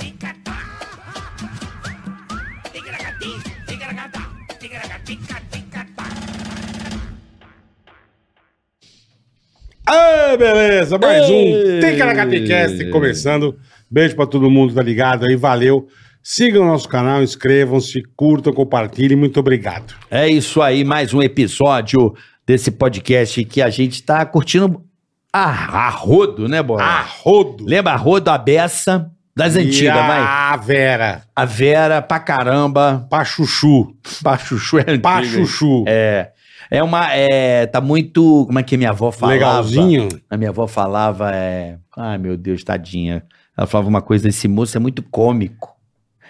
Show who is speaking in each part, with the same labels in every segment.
Speaker 1: ticatá. Ticaracati, ticaracatá. Ticaracatica, ticatá.
Speaker 2: Ei, Ah, beleza, mais
Speaker 3: Ei.
Speaker 2: um Ticaracatecast começando. Beijo pra todo mundo, tá ligado aí, valeu. Sigam o nosso canal, inscrevam-se, curtam, compartilhem, muito obrigado.
Speaker 3: É isso aí, mais um episódio desse podcast que a gente tá curtindo a, a rodo, né, bola?
Speaker 2: Ah. Arrodo!
Speaker 3: Lembra a rodo a beça das antigas, vai.
Speaker 2: Ah, Vera,
Speaker 3: A Vera pra caramba,
Speaker 2: Pachuchu,
Speaker 3: pra chuchu é antiga.
Speaker 2: Pachuchu,
Speaker 3: É. É uma. É, tá muito. Como é que minha avó falava? Tá
Speaker 2: legalzinho.
Speaker 3: A minha avó falava. É, Ai, meu Deus, tadinha. Ela falava uma coisa: esse moço é muito cômico.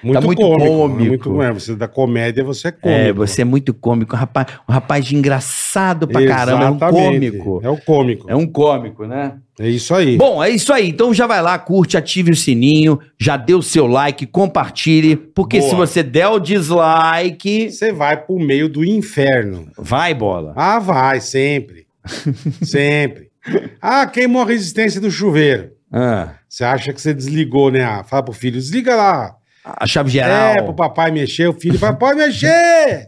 Speaker 2: Muito,
Speaker 3: muito
Speaker 2: cômico.
Speaker 3: cômico.
Speaker 2: Muito, é, você da comédia, você é cômico.
Speaker 3: É, você é muito cômico. Um rapaz, um rapaz engraçado pra caramba. É um
Speaker 2: Exatamente,
Speaker 3: cômico.
Speaker 2: É o cômico.
Speaker 3: É um cômico, né?
Speaker 2: É isso aí.
Speaker 3: Bom, é isso aí. Então já vai lá, curte, ative o sininho, já dê o seu like, compartilhe. Porque
Speaker 2: Boa.
Speaker 3: se você der o dislike.
Speaker 2: Você vai pro meio do inferno.
Speaker 3: Vai, bola.
Speaker 2: Ah, vai, sempre. sempre. Ah, queimou a resistência do chuveiro.
Speaker 3: Ah,
Speaker 2: Você acha que você desligou, né? Ah, fala pro filho, desliga lá.
Speaker 3: a chave
Speaker 2: É, pro
Speaker 3: geral.
Speaker 2: papai mexer, o filho fala, pode mexer!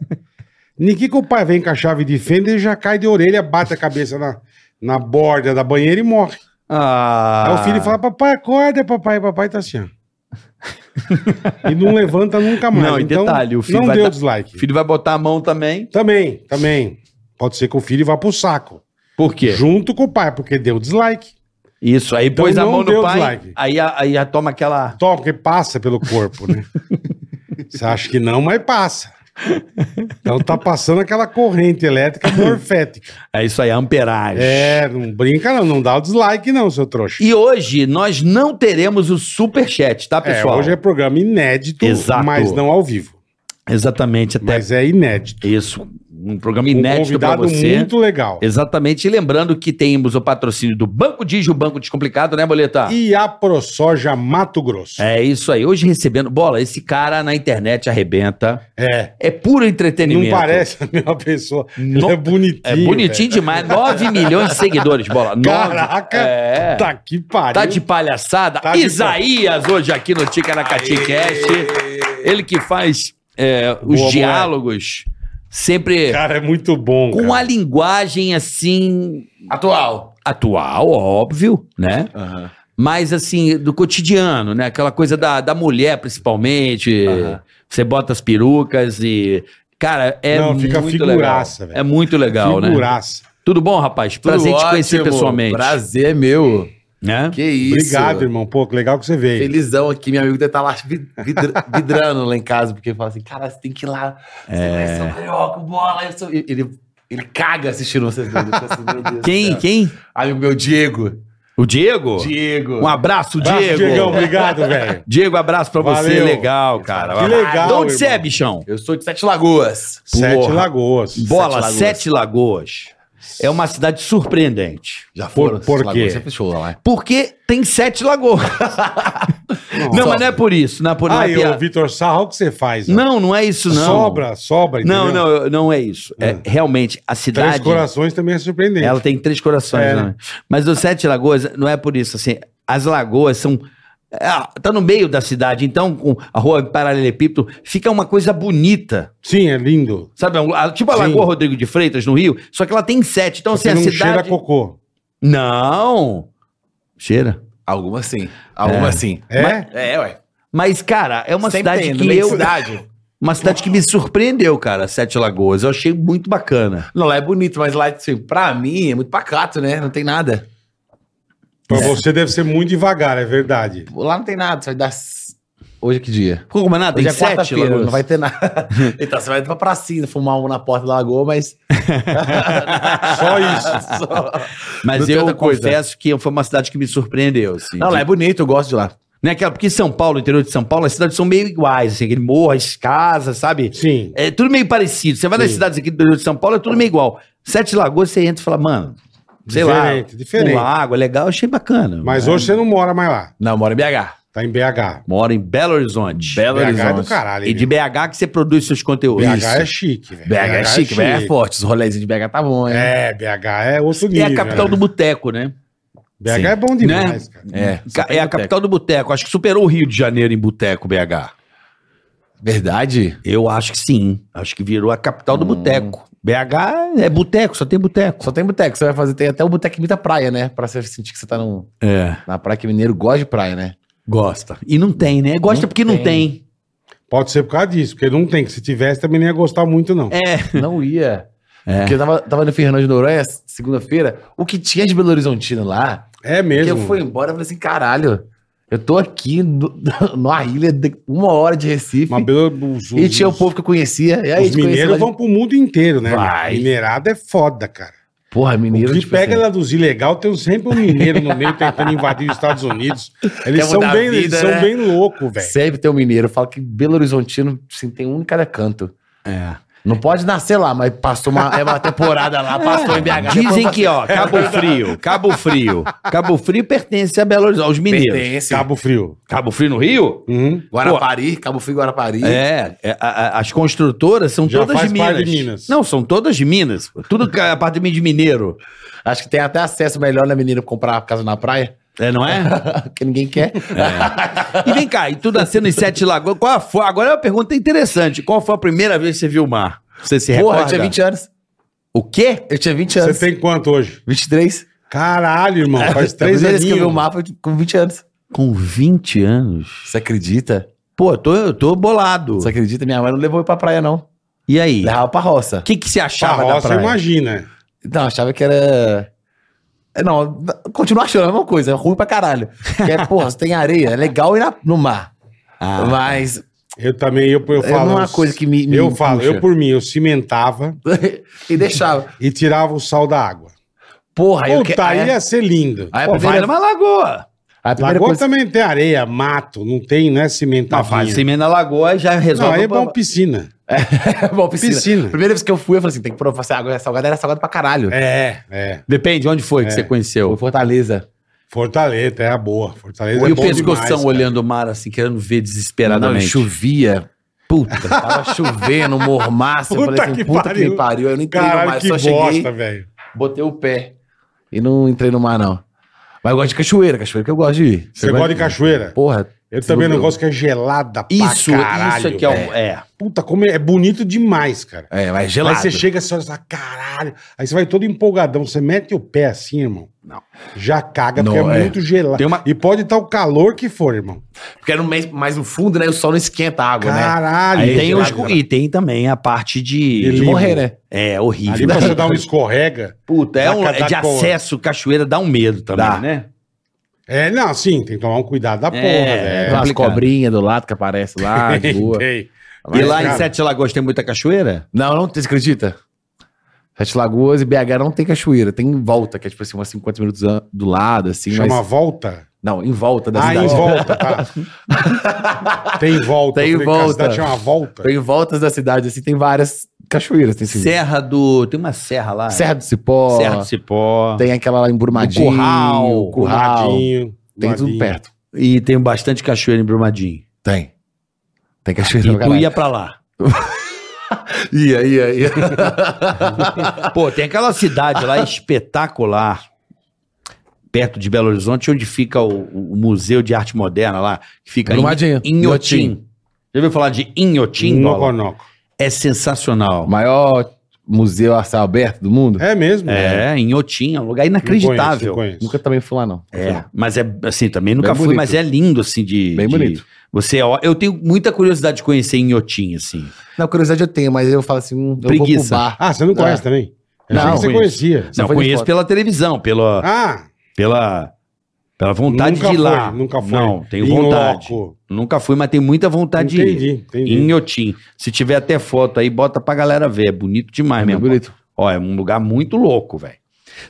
Speaker 2: Ninguém que o pai vem com a chave de fenda, ele já cai de orelha, bate a cabeça na, na borda da banheira e morre.
Speaker 3: Ah.
Speaker 2: Aí o filho fala, papai, acorda, papai, papai tá assim, ó. e não levanta nunca mais. Então,
Speaker 3: Não, e detalhe, o filho
Speaker 2: não
Speaker 3: vai
Speaker 2: deu
Speaker 3: dar-
Speaker 2: dislike.
Speaker 3: O filho vai botar a mão também.
Speaker 2: Também, também. Pode ser que o filho vá pro saco.
Speaker 3: Por quê?
Speaker 2: Junto com o pai, porque deu dislike.
Speaker 3: Isso, aí pôs a
Speaker 2: Então não
Speaker 3: mão
Speaker 2: deu
Speaker 3: no pai,
Speaker 2: dislike.
Speaker 3: aí, a- aí já toma aquela...
Speaker 2: Tó, porque passa pelo corpo, né? Você acha que não, mas passa. Então tá passando aquela corrente elétrica morfética.
Speaker 3: É isso aí, a amperagem.
Speaker 2: É, não brinca não, não dá o dislike não, seu trouxa.
Speaker 3: E hoje nós não teremos o superchat, tá,
Speaker 2: É,
Speaker 3: pessoal?
Speaker 2: hoje é programa inédito,
Speaker 3: Exato.
Speaker 2: mas não ao vivo.
Speaker 3: Exatamente, até
Speaker 2: Mas é inédito.
Speaker 3: isso. Um programa
Speaker 2: um
Speaker 3: inédito pra
Speaker 2: convidado
Speaker 3: você.
Speaker 2: muito legal.
Speaker 3: Exatamente, e lembrando que temos o patrocínio do Banco Digio, Banco Descomplicado, né, Boleta?
Speaker 2: E a ProSoja Mato Grosso.
Speaker 3: É isso aí, hoje recebendo... Bola, esse cara na internet arrebenta,
Speaker 2: É,
Speaker 3: é puro entretenimento.
Speaker 2: não parece a mesma pessoa.
Speaker 3: Não-
Speaker 2: Ele é bonitinho.
Speaker 3: É bonitinho demais, 9 milhões de seguidores, Bola.
Speaker 2: velho.
Speaker 3: Nove-
Speaker 2: Caraca,
Speaker 3: É.
Speaker 2: tá que pariu.
Speaker 3: Tá de palhaçada?
Speaker 2: Tá de
Speaker 3: Isaías hoje aqui no Ticaracati Cast. Ele que faz é, os
Speaker 2: Boa,
Speaker 3: diálogos sempre
Speaker 2: Cara, é muito bom,
Speaker 3: com
Speaker 2: cara.
Speaker 3: a linguagem assim
Speaker 4: Atual.
Speaker 3: atual, óbvio, né? Mas assim, do cotidiano, né? Aquela coisa da, da mulher, principalmente.
Speaker 4: Aham.
Speaker 3: Você bota as perucas e. Cara, é
Speaker 2: Não,
Speaker 3: muito
Speaker 2: fica figuraça,
Speaker 3: legal.
Speaker 2: velho.
Speaker 3: É muito legal, né?
Speaker 2: Figuraça.
Speaker 3: Tudo bom, rapaz? Prazer
Speaker 4: Tudo
Speaker 3: te conhecer
Speaker 4: ótimo.
Speaker 3: pessoalmente.
Speaker 4: Prazer meu.
Speaker 3: Né?
Speaker 4: Que isso.
Speaker 2: Obrigado, irmão. Pô, que legal que você veio.
Speaker 4: Felizão aqui, meu amigo deve estar lá vid- vidra- vidrando lá em casa, porque fala assim, cara, você tem que ir lá, você vai ser carioca, bola, eu sou... E- Ele, ele caga assistindo vocês dois, eu fico assim, meu Deus do
Speaker 3: Quem?
Speaker 4: céu.
Speaker 3: Quem?
Speaker 4: Amigo meu, Diego.
Speaker 3: O Diego?
Speaker 4: Diego.
Speaker 3: Um abraço,
Speaker 2: Abraço,
Speaker 3: Diego.
Speaker 2: Diegão, obrigado, velho.
Speaker 3: Diego, abraço pra você.
Speaker 2: Valeu.
Speaker 3: Legal, cara.
Speaker 2: Que legal,
Speaker 3: De onde você é,
Speaker 2: irmão.
Speaker 3: bichão?
Speaker 4: Eu sou de Sete Lagoas.
Speaker 2: Sete
Speaker 3: Porra.
Speaker 2: Lagoas.
Speaker 3: Bola,
Speaker 4: Lagoas.
Speaker 3: Sete Lagoas. É uma cidade surpreendente.
Speaker 4: Já
Speaker 2: Por-
Speaker 4: foram? Sete
Speaker 2: por
Speaker 4: Lagoas,
Speaker 2: quê?
Speaker 4: Você fechou lá. né?
Speaker 3: Porque tem Sete Lagoas. Não, mas não é por isso. Não é por não é
Speaker 2: Aí,
Speaker 3: piada.
Speaker 2: ô, Vitor Sarra, o que você faz? ó?
Speaker 3: Não, não é isso, não.
Speaker 2: Sobra, sobra.
Speaker 3: Não,
Speaker 2: entendeu?
Speaker 3: não, eu- não é isso. É, realmente, a
Speaker 2: Três
Speaker 3: cidade.
Speaker 2: corações também é surpreendente.
Speaker 3: Ela tem três corações,
Speaker 2: É.
Speaker 3: né? Mas o Sete Lagoas não é por isso, assim. As lagoas são. é, tá no meio da cidade, então com a rua Paralelepípedo fica uma coisa bonita.
Speaker 2: Sim, é lindo.
Speaker 3: Sabe, a- tipo a
Speaker 2: Sim.
Speaker 3: Lagoa Rodrigo de Freitas, no Rio, só que ela tem sete. Então,
Speaker 2: Você
Speaker 3: assim, a
Speaker 2: não cheira
Speaker 3: cidade.
Speaker 2: a cocô.
Speaker 3: Não! Cheira.
Speaker 5: Algumas sim. Algumas sim.
Speaker 2: É?
Speaker 5: Mas- é, ué.
Speaker 3: Mas, cara, é uma
Speaker 5: Sempre
Speaker 3: cidade
Speaker 5: tem, no
Speaker 3: que
Speaker 5: meio
Speaker 3: eu.
Speaker 5: de cidade.
Speaker 3: Uma cidade que me surpreendeu, cara, Sete Lagoas. Eu achei muito bacana.
Speaker 5: Não, lá é bonito, mas lá, tipo, pra mim, é muito pacato, né? Não tem nada.
Speaker 2: Pra
Speaker 3: É.
Speaker 2: você deve ser muito devagar, é verdade.
Speaker 5: Lá não tem nada, só vai dar... s- Hoje que dia?
Speaker 3: Ficou como é nada?
Speaker 5: Hoje
Speaker 3: Tem
Speaker 5: é
Speaker 3: sete
Speaker 5: quarta-feira,
Speaker 3: Lagoas.
Speaker 5: não vai ter nada. então, você vai pra pracinha, fumar um na porta da lagoa, mas...
Speaker 2: Só isso.
Speaker 5: Só-
Speaker 3: Mas
Speaker 5: não tem
Speaker 3: eu
Speaker 5: outra coisa.
Speaker 3: confesso que foi uma cidade que me surpreendeu. Assim,
Speaker 5: Não, lá é bonito, eu gosto de lá.
Speaker 3: Né, aquela, porque São Paulo, interior de São Paulo, as cidades são meio iguais, assim, aquele morro, as casas, sabe?
Speaker 2: Sim.
Speaker 3: É tudo meio parecido. Você vai nas cidades aqui do interior de São Paulo, é tudo meio igual. Sete Lagoas, você entra e fala, mano, sei
Speaker 2: Diferente,
Speaker 3: lá.
Speaker 2: diferente.
Speaker 3: uma água, é legal, achei bacana.
Speaker 2: Mas
Speaker 3: né?
Speaker 2: hoje você não mora mais lá.
Speaker 5: Não, eu moro em BH.
Speaker 2: Tá em BH.
Speaker 3: Mora em Belo Horizonte.
Speaker 5: Belo
Speaker 2: BH é do
Speaker 5: Horizonte.
Speaker 2: caralho.
Speaker 3: e de
Speaker 2: né?
Speaker 3: BH que você produz seus conteúdos.
Speaker 2: BH é chique, velho.
Speaker 5: BH é chique, BH é forte. Os rolezinhos de BH tá bom, hein?
Speaker 2: É, BH é outro
Speaker 3: E
Speaker 2: nível.
Speaker 3: é a capital
Speaker 2: né?
Speaker 3: do boteco, né?
Speaker 2: BH
Speaker 5: Sim.
Speaker 2: é bom demais, cara.
Speaker 5: É,
Speaker 3: Ca- É a capital do boteco. Acho que superou o Rio de Janeiro em boteco, BH.
Speaker 5: Verdade?
Speaker 3: Eu acho que sim. Acho que virou a capital do boteco. BH é boteco, só tem boteco.
Speaker 5: Só tem boteco, você vai fazer, tem até o boteco imita praia, né? Pra você sentir que você tá num,
Speaker 3: É.
Speaker 5: na praia, que mineiro gosta de praia, né?
Speaker 3: Gosta. E não tem, né? Gosta
Speaker 5: Não
Speaker 3: porque não tem.
Speaker 2: Pode ser por causa disso, porque não tem. que Se tivesse, também não ia gostar muito, não.
Speaker 3: É.
Speaker 5: Não ia.
Speaker 3: É.
Speaker 5: Porque eu tava, tava no Fernando de Noronha, segunda-feira, o que tinha de Belo Horizontino lá,
Speaker 2: É,
Speaker 5: que
Speaker 2: mesmo.
Speaker 5: eu fui embora, eu falei assim, caralho, eu tô aqui no, numa ilha, de uma hora de Recife,
Speaker 2: Mas pelo- os,
Speaker 5: e
Speaker 2: os-
Speaker 5: tinha o povo que eu conhecia, e aí
Speaker 2: os
Speaker 5: te conheci lá
Speaker 2: mineiros
Speaker 5: de-
Speaker 2: vão pro mundo inteiro, né?
Speaker 5: Vai.
Speaker 2: meu? Minerada é foda, cara.
Speaker 5: Porra, mineiro,
Speaker 2: o que
Speaker 5: tipo
Speaker 2: pega
Speaker 5: assim,
Speaker 2: lá dos ilegal tem sempre um mineiro no meio tentando invadir os Estados Unidos. Eles
Speaker 5: Quer
Speaker 2: são
Speaker 5: mudar a
Speaker 2: bem,
Speaker 5: vida,
Speaker 2: eles são
Speaker 5: né?
Speaker 2: bem loucos, velho.
Speaker 5: sempre tem um mineiro, eu falo que Belo Horizontino, assim, tem um em cada canto.
Speaker 3: É.
Speaker 5: Não pode nascer lá, mas passou uma, é uma temporada lá, passou em BH.
Speaker 3: Dizem que, ó, Cabo Frio, Cabo Frio. Cabo Frio pertence a Belo Horizonte, aos mineiros.
Speaker 5: Pertence.
Speaker 2: Cabo Frio.
Speaker 3: Cabo Frio no Rio?
Speaker 2: Uhum.
Speaker 5: Guarapari, Cabo Frio Guarapari.
Speaker 3: É, é, a- a- as construtoras são
Speaker 2: Já
Speaker 3: todas
Speaker 2: faz
Speaker 3: de Minas.
Speaker 2: parte de Minas.
Speaker 3: Não, são todas de Minas. Tudo que é apartamento de mineiro.
Speaker 5: Acho que tem até acesso melhor na menina comprar casa na praia,
Speaker 3: É, não é?
Speaker 5: que ninguém quer.
Speaker 3: E vem cá, e tu nascendo em Sete Lagoas, qual foi? Agora é uma pergunta interessante. Qual foi a primeira vez que você viu o mar? Você se
Speaker 5: Porra, eu
Speaker 3: recorda?
Speaker 5: tinha 20 anos.
Speaker 3: O quê?
Speaker 5: Eu tinha 20 anos.
Speaker 2: Você tem quanto hoje?
Speaker 5: 23.
Speaker 2: Caralho, irmão. Faz três
Speaker 5: A primeira
Speaker 2: anos.
Speaker 5: vez que eu vi o mapa eu tinha- com 20 anos.
Speaker 3: Com 20 anos?
Speaker 5: Você acredita?
Speaker 3: Pô, eu tô, eu tô bolado.
Speaker 5: Você acredita? Minha mãe não levou eu pra praia, não.
Speaker 3: E aí?
Speaker 5: Levava pra roça.
Speaker 3: O que que você achava da
Speaker 2: Roça,
Speaker 3: praia?
Speaker 2: imagina.
Speaker 5: Não, achava que era. É, Não, continua achando a mesma coisa, é ruim pra caralho. Porque, é, porra, você tem areia, é legal ir na- no mar.
Speaker 3: Ah.
Speaker 5: Mas
Speaker 2: Eu também, eu, eu
Speaker 5: É
Speaker 2: falo.
Speaker 5: uma coisa que me- me
Speaker 2: Eu falo,
Speaker 5: puxa.
Speaker 2: eu por mim, eu cimentava
Speaker 5: e deixava.
Speaker 2: e tirava o sal da água.
Speaker 5: Porra, Ah, eu que...
Speaker 2: Puta, aí é-
Speaker 5: aí,
Speaker 2: ia ser lindo.
Speaker 5: aí é a
Speaker 3: Pô, vai
Speaker 5: primeira,
Speaker 3: numa lagoa.
Speaker 5: a primeira
Speaker 2: Lagoa
Speaker 5: coisa...
Speaker 2: também tem areia, mato, não tem, né?
Speaker 3: Tá,
Speaker 2: Cimentadinha.
Speaker 3: faz cimento na lagoa e já
Speaker 2: Não,
Speaker 3: resolve
Speaker 2: aí é
Speaker 3: o problema.
Speaker 2: bom piscina.
Speaker 5: Bom, é piscina.
Speaker 2: Piscina.
Speaker 5: Primeira vez que eu fui, eu falei assim, tem que provar se a água é salgada, era salgada pra caralho.
Speaker 2: É, é.
Speaker 3: Depende de onde foi que você
Speaker 5: Foi
Speaker 3: conheceu.
Speaker 5: Fortaleza.
Speaker 2: Fortaleza é a boa. Fortaleza
Speaker 3: E
Speaker 2: é
Speaker 3: o
Speaker 2: bom
Speaker 3: pescoção
Speaker 2: demais, cara.
Speaker 3: olhando o mar assim, querendo ver
Speaker 5: Não, e
Speaker 3: desesperadamente.
Speaker 5: chovia.
Speaker 3: Puta.
Speaker 5: Tava chovendo, mormaço. Eu
Speaker 2: Puta
Speaker 5: falei assim,
Speaker 2: que
Speaker 5: puta que
Speaker 2: pariu.
Speaker 5: me pariu. Eu não entrei no
Speaker 2: Caralho,
Speaker 5: mar,
Speaker 2: que
Speaker 5: só
Speaker 2: bosta,
Speaker 5: cheguei,
Speaker 2: velho.
Speaker 5: botei o pé. E não entrei no mar, não. Mas eu gosto de cachoeira, cachoeira que eu gosto de ir.
Speaker 2: Você gosta de cachoeira?
Speaker 5: Porra.
Speaker 2: Eu também não
Speaker 5: descobriu.
Speaker 2: gosto que é gelada
Speaker 3: Isso,
Speaker 2: pra Ah, caralho.
Speaker 3: isso
Speaker 5: um
Speaker 3: aqui é, o-
Speaker 2: velho.
Speaker 3: é.
Speaker 2: Puta, como é, é bonito demais, cara.
Speaker 5: É, mas gelado.
Speaker 2: Aí você chega e você fala, caralho. Aí você vai todo empolgadão, você mete o pé assim, irmão.
Speaker 5: Não.
Speaker 2: Já caga,
Speaker 5: Não,
Speaker 2: porque é,
Speaker 5: é.
Speaker 2: muito gelado.
Speaker 3: Tem uma-
Speaker 2: E pode estar o calor que for, irmão.
Speaker 5: Porque era mais, mais no fundo, né? O sol não esquenta a água, né?
Speaker 2: Caralho.
Speaker 3: E tem, um os-
Speaker 2: gelado.
Speaker 3: e tem também a parte de...
Speaker 5: De
Speaker 2: livro.
Speaker 5: morrer, né?
Speaker 3: É, horrível.
Speaker 2: Ali pra você dar um escorrega.
Speaker 3: Puta, é, um,
Speaker 2: Dá-
Speaker 3: é de
Speaker 2: dá cor.
Speaker 3: acesso, cachoeira dá um medo também,
Speaker 5: Dá.
Speaker 3: né?
Speaker 2: É, não, sim, tem que tomar um cuidado da porra, né?
Speaker 3: É,
Speaker 5: Tem
Speaker 2: velho.
Speaker 5: umas
Speaker 3: complicado.
Speaker 5: cobrinhas do lado que aparece lá, de Ah, boa.
Speaker 2: Tem.
Speaker 3: E
Speaker 2: Mas,
Speaker 3: lá em
Speaker 2: cara-
Speaker 3: Sete Lagoas tem muita cachoeira?
Speaker 5: Não, não, você acredita? Sete Lagoas e BH não tem cachoeira, tem em volta, que é tipo assim, umas 50 minutos an- do lado, assim,
Speaker 2: Chama
Speaker 5: mas...
Speaker 2: volta?
Speaker 5: Não, em volta da
Speaker 2: Ah, em
Speaker 5: cidade.
Speaker 2: volta, tá. tem volta.
Speaker 5: Tem
Speaker 2: Eu falei, cara, A
Speaker 5: volta.
Speaker 2: cidade chama volta.
Speaker 5: Tem em voltas da cidade, assim, tem várias cachoeiras. Tem assim,
Speaker 3: Serra do... Tem uma serra lá. é.
Speaker 5: Serra do Cipó,
Speaker 3: Serra do Cipó.
Speaker 5: tem aquela lá em Brumadinho,
Speaker 3: O Curral,
Speaker 5: Curral,
Speaker 2: Ladinho,
Speaker 5: tem tudo
Speaker 2: ladinho.
Speaker 5: um perto.
Speaker 3: E tem bastante cachoeira em Brumadinho.
Speaker 5: Tem.
Speaker 3: Ah,
Speaker 5: Tem
Speaker 3: E
Speaker 5: cachoeira. é pra
Speaker 3: tu
Speaker 5: caralho.
Speaker 3: ia pra lá.
Speaker 5: ia, ia, ia.
Speaker 3: Pô, tem aquela cidade lá espetacular, perto de Belo Horizonte, onde fica o, o Museu de Arte Moderna lá, que fica
Speaker 5: Brumadinho.
Speaker 3: em Inhotim. Já ouviu falar de Inhotim? Bola?
Speaker 2: Noconoco.
Speaker 3: É sensacional.
Speaker 5: Maior museu a céu aberto do mundo.
Speaker 2: É mesmo?
Speaker 3: É, em Otim, é um lugar
Speaker 2: Inacreditável.
Speaker 3: inacreditável.
Speaker 5: Nunca também fui lá, não.
Speaker 3: É, mas é assim, também nunca
Speaker 5: Bem
Speaker 3: fui,
Speaker 5: bonito.
Speaker 3: mas é lindo, assim, de.
Speaker 5: Bem
Speaker 3: de-
Speaker 5: bonito.
Speaker 3: Você, ó, eu tenho muita curiosidade de conhecer Inhotim, assim.
Speaker 5: Na curiosidade eu tenho, mas eu falo assim, hum, eu vou pro
Speaker 3: Preguiça.
Speaker 5: bar.
Speaker 2: Ah, você não conhece também? Eu achei
Speaker 5: Não,
Speaker 2: que você
Speaker 3: É. conheço.
Speaker 2: conhecia.
Speaker 5: Só
Speaker 3: não,
Speaker 5: foi de
Speaker 3: conheço
Speaker 5: foto.
Speaker 3: pela televisão, pela,
Speaker 2: Ah,
Speaker 3: pela, pela vontade
Speaker 2: nunca
Speaker 3: de ir
Speaker 2: foi,
Speaker 3: lá.
Speaker 2: nunca foi.
Speaker 3: Não, tenho
Speaker 2: Em
Speaker 3: vontade.
Speaker 2: loco.
Speaker 3: Nunca fui, mas tenho muita vontade de ir.
Speaker 2: entendi, entendi.
Speaker 3: Em Inhotim. Se tiver até foto aí, bota pra galera ver. É bonito demais
Speaker 5: É
Speaker 3: mesmo.
Speaker 5: bonito.
Speaker 3: Ó, é um lugar muito louco, velho.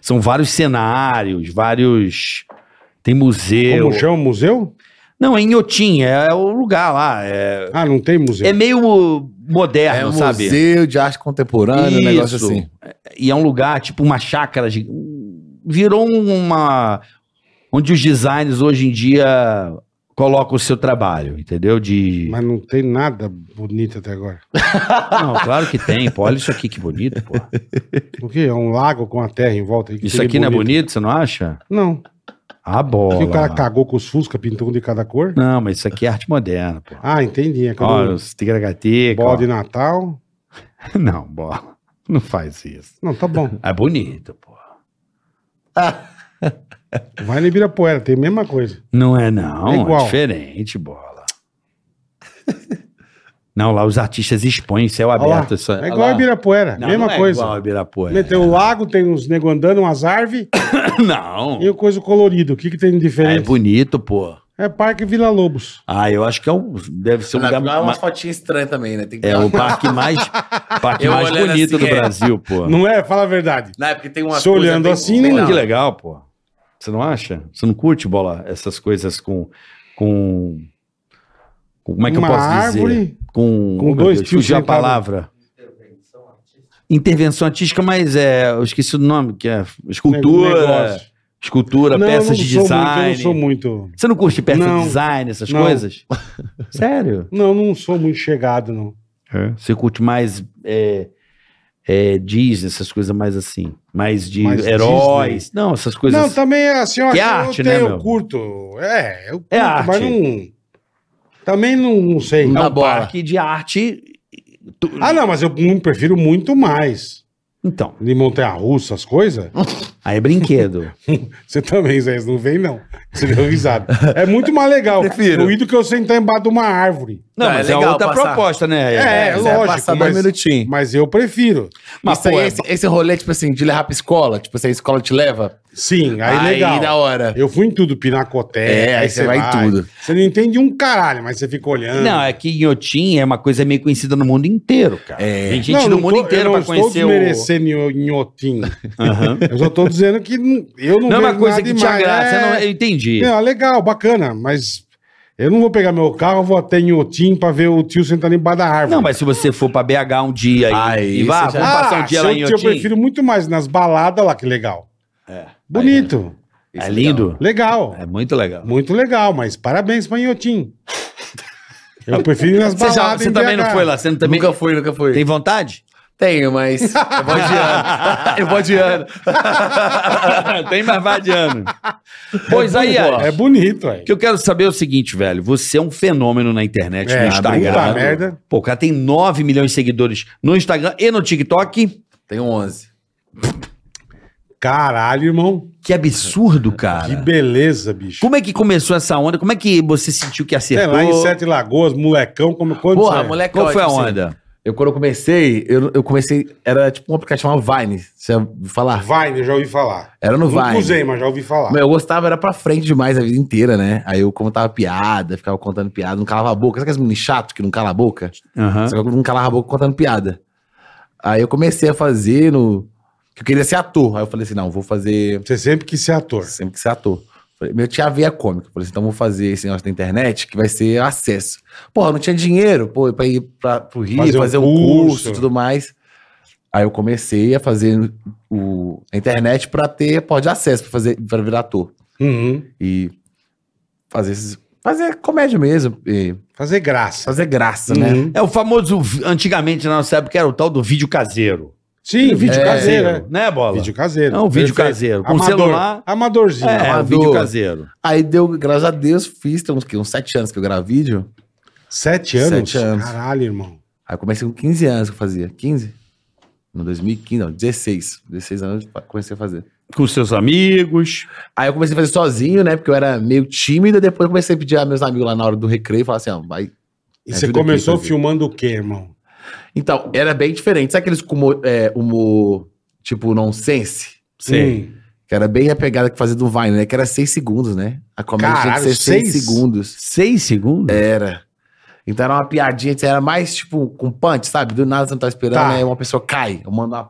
Speaker 3: São vários cenários, vários. Tem museu.
Speaker 2: Como chama o museu?
Speaker 3: Não, é em Inhotim, é, é o lugar lá. É,
Speaker 2: Ah, não tem museu.
Speaker 3: é meio moderno,
Speaker 5: é um
Speaker 3: sabe?
Speaker 5: museu de arte contemporânea, um negócio
Speaker 3: Isso.
Speaker 5: assim.
Speaker 3: E é um lugar, tipo uma chácara. gi- Virou uma. Onde os designers hoje em dia colocam o seu trabalho, entendeu? De.
Speaker 2: Mas não tem nada bonito até agora.
Speaker 3: Não, claro que tem, pô. Olha isso aqui que bonito, pô.
Speaker 2: O quê? É um lago com a terra em volta. aí, que
Speaker 3: Isso
Speaker 2: seria
Speaker 3: aqui não é bonito, você não acha?
Speaker 2: Não.
Speaker 3: A
Speaker 2: Porque
Speaker 3: bola.
Speaker 2: o cara tá
Speaker 3: mano.
Speaker 2: cagou com os fusca, pintou um de cada cor.
Speaker 3: Não, mas isso aqui é arte moderna, pô.
Speaker 2: Ah, entendi. É
Speaker 3: Olha,
Speaker 2: quando
Speaker 3: os tigragateca.
Speaker 2: bola de Natal.
Speaker 3: ó. Não, bola. Não faz isso.
Speaker 2: Não, tá bom.
Speaker 3: É bonito, pô.
Speaker 2: Vai no Ibirapuera, tem a mesma coisa.
Speaker 3: Não é não,
Speaker 2: É
Speaker 3: é,
Speaker 2: igual.
Speaker 3: diferente, bola. não, lá os artistas expõem em céu
Speaker 2: Olha lá.
Speaker 3: aberto. Isso,
Speaker 2: É igual a Ibirapuera,
Speaker 3: Não,
Speaker 2: mesma
Speaker 3: não é
Speaker 2: coisa.
Speaker 3: igual a Ibirapuera.
Speaker 2: Meteu o lago, tem uns nego andando, umas árvores
Speaker 3: Não.
Speaker 2: e o coisa colorido. O que, que tem de
Speaker 3: É
Speaker 2: diferente?
Speaker 3: bonito, pô.
Speaker 2: É, Parque Vila Lobos.
Speaker 3: Ah, eu acho que é um, deve ser o lugar
Speaker 5: Lá, umas
Speaker 3: mais,
Speaker 5: fotinhas estranhas também, né? Tem que
Speaker 3: é
Speaker 5: dar
Speaker 3: o
Speaker 5: uma-
Speaker 3: parque mais parque
Speaker 5: Eu
Speaker 3: mais
Speaker 5: olhando
Speaker 3: bonito
Speaker 5: assim,
Speaker 3: do
Speaker 5: é.
Speaker 3: Brasil, pô.
Speaker 2: Não é? Fala a verdade.
Speaker 5: Não, é porque tem umas
Speaker 2: Se
Speaker 5: coisas
Speaker 2: olhando
Speaker 5: bem-
Speaker 2: assim,
Speaker 5: bem-
Speaker 2: não-
Speaker 5: não.
Speaker 3: Que legal, pô. Você não acha? Você não curte bola essas coisas com com com- como é que
Speaker 2: Uma
Speaker 3: eu posso dizer?
Speaker 2: árvore.
Speaker 3: com,
Speaker 2: Com
Speaker 3: oh, meu
Speaker 2: dois
Speaker 3: Deus,
Speaker 2: tios
Speaker 3: fugiu a
Speaker 2: sentados.
Speaker 3: palavra. Intervenção artística, mas é, eu esqueci o nome, que é escultura,
Speaker 2: né, um negócio.
Speaker 3: escultura,
Speaker 2: Não, eu
Speaker 3: peças
Speaker 2: não
Speaker 3: de
Speaker 2: sou muito- eu
Speaker 3: design.
Speaker 2: não sou muito.
Speaker 3: Você não curte peça
Speaker 2: Não.
Speaker 3: de design, essas
Speaker 2: Não.
Speaker 3: coisas? Sério?
Speaker 2: Não, não sou muito chegado, não.
Speaker 3: É. Você curte mais é, é, Disney, essas coisas mais assim, mais de
Speaker 2: Mais
Speaker 3: heróis. Não, essas coisas.
Speaker 2: não, também é assim, ó,
Speaker 3: Que é
Speaker 2: eu
Speaker 3: arte,
Speaker 2: tenho,
Speaker 3: né,
Speaker 2: eu
Speaker 3: meu?
Speaker 2: curto. É, eu curto,
Speaker 3: É
Speaker 2: mas
Speaker 3: arte.
Speaker 2: não. Também não, não sei.
Speaker 3: é
Speaker 5: na
Speaker 3: um
Speaker 5: bola.
Speaker 3: parque de arte. tu-
Speaker 2: Ah, não, mas eu não prefiro muito mais.
Speaker 3: Então,
Speaker 2: De montanha russa, as coisas.
Speaker 3: aí é brinquedo.
Speaker 2: Você também, Zé, você não vem, não. Você deu risada. É muito mais legal.
Speaker 5: Prefiro.
Speaker 2: Eu ir do que eu sentar embaixo de uma árvore.
Speaker 3: Não,
Speaker 5: Não, é
Speaker 3: mas é,
Speaker 5: legal
Speaker 3: outra
Speaker 5: passar.
Speaker 3: proposta, né?
Speaker 2: É,
Speaker 5: É,
Speaker 2: lógico,
Speaker 5: passar dois
Speaker 2: mas-
Speaker 5: minutinhos.
Speaker 2: Mas eu prefiro.
Speaker 3: Mas,
Speaker 5: Isso aí,
Speaker 3: pô, é-
Speaker 5: esse, esse rolê, tipo assim, de levar pra escola, tipo assim, a escola te leva.
Speaker 2: Sim, aí, legal.
Speaker 5: da hora.
Speaker 2: Eu fui em tudo, Pinacoteca.
Speaker 5: É, aí você vai em tudo.
Speaker 2: Você não entende um caralho, mas você fica olhando.
Speaker 3: Não, é que Inhotim é uma coisa meio conhecida no mundo inteiro, cara.
Speaker 5: É.
Speaker 3: Tem
Speaker 2: Não,
Speaker 3: gente
Speaker 2: não
Speaker 3: no mundo
Speaker 2: tô-
Speaker 3: inteiro pra conhecer
Speaker 2: Eu
Speaker 3: o.
Speaker 2: não estou desmerecendo o Nhotim.
Speaker 3: Aham.
Speaker 2: Eu só tô dizendo que n- eu não
Speaker 3: Não é uma
Speaker 2: vejo
Speaker 3: coisa
Speaker 2: nada
Speaker 3: que te
Speaker 2: demais.
Speaker 3: agrada.
Speaker 2: É,
Speaker 3: você não- Eu entendi.
Speaker 2: não, é legal, bacana, mas eu não vou pegar meu carro, eu vou até Nhotim pra ver o tio sentado embaixo da árvore.
Speaker 3: Não, mas se você for pra BH um dia e,
Speaker 5: Aí
Speaker 3: e vá,
Speaker 5: você já-
Speaker 3: vamos passar um dia
Speaker 2: Ah, se
Speaker 3: lá
Speaker 2: eu-
Speaker 3: em
Speaker 2: Eu
Speaker 3: Inhotim.
Speaker 2: prefiro muito mais nas baladas lá, que legal. Bonito,
Speaker 3: É lindo.
Speaker 2: legal.
Speaker 3: É muito legal.
Speaker 2: Muito legal, mas parabéns pra Nhotim. Eu prefiro ir nas
Speaker 3: Você,
Speaker 2: baladas.
Speaker 3: já, você
Speaker 2: em
Speaker 3: também não
Speaker 2: BH.
Speaker 3: foi lá? Você não também
Speaker 5: Nunca fui, nunca fui.
Speaker 3: tem vontade?
Speaker 5: Tenho, mas eu vou adiando. eu vou adiando.
Speaker 3: tem, mas vai adiando. Pois aí,
Speaker 5: bom,
Speaker 3: Alex,
Speaker 2: É bonito, velho.
Speaker 3: o que eu quero saber é o seguinte, velho. Você é um fenômeno na internet,
Speaker 2: É,
Speaker 3: no Instagram.
Speaker 2: puta merda.
Speaker 3: Pô, o cara tem 9 milhões de seguidores no Instagram e no TikTok.
Speaker 5: Tenho 11.
Speaker 2: Caralho, irmão.
Speaker 3: Que absurdo,
Speaker 2: Que
Speaker 3: cara.
Speaker 2: beleza, bicho.
Speaker 3: Como é que começou essa onda? Como é que você sentiu que
Speaker 2: É,
Speaker 3: acertou?
Speaker 2: lá em Sete Lagoas, molecão, como quando
Speaker 5: Porra,
Speaker 2: você-
Speaker 5: moleque.
Speaker 3: Qual
Speaker 5: ó,
Speaker 3: foi a
Speaker 5: tipo assim,
Speaker 3: onda?
Speaker 5: eu quando eu comecei, eu, eu comecei. Era tipo um aplicativo chamado Vine. Você já ouviu falar?
Speaker 2: Vine, eu né, já ouvi falar.
Speaker 5: Era no
Speaker 2: Nunca
Speaker 5: Vine.
Speaker 2: usei, mas já ouvi falar.
Speaker 5: Mas eu gostava, era pra frente demais a vida inteira, né? Aí eu contava piada, ficava contando piada, não calava a boca. Sabe aqueles meninos chatos que não calam a boca?
Speaker 3: Aham.
Speaker 5: Só que eu não calava a boca contando piada. Aí eu comecei a fazer no. que eu queria ser ator. Aí eu falei assim: não, vou fazer.
Speaker 2: Você sempre quis ser ator.
Speaker 5: Sempre que ser ator. Falei, meu tia veia cômica. Falei assim: então vou fazer esse negócio da internet que vai ser acesso. Porra, eu não tinha dinheiro, pô, pra ir pra, pro Rio,
Speaker 2: Fazer
Speaker 5: fazer,
Speaker 2: um
Speaker 5: um
Speaker 2: curso.
Speaker 5: curso e tudo mais. Aí eu comecei a fazer o, a internet pra ter porra de acesso, pra, fazer, pra virar ator.
Speaker 2: Uhum.
Speaker 5: E fazer esses. Fazer comédia mesmo, e
Speaker 2: Fazer graça.
Speaker 5: fazer graça, né?
Speaker 2: Uhum.
Speaker 3: É o famoso, vi- antigamente na nossa época, era o tal do vídeo caseiro.
Speaker 2: Sim, vídeo
Speaker 5: É.
Speaker 2: caseiro. né?
Speaker 3: Né, Bola?
Speaker 2: Vídeo caseiro.
Speaker 3: É um vídeo
Speaker 2: Perfeito.
Speaker 3: caseiro. Com
Speaker 2: Amador.
Speaker 3: celular.
Speaker 2: Amadorzinho.
Speaker 3: É,
Speaker 5: Amador.
Speaker 3: o vídeo caseiro.
Speaker 5: Aí deu, graças a Deus, fiz, tem uns, que, uns sete anos que eu gravo vídeo.
Speaker 2: Sete anos?
Speaker 5: Sete anos.
Speaker 2: Caralho, irmão.
Speaker 5: Aí eu comecei com 15 anos que eu fazia. 15? No 2015, não, 16. 16 anos eu comecei a fazer.
Speaker 3: Com seus amigos.
Speaker 5: Aí eu comecei a fazer sozinho, né? Porque eu era meio tímido. Depois eu comecei a pedir a meus amigos lá na hora do recreio e falar assim: ó, vai.
Speaker 2: E
Speaker 5: me
Speaker 2: você
Speaker 5: ajuda aqui,
Speaker 2: começou
Speaker 5: fazer.
Speaker 2: filmando o quê, irmão?
Speaker 5: Então, era bem diferente. Sabe aqueles com humor, é, humor tipo nonsense?
Speaker 2: Hum.
Speaker 5: Que era bem a pegada que fazia do Vine, né? Que era seis segundos, né? A comédia
Speaker 2: Caralho,
Speaker 5: tinha que ser seis
Speaker 2: seis?
Speaker 5: segundos.
Speaker 3: Seis segundos?
Speaker 5: Era. Então era uma piadinha, era mais tipo com punch, sabe? Do nada você não tá esperando,
Speaker 2: Tá.
Speaker 5: aí uma pessoa cai, eu mando uma,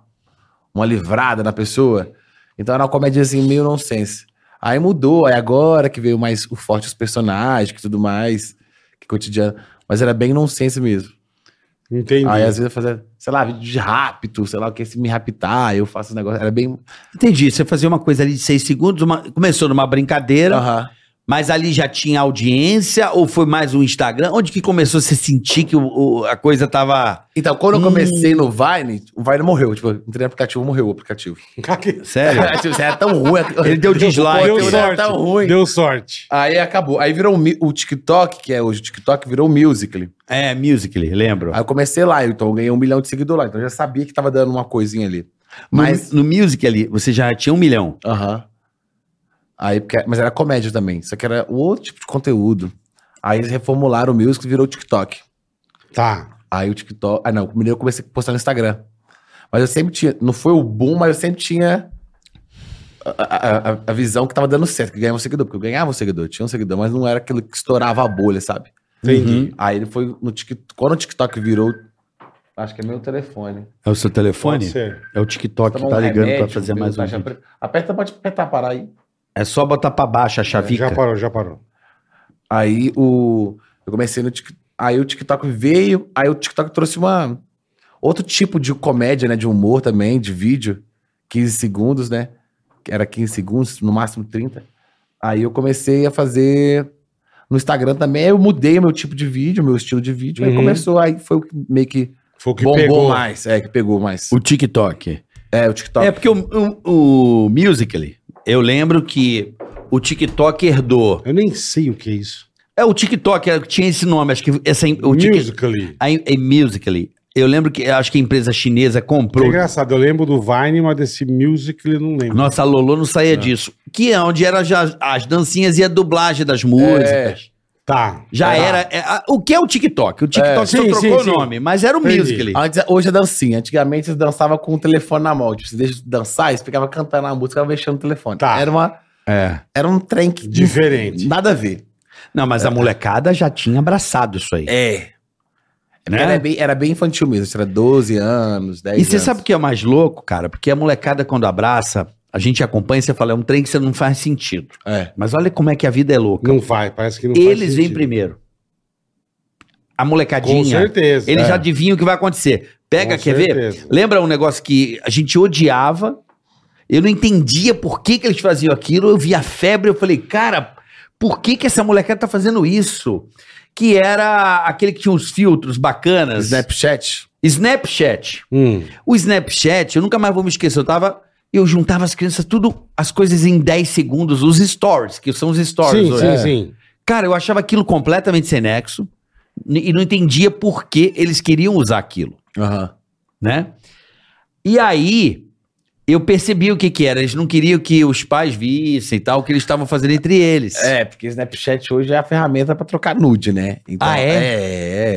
Speaker 5: uma livrada na pessoa. Então era uma comédia assim, meio nonsense. Aí mudou, aí agora que veio mais o forte os personagens, que tudo mais, que cotidiano. Mas era bem nonsense mesmo.
Speaker 2: Hum, Entendi.
Speaker 5: Aí às vezes eu fazia, sei lá, vídeo de rapto, sei lá, o que se me raptar, eu faço um negócio. Era bem.
Speaker 3: Entendi. Você fazia uma coisa ali de seis segundos, uma- começou numa brincadeira,
Speaker 5: Aham.
Speaker 3: mas ali já tinha audiência, ou foi mais um Instagram? Onde que começou a você sentir que o- o- a coisa tava.
Speaker 5: Então, quando eu
Speaker 2: Hum.
Speaker 5: comecei no Vine, o Vine morreu. Tipo, eu entrei no aplicativo, morreu o aplicativo.
Speaker 3: Sério?
Speaker 5: Tipo, você era tão ruim.
Speaker 3: Ele deu dislike.
Speaker 2: Deu
Speaker 5: Ele
Speaker 3: né?
Speaker 5: era
Speaker 2: sorte.
Speaker 5: um tão ruim.
Speaker 2: Deu sorte.
Speaker 5: Aí acabou. Aí virou o mi- o TikTok, que é hoje o TikTok, virou o Musical.ly.
Speaker 3: É, Musical.ly, lembro.
Speaker 5: Aí eu comecei lá, então eu ganhei um milhão de seguidores lá. Então eu já sabia que tava dando uma coisinha ali.
Speaker 3: Mas
Speaker 5: Mas.
Speaker 3: no, Musical.ly, você já tinha um milhão.
Speaker 5: Aham. Aí, porque- mas era comédia também. Só que era um outro tipo de conteúdo. Aí eles reformularam o Musical.ly e virou o TikTok.
Speaker 2: Tá.
Speaker 5: Aí o TikTok. Ah, não. Primeiro eu comecei a postar no Instagram. Mas eu sempre tinha. Não foi o boom, mas eu sempre tinha. A, a- a- a visão que tava dando certo, que ganhava um seguidor, porque eu ganhava um seguidor, tinha um seguidor, mas não era aquilo que estourava a bolha, sabe?
Speaker 2: Entendi.
Speaker 5: Aí ele foi no TikTok. Quando o TikTok virou. Acho que é meu telefone.
Speaker 3: É o seu
Speaker 2: Pode
Speaker 3: telefone?
Speaker 2: ser.
Speaker 3: É o TikTok
Speaker 5: Toma
Speaker 3: que tá
Speaker 5: um
Speaker 3: ligando
Speaker 5: remédio, tá
Speaker 3: pra fazer mais um
Speaker 5: taxa
Speaker 3: vídeo.
Speaker 5: pre- Aperta, pode apertar, parar aí.
Speaker 3: É só botar pra baixo a chavica.
Speaker 2: Já parou, já parou.
Speaker 5: Aí o. Eu comecei no TikTok. Aí o TikTok veio. Aí o TikTok trouxe uma. Outro tipo de comédia, né? De humor também, de vídeo. 15 segundos, né? Que Era 15 segundos, no máximo 30. Aí eu comecei a fazer. No Instagram também, eu mudei meu tipo de vídeo, meu estilo de vídeo. Aí
Speaker 2: Uhum.
Speaker 5: começou, aí foi o que meio que,
Speaker 2: Foi o que
Speaker 5: bombou
Speaker 2: pegou.
Speaker 5: mais. É, que pegou mais.
Speaker 3: O TikTok.
Speaker 5: É, o TikTok.
Speaker 3: É porque o, o, o Musical.ly, eu lembro que o TikTok herdou.
Speaker 2: Eu nem sei o que é isso.
Speaker 3: É, o TikTok era- tinha esse nome, acho que essa, o Tik-
Speaker 2: Musical.ly.
Speaker 3: a, a Musical.ly. Eu lembro que, acho que a empresa chinesa
Speaker 2: Que
Speaker 3: comprou.
Speaker 2: É engraçado, eu lembro do Vine, mas desse Musical.ly eu não lembro.
Speaker 3: Nossa, a Lolo não saía disso. Que é onde era já as dancinhas e a dublagem das músicas.
Speaker 2: Tá.
Speaker 3: Já
Speaker 2: Tá.
Speaker 3: era. é, a- o que é o TikTok? O TikTok
Speaker 2: É.
Speaker 3: só
Speaker 2: Sim,
Speaker 3: trocou
Speaker 2: sim,
Speaker 3: o
Speaker 2: sim.
Speaker 3: nome, mas era o
Speaker 2: Entendi.
Speaker 3: Musical.ly.
Speaker 5: Antes, hoje é dancinha. Antigamente eles dançavam com o telefone na mão. Tipo, você deixa de dançar, eles ficavam cantando a música, ficavam mexendo no telefone.
Speaker 2: Tá.
Speaker 5: Era, uma,
Speaker 3: É.
Speaker 5: era um trem que
Speaker 2: Diferente.
Speaker 5: Nada a ver.
Speaker 3: Não, mas a molecada já tinha abraçado isso aí.
Speaker 5: É.
Speaker 3: né?
Speaker 5: Era, é bem, era bem infantil mesmo. Isso Era 12 anos, 10
Speaker 3: E
Speaker 5: anos.
Speaker 3: você sabe o que é o mais louco, cara? Porque a molecada, quando abraça, a gente acompanha e você fala, é um trem que você não faz sentido.
Speaker 5: É.
Speaker 3: Mas olha como é que a vida é louca.
Speaker 2: Não vai, parece que não faz
Speaker 3: Eles vêm
Speaker 2: sentido.
Speaker 3: primeiro. A
Speaker 2: Com
Speaker 3: molecadinha,
Speaker 2: certeza.
Speaker 3: eles
Speaker 2: é.
Speaker 3: já adivinham o que vai acontecer. Pega,
Speaker 2: Com
Speaker 3: quer
Speaker 2: certeza.
Speaker 3: ver? Lembra um negócio que a gente odiava, eu não entendia por que, que eles faziam aquilo, eu via a febre, eu falei, cara, por que, que essa molecada tá fazendo isso? Que era aquele que tinha uns filtros bacanas.
Speaker 5: Snapchat.
Speaker 3: Snapchat.
Speaker 2: Hum.
Speaker 3: O Snapchat, eu nunca mais vou me esquecer, eu tava. Eu juntava as crianças, tudo, as coisas em 10 segundos, os stories, que são os stories
Speaker 2: Sim,
Speaker 3: hoje.
Speaker 2: sim,
Speaker 3: É.
Speaker 2: sim.
Speaker 3: Cara, eu achava aquilo completamente sem nexo n- e não entendia por que eles queriam usar aquilo,
Speaker 5: Aham.
Speaker 3: né? E aí, eu percebi o que que era, eles não queriam que os pais vissem e tal, o que eles estavam fazendo entre eles.
Speaker 5: É, porque Snapchat hoje é a ferramenta pra trocar nude, né? Então,
Speaker 3: Ah,
Speaker 5: é? É,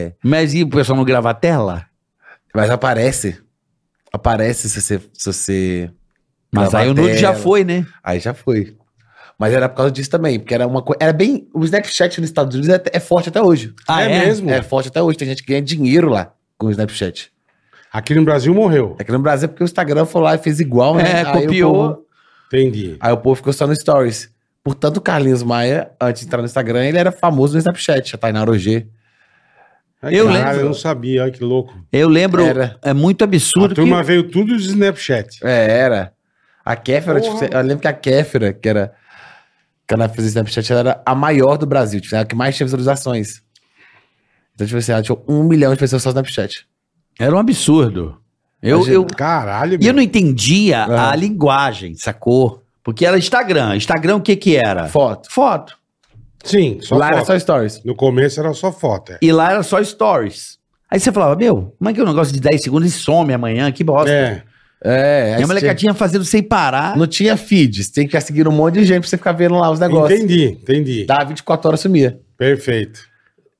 Speaker 5: é.
Speaker 3: Mas e o pessoal não grava a tela?
Speaker 5: Mas aparece. Aparece se você... Se você
Speaker 3: Mas
Speaker 5: gravar
Speaker 3: aí o
Speaker 5: tela. É
Speaker 3: nude já foi, né?
Speaker 5: Aí já foi. Mas era por causa disso também, porque era uma coisa. Era bem. O Snapchat nos Estados Unidos é, é forte até hoje.
Speaker 3: Ah, é?
Speaker 2: mesmo?
Speaker 5: É forte até hoje. Tem gente que ganha dinheiro lá com o Snapchat.
Speaker 2: Aqui no Brasil morreu.
Speaker 5: Aqui no Brasil é porque o Instagram foi lá e fez igual, né?
Speaker 3: É,
Speaker 5: Aí o
Speaker 3: copiou.
Speaker 5: povo-
Speaker 2: Entendi.
Speaker 5: aí o povo ficou só no Stories. Portanto, o Carlinhos Maia, antes de entrar no Instagram, ele era famoso no Snapchat, a Tainá Roger.
Speaker 2: Ai,
Speaker 3: Eu
Speaker 2: caralho,
Speaker 3: lembro.
Speaker 2: Eu não sabia, olha que louco.
Speaker 3: Eu lembro,
Speaker 5: Era.
Speaker 3: é muito absurdo
Speaker 2: A turma veio tudo de Snapchat.
Speaker 5: É, era. A Kéfera, tipo,
Speaker 2: Porra.
Speaker 5: eu lembro que a Kéfera, que era. Que ela fez Snapchat, ela era a maior do Brasil, tipo, a que mais tinha visualizações. Então, tipo assim, ela tinha um milhão de pessoas só no Snapchat.
Speaker 3: que era um absurdo. Eu,
Speaker 5: Imagina.
Speaker 3: eu,
Speaker 2: Caralho,
Speaker 3: E eu
Speaker 2: meu.
Speaker 3: não entendia
Speaker 5: Ah.
Speaker 3: a linguagem, sacou? Porque era Instagram. Instagram o que que era?
Speaker 5: Foto.
Speaker 3: Foto.
Speaker 2: Sim, É. só
Speaker 5: lá
Speaker 2: foto.
Speaker 5: era só stories.
Speaker 2: No começo era só foto. é.
Speaker 3: E lá era só stories. Aí você falava, meu, como é que é um negócio de 10 segundos e some amanhã? Que bosta.
Speaker 2: É.
Speaker 5: É, aí
Speaker 3: e a
Speaker 5: você
Speaker 3: molecadinha fazendo sem parar.
Speaker 5: tinha- não tinha feed, você tem que ficar seguindo um monte de gente pra você ficar vendo lá os negócios.
Speaker 2: Entendi, entendi.
Speaker 5: Dá 24 horas sumia.
Speaker 2: Perfeito.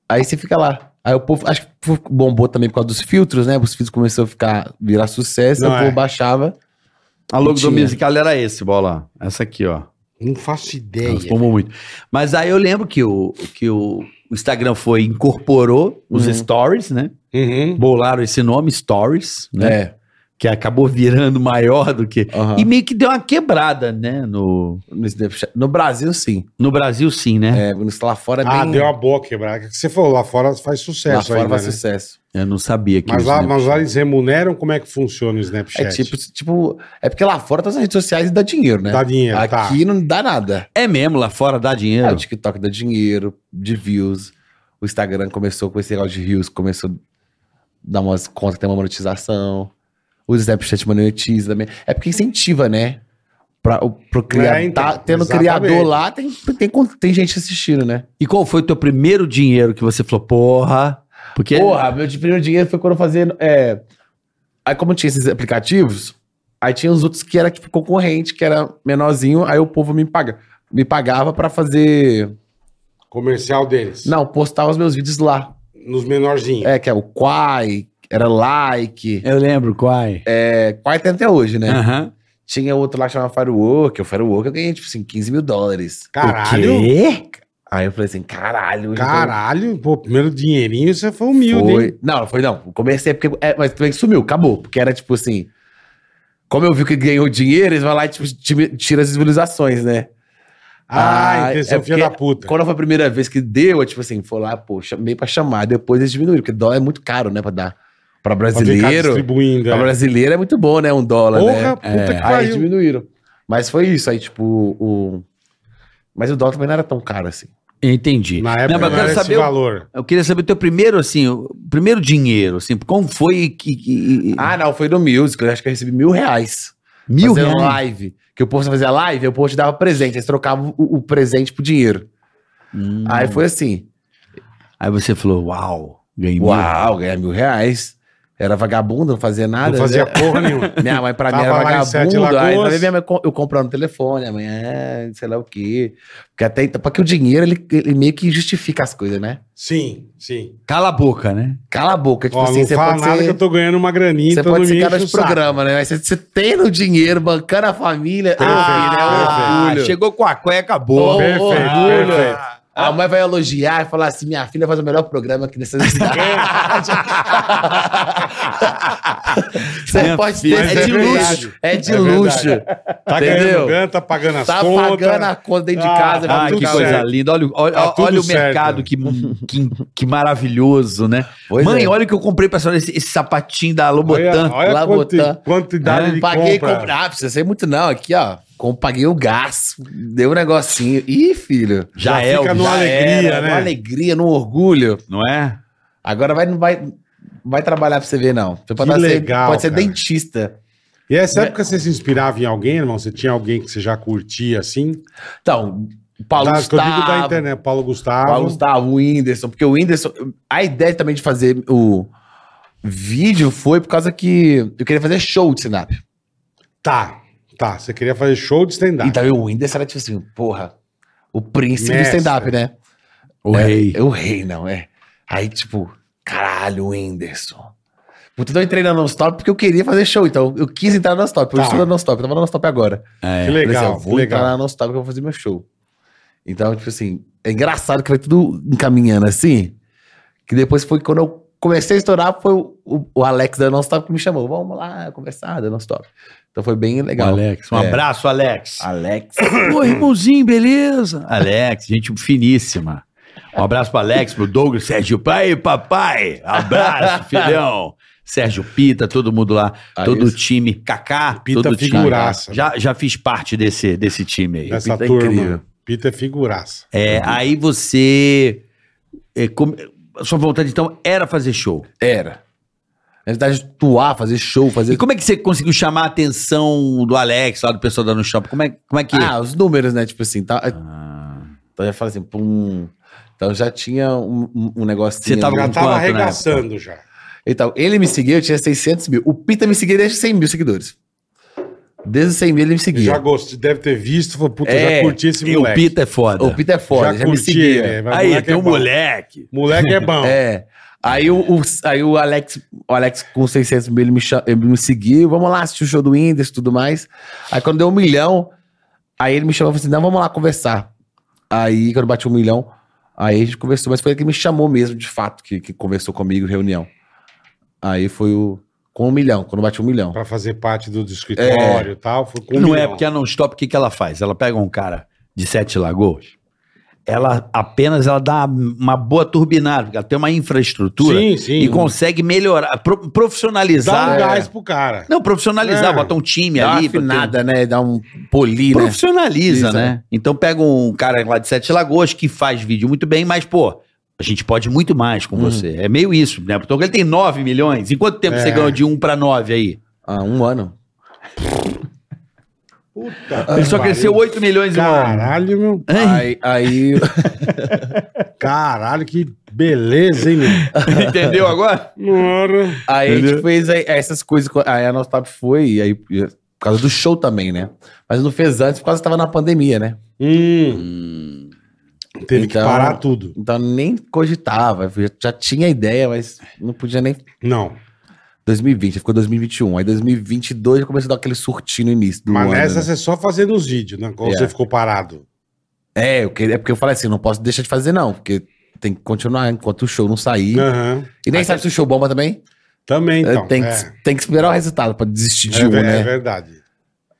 Speaker 5: Aí você fica lá. Aí o povo, acho que o povo bombou também por causa dos filtros, né? Os filtros começaram a ficar, virar sucesso,
Speaker 2: Não,
Speaker 5: aí o povo
Speaker 2: é.
Speaker 5: baixava.
Speaker 3: A logo do
Speaker 5: Tinha.
Speaker 3: musical era esse, bola. Essa aqui, ó.
Speaker 2: Não faço ideia.
Speaker 3: Ela tomou muito. Mas aí eu lembro que o, que o o Instagram foi, incorporou os
Speaker 5: Uhum.
Speaker 3: stories, né?
Speaker 2: Uhum.
Speaker 3: Bolaram esse nome, stories, né?
Speaker 5: É.
Speaker 3: Que acabou virando maior do que...
Speaker 5: aham.
Speaker 3: E meio que deu uma quebrada, né? No,
Speaker 5: No Snapchat- No Brasil, sim.
Speaker 3: no Brasil, sim, né?
Speaker 5: É, no- lá fora é bem...
Speaker 2: Ah, deu uma boa quebrada. Você falou, lá fora faz
Speaker 5: Lá
Speaker 2: sucesso
Speaker 5: fora
Speaker 2: ainda,
Speaker 5: faz
Speaker 2: né?
Speaker 5: sucesso.
Speaker 3: Eu não sabia que
Speaker 2: Mas
Speaker 3: o
Speaker 2: lá,
Speaker 3: Snapchat-
Speaker 2: mas lá eles remuneram, como é que funciona o Snapchat?
Speaker 5: É tipo, tipo... É porque lá fora todas as redes sociais dá dinheiro, né?
Speaker 2: Dá dinheiro, tá.
Speaker 5: Aqui não dá nada.
Speaker 3: É mesmo, lá fora dá
Speaker 5: É, o
Speaker 3: dinheiro.
Speaker 5: TikTok dá dinheiro, de views. O Instagram começou com esse negócio de views, começou a dar umas contas que tem uma monetização. O Snapchat monetiza também. É porque incentiva, né? Pra, o, pro criador, tá
Speaker 2: É, então,
Speaker 5: tendo
Speaker 2: exatamente.
Speaker 5: criador lá, tem, tem, con- tem gente assistindo, né?
Speaker 3: E qual foi o teu primeiro dinheiro que você falou, porra? Porque
Speaker 5: Porra, meu de- primeiro dinheiro foi quando eu fazia. é, Aí, como tinha esses aplicativos, aí tinha os outros que era tipo concorrente, que era menorzinho, aí o povo me, paga, me pagava pra fazer.
Speaker 2: Comercial deles.
Speaker 5: Não, postar os meus vídeos lá.
Speaker 2: Nos menorzinhos.
Speaker 5: É, que é o Quai, era like.
Speaker 3: eu lembro, quai.
Speaker 5: É, Quai tem até hoje,
Speaker 2: Ah.
Speaker 5: né?
Speaker 3: Aham.
Speaker 5: Tinha outro lá que chamava Firework. O Firework eu ganhei, tipo assim, 15 mil dólares.
Speaker 3: O
Speaker 2: Caralho.
Speaker 3: quê?
Speaker 5: Aí eu falei assim, caralho. hoje eu tô-
Speaker 2: Caralho. né?" Pô, primeiro dinheirinho você foi humilde, hein?
Speaker 5: Foi. Não, foi não. Comecei porque. é, mas também sumiu, acabou. Porque era tipo assim. Como eu vi que ganhou dinheiro, eles vão lá e tipo, ti- tira as visualizações, né?
Speaker 2: Ah,
Speaker 5: Ah,
Speaker 2: intenção
Speaker 5: é
Speaker 2: filha
Speaker 5: porque-
Speaker 2: da puta.
Speaker 5: Quando foi a primeira vez que deu, eu, tipo assim, foi lá, pô, chamei pra chamar. Depois eles diminuíram, porque dólar é muito caro, né? Pra dar. Pra
Speaker 2: Pra ficar
Speaker 5: brasileiro.
Speaker 2: distribuindo.
Speaker 5: Pra
Speaker 2: é.
Speaker 5: brasileiro é muito bom, né? Um dólar, né?
Speaker 2: Porra, puta que
Speaker 5: Aí
Speaker 2: pariu.
Speaker 5: diminuíram. Mas foi isso, aí, tipo, o. Mas o dólar também não era tão caro assim.
Speaker 3: Entendi.
Speaker 2: Na época
Speaker 3: Não, mas
Speaker 2: não,
Speaker 3: eu quero
Speaker 2: era esse
Speaker 3: saber o-
Speaker 2: valor.
Speaker 3: Eu queria saber o teu primeiro, assim, o primeiro dinheiro, assim, como foi que... que-
Speaker 5: Ah, não, foi no Music, eu acho que eu recebi mil reais.
Speaker 3: mil
Speaker 5: fazendo
Speaker 3: reais?
Speaker 5: live. Que o povo fazia live, aí o povo te dava presente. Eles trocavam o, o presente pro dinheiro.
Speaker 3: Hum.
Speaker 5: Aí foi assim:
Speaker 3: Aí você falou, uau, ganhei mil reais.
Speaker 5: uau, ganhar mil reais. Era vagabundo, não fazia nada.
Speaker 2: não fazia
Speaker 5: né?
Speaker 2: porra nenhuma.
Speaker 5: Minha mãe pra mim
Speaker 2: Tava
Speaker 5: era
Speaker 2: lá em Sete
Speaker 5: vagabundo. Aí eu
Speaker 2: Lagoas.
Speaker 5: falei, minha mãe, co- eu comprando telefone, amanhã, sei lá o quê. Porque até então, porque o dinheiro, ele, ele meio que justifica as coisas, né?
Speaker 2: Sim, sim.
Speaker 3: Cala a boca, né?
Speaker 5: Cala a boca, tipo
Speaker 2: Ó,
Speaker 5: assim,
Speaker 2: não
Speaker 5: você
Speaker 2: fala
Speaker 5: pode
Speaker 2: nada que
Speaker 5: ser...
Speaker 2: eu tô ganhando uma graninha,
Speaker 5: Você
Speaker 2: então
Speaker 5: pode
Speaker 2: não
Speaker 5: ser
Speaker 2: me
Speaker 5: cara
Speaker 2: enche
Speaker 5: de
Speaker 2: o saco.
Speaker 5: programa, né? Mas você, você tendo dinheiro, bancando a família.
Speaker 2: Perfeito,
Speaker 5: ah,
Speaker 2: perfeito.
Speaker 5: filho, é um orgulho.
Speaker 3: chegou com a cueca boa.
Speaker 5: Perfeito,
Speaker 3: orgulho.
Speaker 2: perfeito.
Speaker 5: A mãe vai elogiar e falar assim: minha filha faz o melhor programa aqui nessa
Speaker 2: Tá
Speaker 5: cidade. Você
Speaker 3: Minha
Speaker 5: pode ter.
Speaker 3: filha,
Speaker 5: É,
Speaker 2: mas é
Speaker 5: de
Speaker 2: verdade.
Speaker 5: luxo. É de
Speaker 2: É
Speaker 5: luxo.
Speaker 2: Tá
Speaker 5: Entendeu?
Speaker 2: ganhando ganho, tá pagando as
Speaker 5: Tá
Speaker 2: contas.
Speaker 5: pagando a conta dentro de
Speaker 2: Ah,
Speaker 5: casa.
Speaker 3: Ah,
Speaker 5: vai
Speaker 3: que
Speaker 5: tudo
Speaker 3: coisa
Speaker 5: certo.
Speaker 3: linda. Olha, o- olha,
Speaker 2: Tá tudo
Speaker 3: olha o
Speaker 2: certo.
Speaker 3: mercado que, que, que maravilhoso, né?
Speaker 5: Pois
Speaker 3: Mãe,
Speaker 5: é.
Speaker 3: olha o que eu comprei pra senhora, esse, esse sapatinho da
Speaker 2: Olha,
Speaker 3: Lobotan.
Speaker 5: lá
Speaker 2: olha
Speaker 5: botar.
Speaker 2: quanti, quantidade
Speaker 5: Ah,
Speaker 2: de
Speaker 5: paguei
Speaker 2: compra.
Speaker 5: comprar. Ah, precisa ser muito, não. Aqui, ó. Com, paguei o gás. Deu um negocinho. Ih, filho.
Speaker 3: Já,
Speaker 2: Já
Speaker 3: é,
Speaker 2: fica
Speaker 3: o-
Speaker 2: no-
Speaker 3: já
Speaker 2: Numa alegria, né?
Speaker 5: Numa alegria, num orgulho.
Speaker 3: não é?
Speaker 5: Agora vai, não vai, vai trabalhar pra você ver, não. Você pode,
Speaker 2: Que
Speaker 5: ser-
Speaker 2: legal,
Speaker 5: pode ser
Speaker 2: cara.
Speaker 5: dentista.
Speaker 2: E essa época você se inspirava em alguém, irmão? Você tinha alguém que você já curtia assim?
Speaker 5: Então, o Paulo
Speaker 2: da, que eu digo da
Speaker 5: Gustavo,
Speaker 2: internet, Paulo Gustavo.
Speaker 5: Paulo Gustavo, o Whindersson, porque o Whindersson, a ideia também de fazer o vídeo foi por causa que eu queria fazer show de stand-up.
Speaker 2: Tá, tá. Você queria fazer show de stand-up.
Speaker 5: Então, o Whindersson era tipo assim, porra, o príncipe
Speaker 2: Mestre.
Speaker 5: do stand-up, né?
Speaker 3: O
Speaker 5: É,
Speaker 3: rei.
Speaker 5: é O rei, não, é. Aí, tipo, caralho, o Whindersson. Puta, então eu entrei na non-stop porque eu queria fazer show, então eu quis entrar na non-stop, eu
Speaker 2: Tá.
Speaker 5: estou na non-stop, eu tava na non-stop agora.
Speaker 2: que
Speaker 5: Falei assim,
Speaker 2: legal,
Speaker 5: ó,
Speaker 2: que
Speaker 5: vou
Speaker 2: legal.
Speaker 5: entrar na Nostalgia que eu vou fazer meu show. Então, tipo assim, é engraçado que vai tudo encaminhando assim. Que depois foi quando eu comecei a estourar, foi o, o- o Alex da Nostop que me chamou. Vamos lá conversar da Nostop. Então foi bem legal.
Speaker 3: O Alex, um
Speaker 5: É.
Speaker 3: abraço, Alex.
Speaker 5: Alex.
Speaker 3: Ô, irmãozinho, beleza? Alex, gente finíssima. Um abraço pro Alex, pro Douglas, Sérgio Pai, papai. Abraço, filhão. Sérgio Pita, todo mundo lá,
Speaker 5: Ah,
Speaker 3: todo o
Speaker 5: isso.
Speaker 3: time, Kaká,
Speaker 2: Pita
Speaker 3: todo o time.
Speaker 2: figuraça.
Speaker 3: Já, já fiz parte desse, desse time aí.
Speaker 2: Dessa
Speaker 5: Pita é
Speaker 2: turma.
Speaker 5: incrível.
Speaker 2: Pita é figuraça.
Speaker 3: É, aí você. é, come- a Sua vontade, então, era fazer show.
Speaker 5: Era. Na verdade, atuar, fazer show,
Speaker 3: E
Speaker 5: fazer.
Speaker 3: como é que você conseguiu chamar a atenção do Alex, lá do pessoal da No Shopping? Como é, como é que.
Speaker 5: Ah, os números, né? Tipo assim, tá,
Speaker 3: Ah.
Speaker 5: então eu falo assim, pum. Então já tinha um, um, um negocinho.
Speaker 3: Você tava
Speaker 5: ali.
Speaker 2: Já
Speaker 3: com
Speaker 2: tava
Speaker 3: quanto na
Speaker 2: arregaçando já.
Speaker 5: Então, ele me seguia, eu tinha 600 mil. O Pita me seguia desde 100 mil seguidores. Desde os 100 mil ele me seguia.
Speaker 2: Já gostei, deve ter visto, falou, puta,
Speaker 5: É,
Speaker 2: já curti esse
Speaker 3: E o
Speaker 2: moleque.
Speaker 3: Pita é foda.
Speaker 5: O Pita é foda, já, me seguia.
Speaker 2: ele, mas
Speaker 3: Aí,
Speaker 2: moleque
Speaker 3: tem
Speaker 2: é
Speaker 3: um
Speaker 2: bom.
Speaker 3: moleque.
Speaker 2: Moleque é bom.
Speaker 5: É. Aí o, o- aí o Alex, o Alex com 600 mil, ele me, cha- ele me seguiu. Vamos lá assistir o show do Whindersson e tudo mais. Aí quando deu um milhão, aí ele me chamou e falou assim: não, vamos lá conversar. Aí quando bati um milhão, aí a gente conversou, mas foi ele que me chamou mesmo, de fato, que, que conversou comigo, reunião. Aí foi o. Com um milhão, quando bati um milhão.
Speaker 2: Pra fazer parte
Speaker 5: É.
Speaker 2: do do escritório e tal. Foi com um
Speaker 3: Não é
Speaker 2: milhão.
Speaker 3: porque a non-stop, o que, que ela faz? Ela pega um cara de Sete Lagoas, ela apenas ela dá uma boa turbinada, porque ela tem uma infraestrutura
Speaker 2: Sim, sim.
Speaker 3: e consegue melhorar, pro-
Speaker 2: Dá um
Speaker 5: é.
Speaker 3: profissionalizar.
Speaker 2: gás pro cara.
Speaker 3: Não, profissionalizar,
Speaker 2: É.
Speaker 3: bota um time
Speaker 5: Dá uma
Speaker 3: ali.
Speaker 5: afinada, né? Dá um poli, né?
Speaker 3: Profissionaliza,
Speaker 5: Isso,
Speaker 3: né?
Speaker 2: é.
Speaker 5: né?
Speaker 3: Então pega um cara lá de Sete Lagoas que faz vídeo muito bem, mas, pô, a gente pode muito mais com você. É meio isso, né? Porque ele tem 9 milhões. Em quanto tempo
Speaker 2: Hum. É.
Speaker 3: você ganhou de 1 pra 9 aí?
Speaker 5: Ah, um ano.
Speaker 2: Puta
Speaker 3: Ele só
Speaker 2: que
Speaker 3: cresceu
Speaker 2: pariu.
Speaker 3: 8 milhões em um ano.
Speaker 2: Ah, Caralho, meu.
Speaker 5: Aí, aí
Speaker 2: Caralho, que beleza, hein, meu?
Speaker 3: Entendeu agora?
Speaker 2: Mano.
Speaker 5: Aí a gente fez aí essas coisas. co- Aí a nossa top foi, e aí, e- por causa do show também, né? Mas não fez antes por causa que tava na pandemia, né?
Speaker 2: Hum, teve que
Speaker 5: Então-
Speaker 2: parar tudo.
Speaker 5: Então nem cogitava. Já, já tinha ideia, mas não podia nem.
Speaker 2: Não.
Speaker 5: 2020, ficou 2021. Aí 2022 já começou a dar aquele surtinho no início do
Speaker 2: Mas
Speaker 5: ano,
Speaker 2: nessa
Speaker 5: né?
Speaker 2: você só fazendo os vídeos, né? Quando você
Speaker 5: Yeah.
Speaker 2: ficou parado.
Speaker 5: É, eu que- é porque eu falei assim, não posso deixar de fazer não, porque tem que continuar enquanto o show não sair.
Speaker 2: Aham.
Speaker 5: E nem sabe se o show bomba também.
Speaker 2: Também,
Speaker 5: É,
Speaker 2: então.
Speaker 5: tem, que,
Speaker 2: é.
Speaker 5: tem que esperar o resultado pra desistir de
Speaker 2: É
Speaker 5: um,
Speaker 2: ver-
Speaker 5: né?
Speaker 2: é verdade.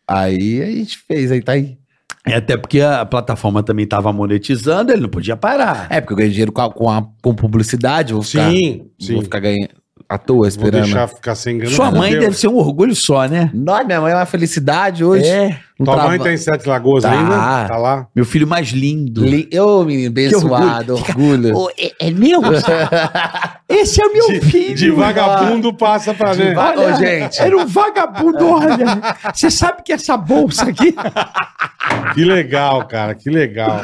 Speaker 5: Aí a gente fez, aí tá aí.
Speaker 3: É até porque a plataforma também estava monetizando, ele não podia parar.
Speaker 5: É, porque eu ganhei dinheiro com, a- com, a- com publicidade, vou ficar...
Speaker 2: Sim,
Speaker 5: Não
Speaker 2: sim.
Speaker 5: Vou ficar ganhando à toa
Speaker 2: Vou
Speaker 5: esperando.
Speaker 2: deixar ficar sem grana.
Speaker 3: Sua mãe
Speaker 2: Meu,
Speaker 3: deve ser um orgulho só, né? É.
Speaker 5: Nós, minha mãe é uma felicidade hoje. Não
Speaker 2: É. Tua
Speaker 5: trava-
Speaker 2: mãe tá em Sete Lagoas
Speaker 5: um Tá.
Speaker 2: ainda? Tá lá?
Speaker 3: Meu filho mais lindo.
Speaker 5: Li- Ô, menino, abençoado, orgulho.
Speaker 3: é, meu? Esse é o meu filho. Ah,
Speaker 2: De vagabundo tá passa pra
Speaker 5: De
Speaker 2: gente.
Speaker 5: va- Olha, Ô, gente.
Speaker 3: Era um vagabundo, olha. Você sabe que essa bolsa aqui.
Speaker 2: Que legal, cara. Que legal.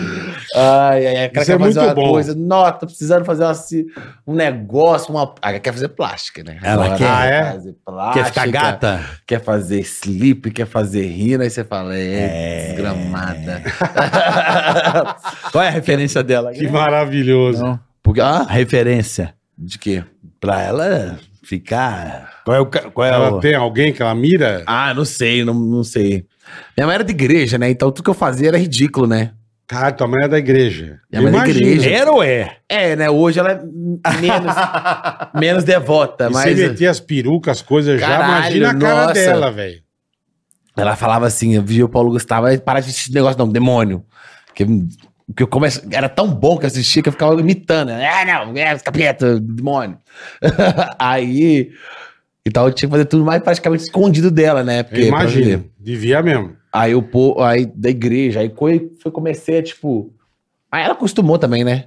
Speaker 5: Ai, ai, ai,
Speaker 2: Isso
Speaker 5: cara
Speaker 2: é
Speaker 5: quer fazer
Speaker 2: muito
Speaker 5: uma
Speaker 2: bom.
Speaker 5: coisa. Nossa, tô precisando fazer uma ci- um negócio, uma. Ah, quer fazer plástica, né?
Speaker 3: Ela
Speaker 5: Agora
Speaker 3: quer.
Speaker 2: Ah, é?
Speaker 5: fazer plástica.
Speaker 3: Quer ficar gata?
Speaker 5: Quer fazer slip, quer fazer rina, aí você fala,
Speaker 3: É.
Speaker 5: é, desgramada.
Speaker 3: Qual é a referência dela?
Speaker 2: Que maravilhoso.
Speaker 5: Não. Porque, ah,
Speaker 3: A referência.
Speaker 5: de quê?
Speaker 3: Pra ela ficar. Qual é o. ca- Qual é
Speaker 2: Ela
Speaker 3: o...
Speaker 2: tem alguém que ela mira?
Speaker 5: Ah, não sei, não, não sei. Minha mãe era de igreja, né? Então tudo que eu fazia era ridículo, né?
Speaker 2: Cara, tua mãe é da igreja.
Speaker 5: Minha mãe é da
Speaker 2: Imagina.
Speaker 5: igreja.
Speaker 3: Era ou é?
Speaker 5: É, né? Hoje ela é menos, menos devota,
Speaker 2: E
Speaker 5: mas é-
Speaker 2: você metia as perucas, as coisas já,
Speaker 5: Caralho,
Speaker 2: imagina a cara
Speaker 5: nossa.
Speaker 2: dela, velho.
Speaker 5: ela falava assim, eu vi o Paulo Gustavo, "Ai, para de assistir esse negócio não, demônio. Que, que eu começo, era tão bom que eu assistia que eu ficava imitando. né? Ah, não, é, capeta, demônio. Aí, então eu tinha que fazer tudo mais praticamente escondido dela, né?
Speaker 2: Eu
Speaker 5: Porque, pra
Speaker 2: imagino.
Speaker 5: ver.
Speaker 2: Devia mesmo.
Speaker 5: Aí o povo, aí da igreja, aí foi, foi comecei a, tipo... Aí ela acostumou também, né?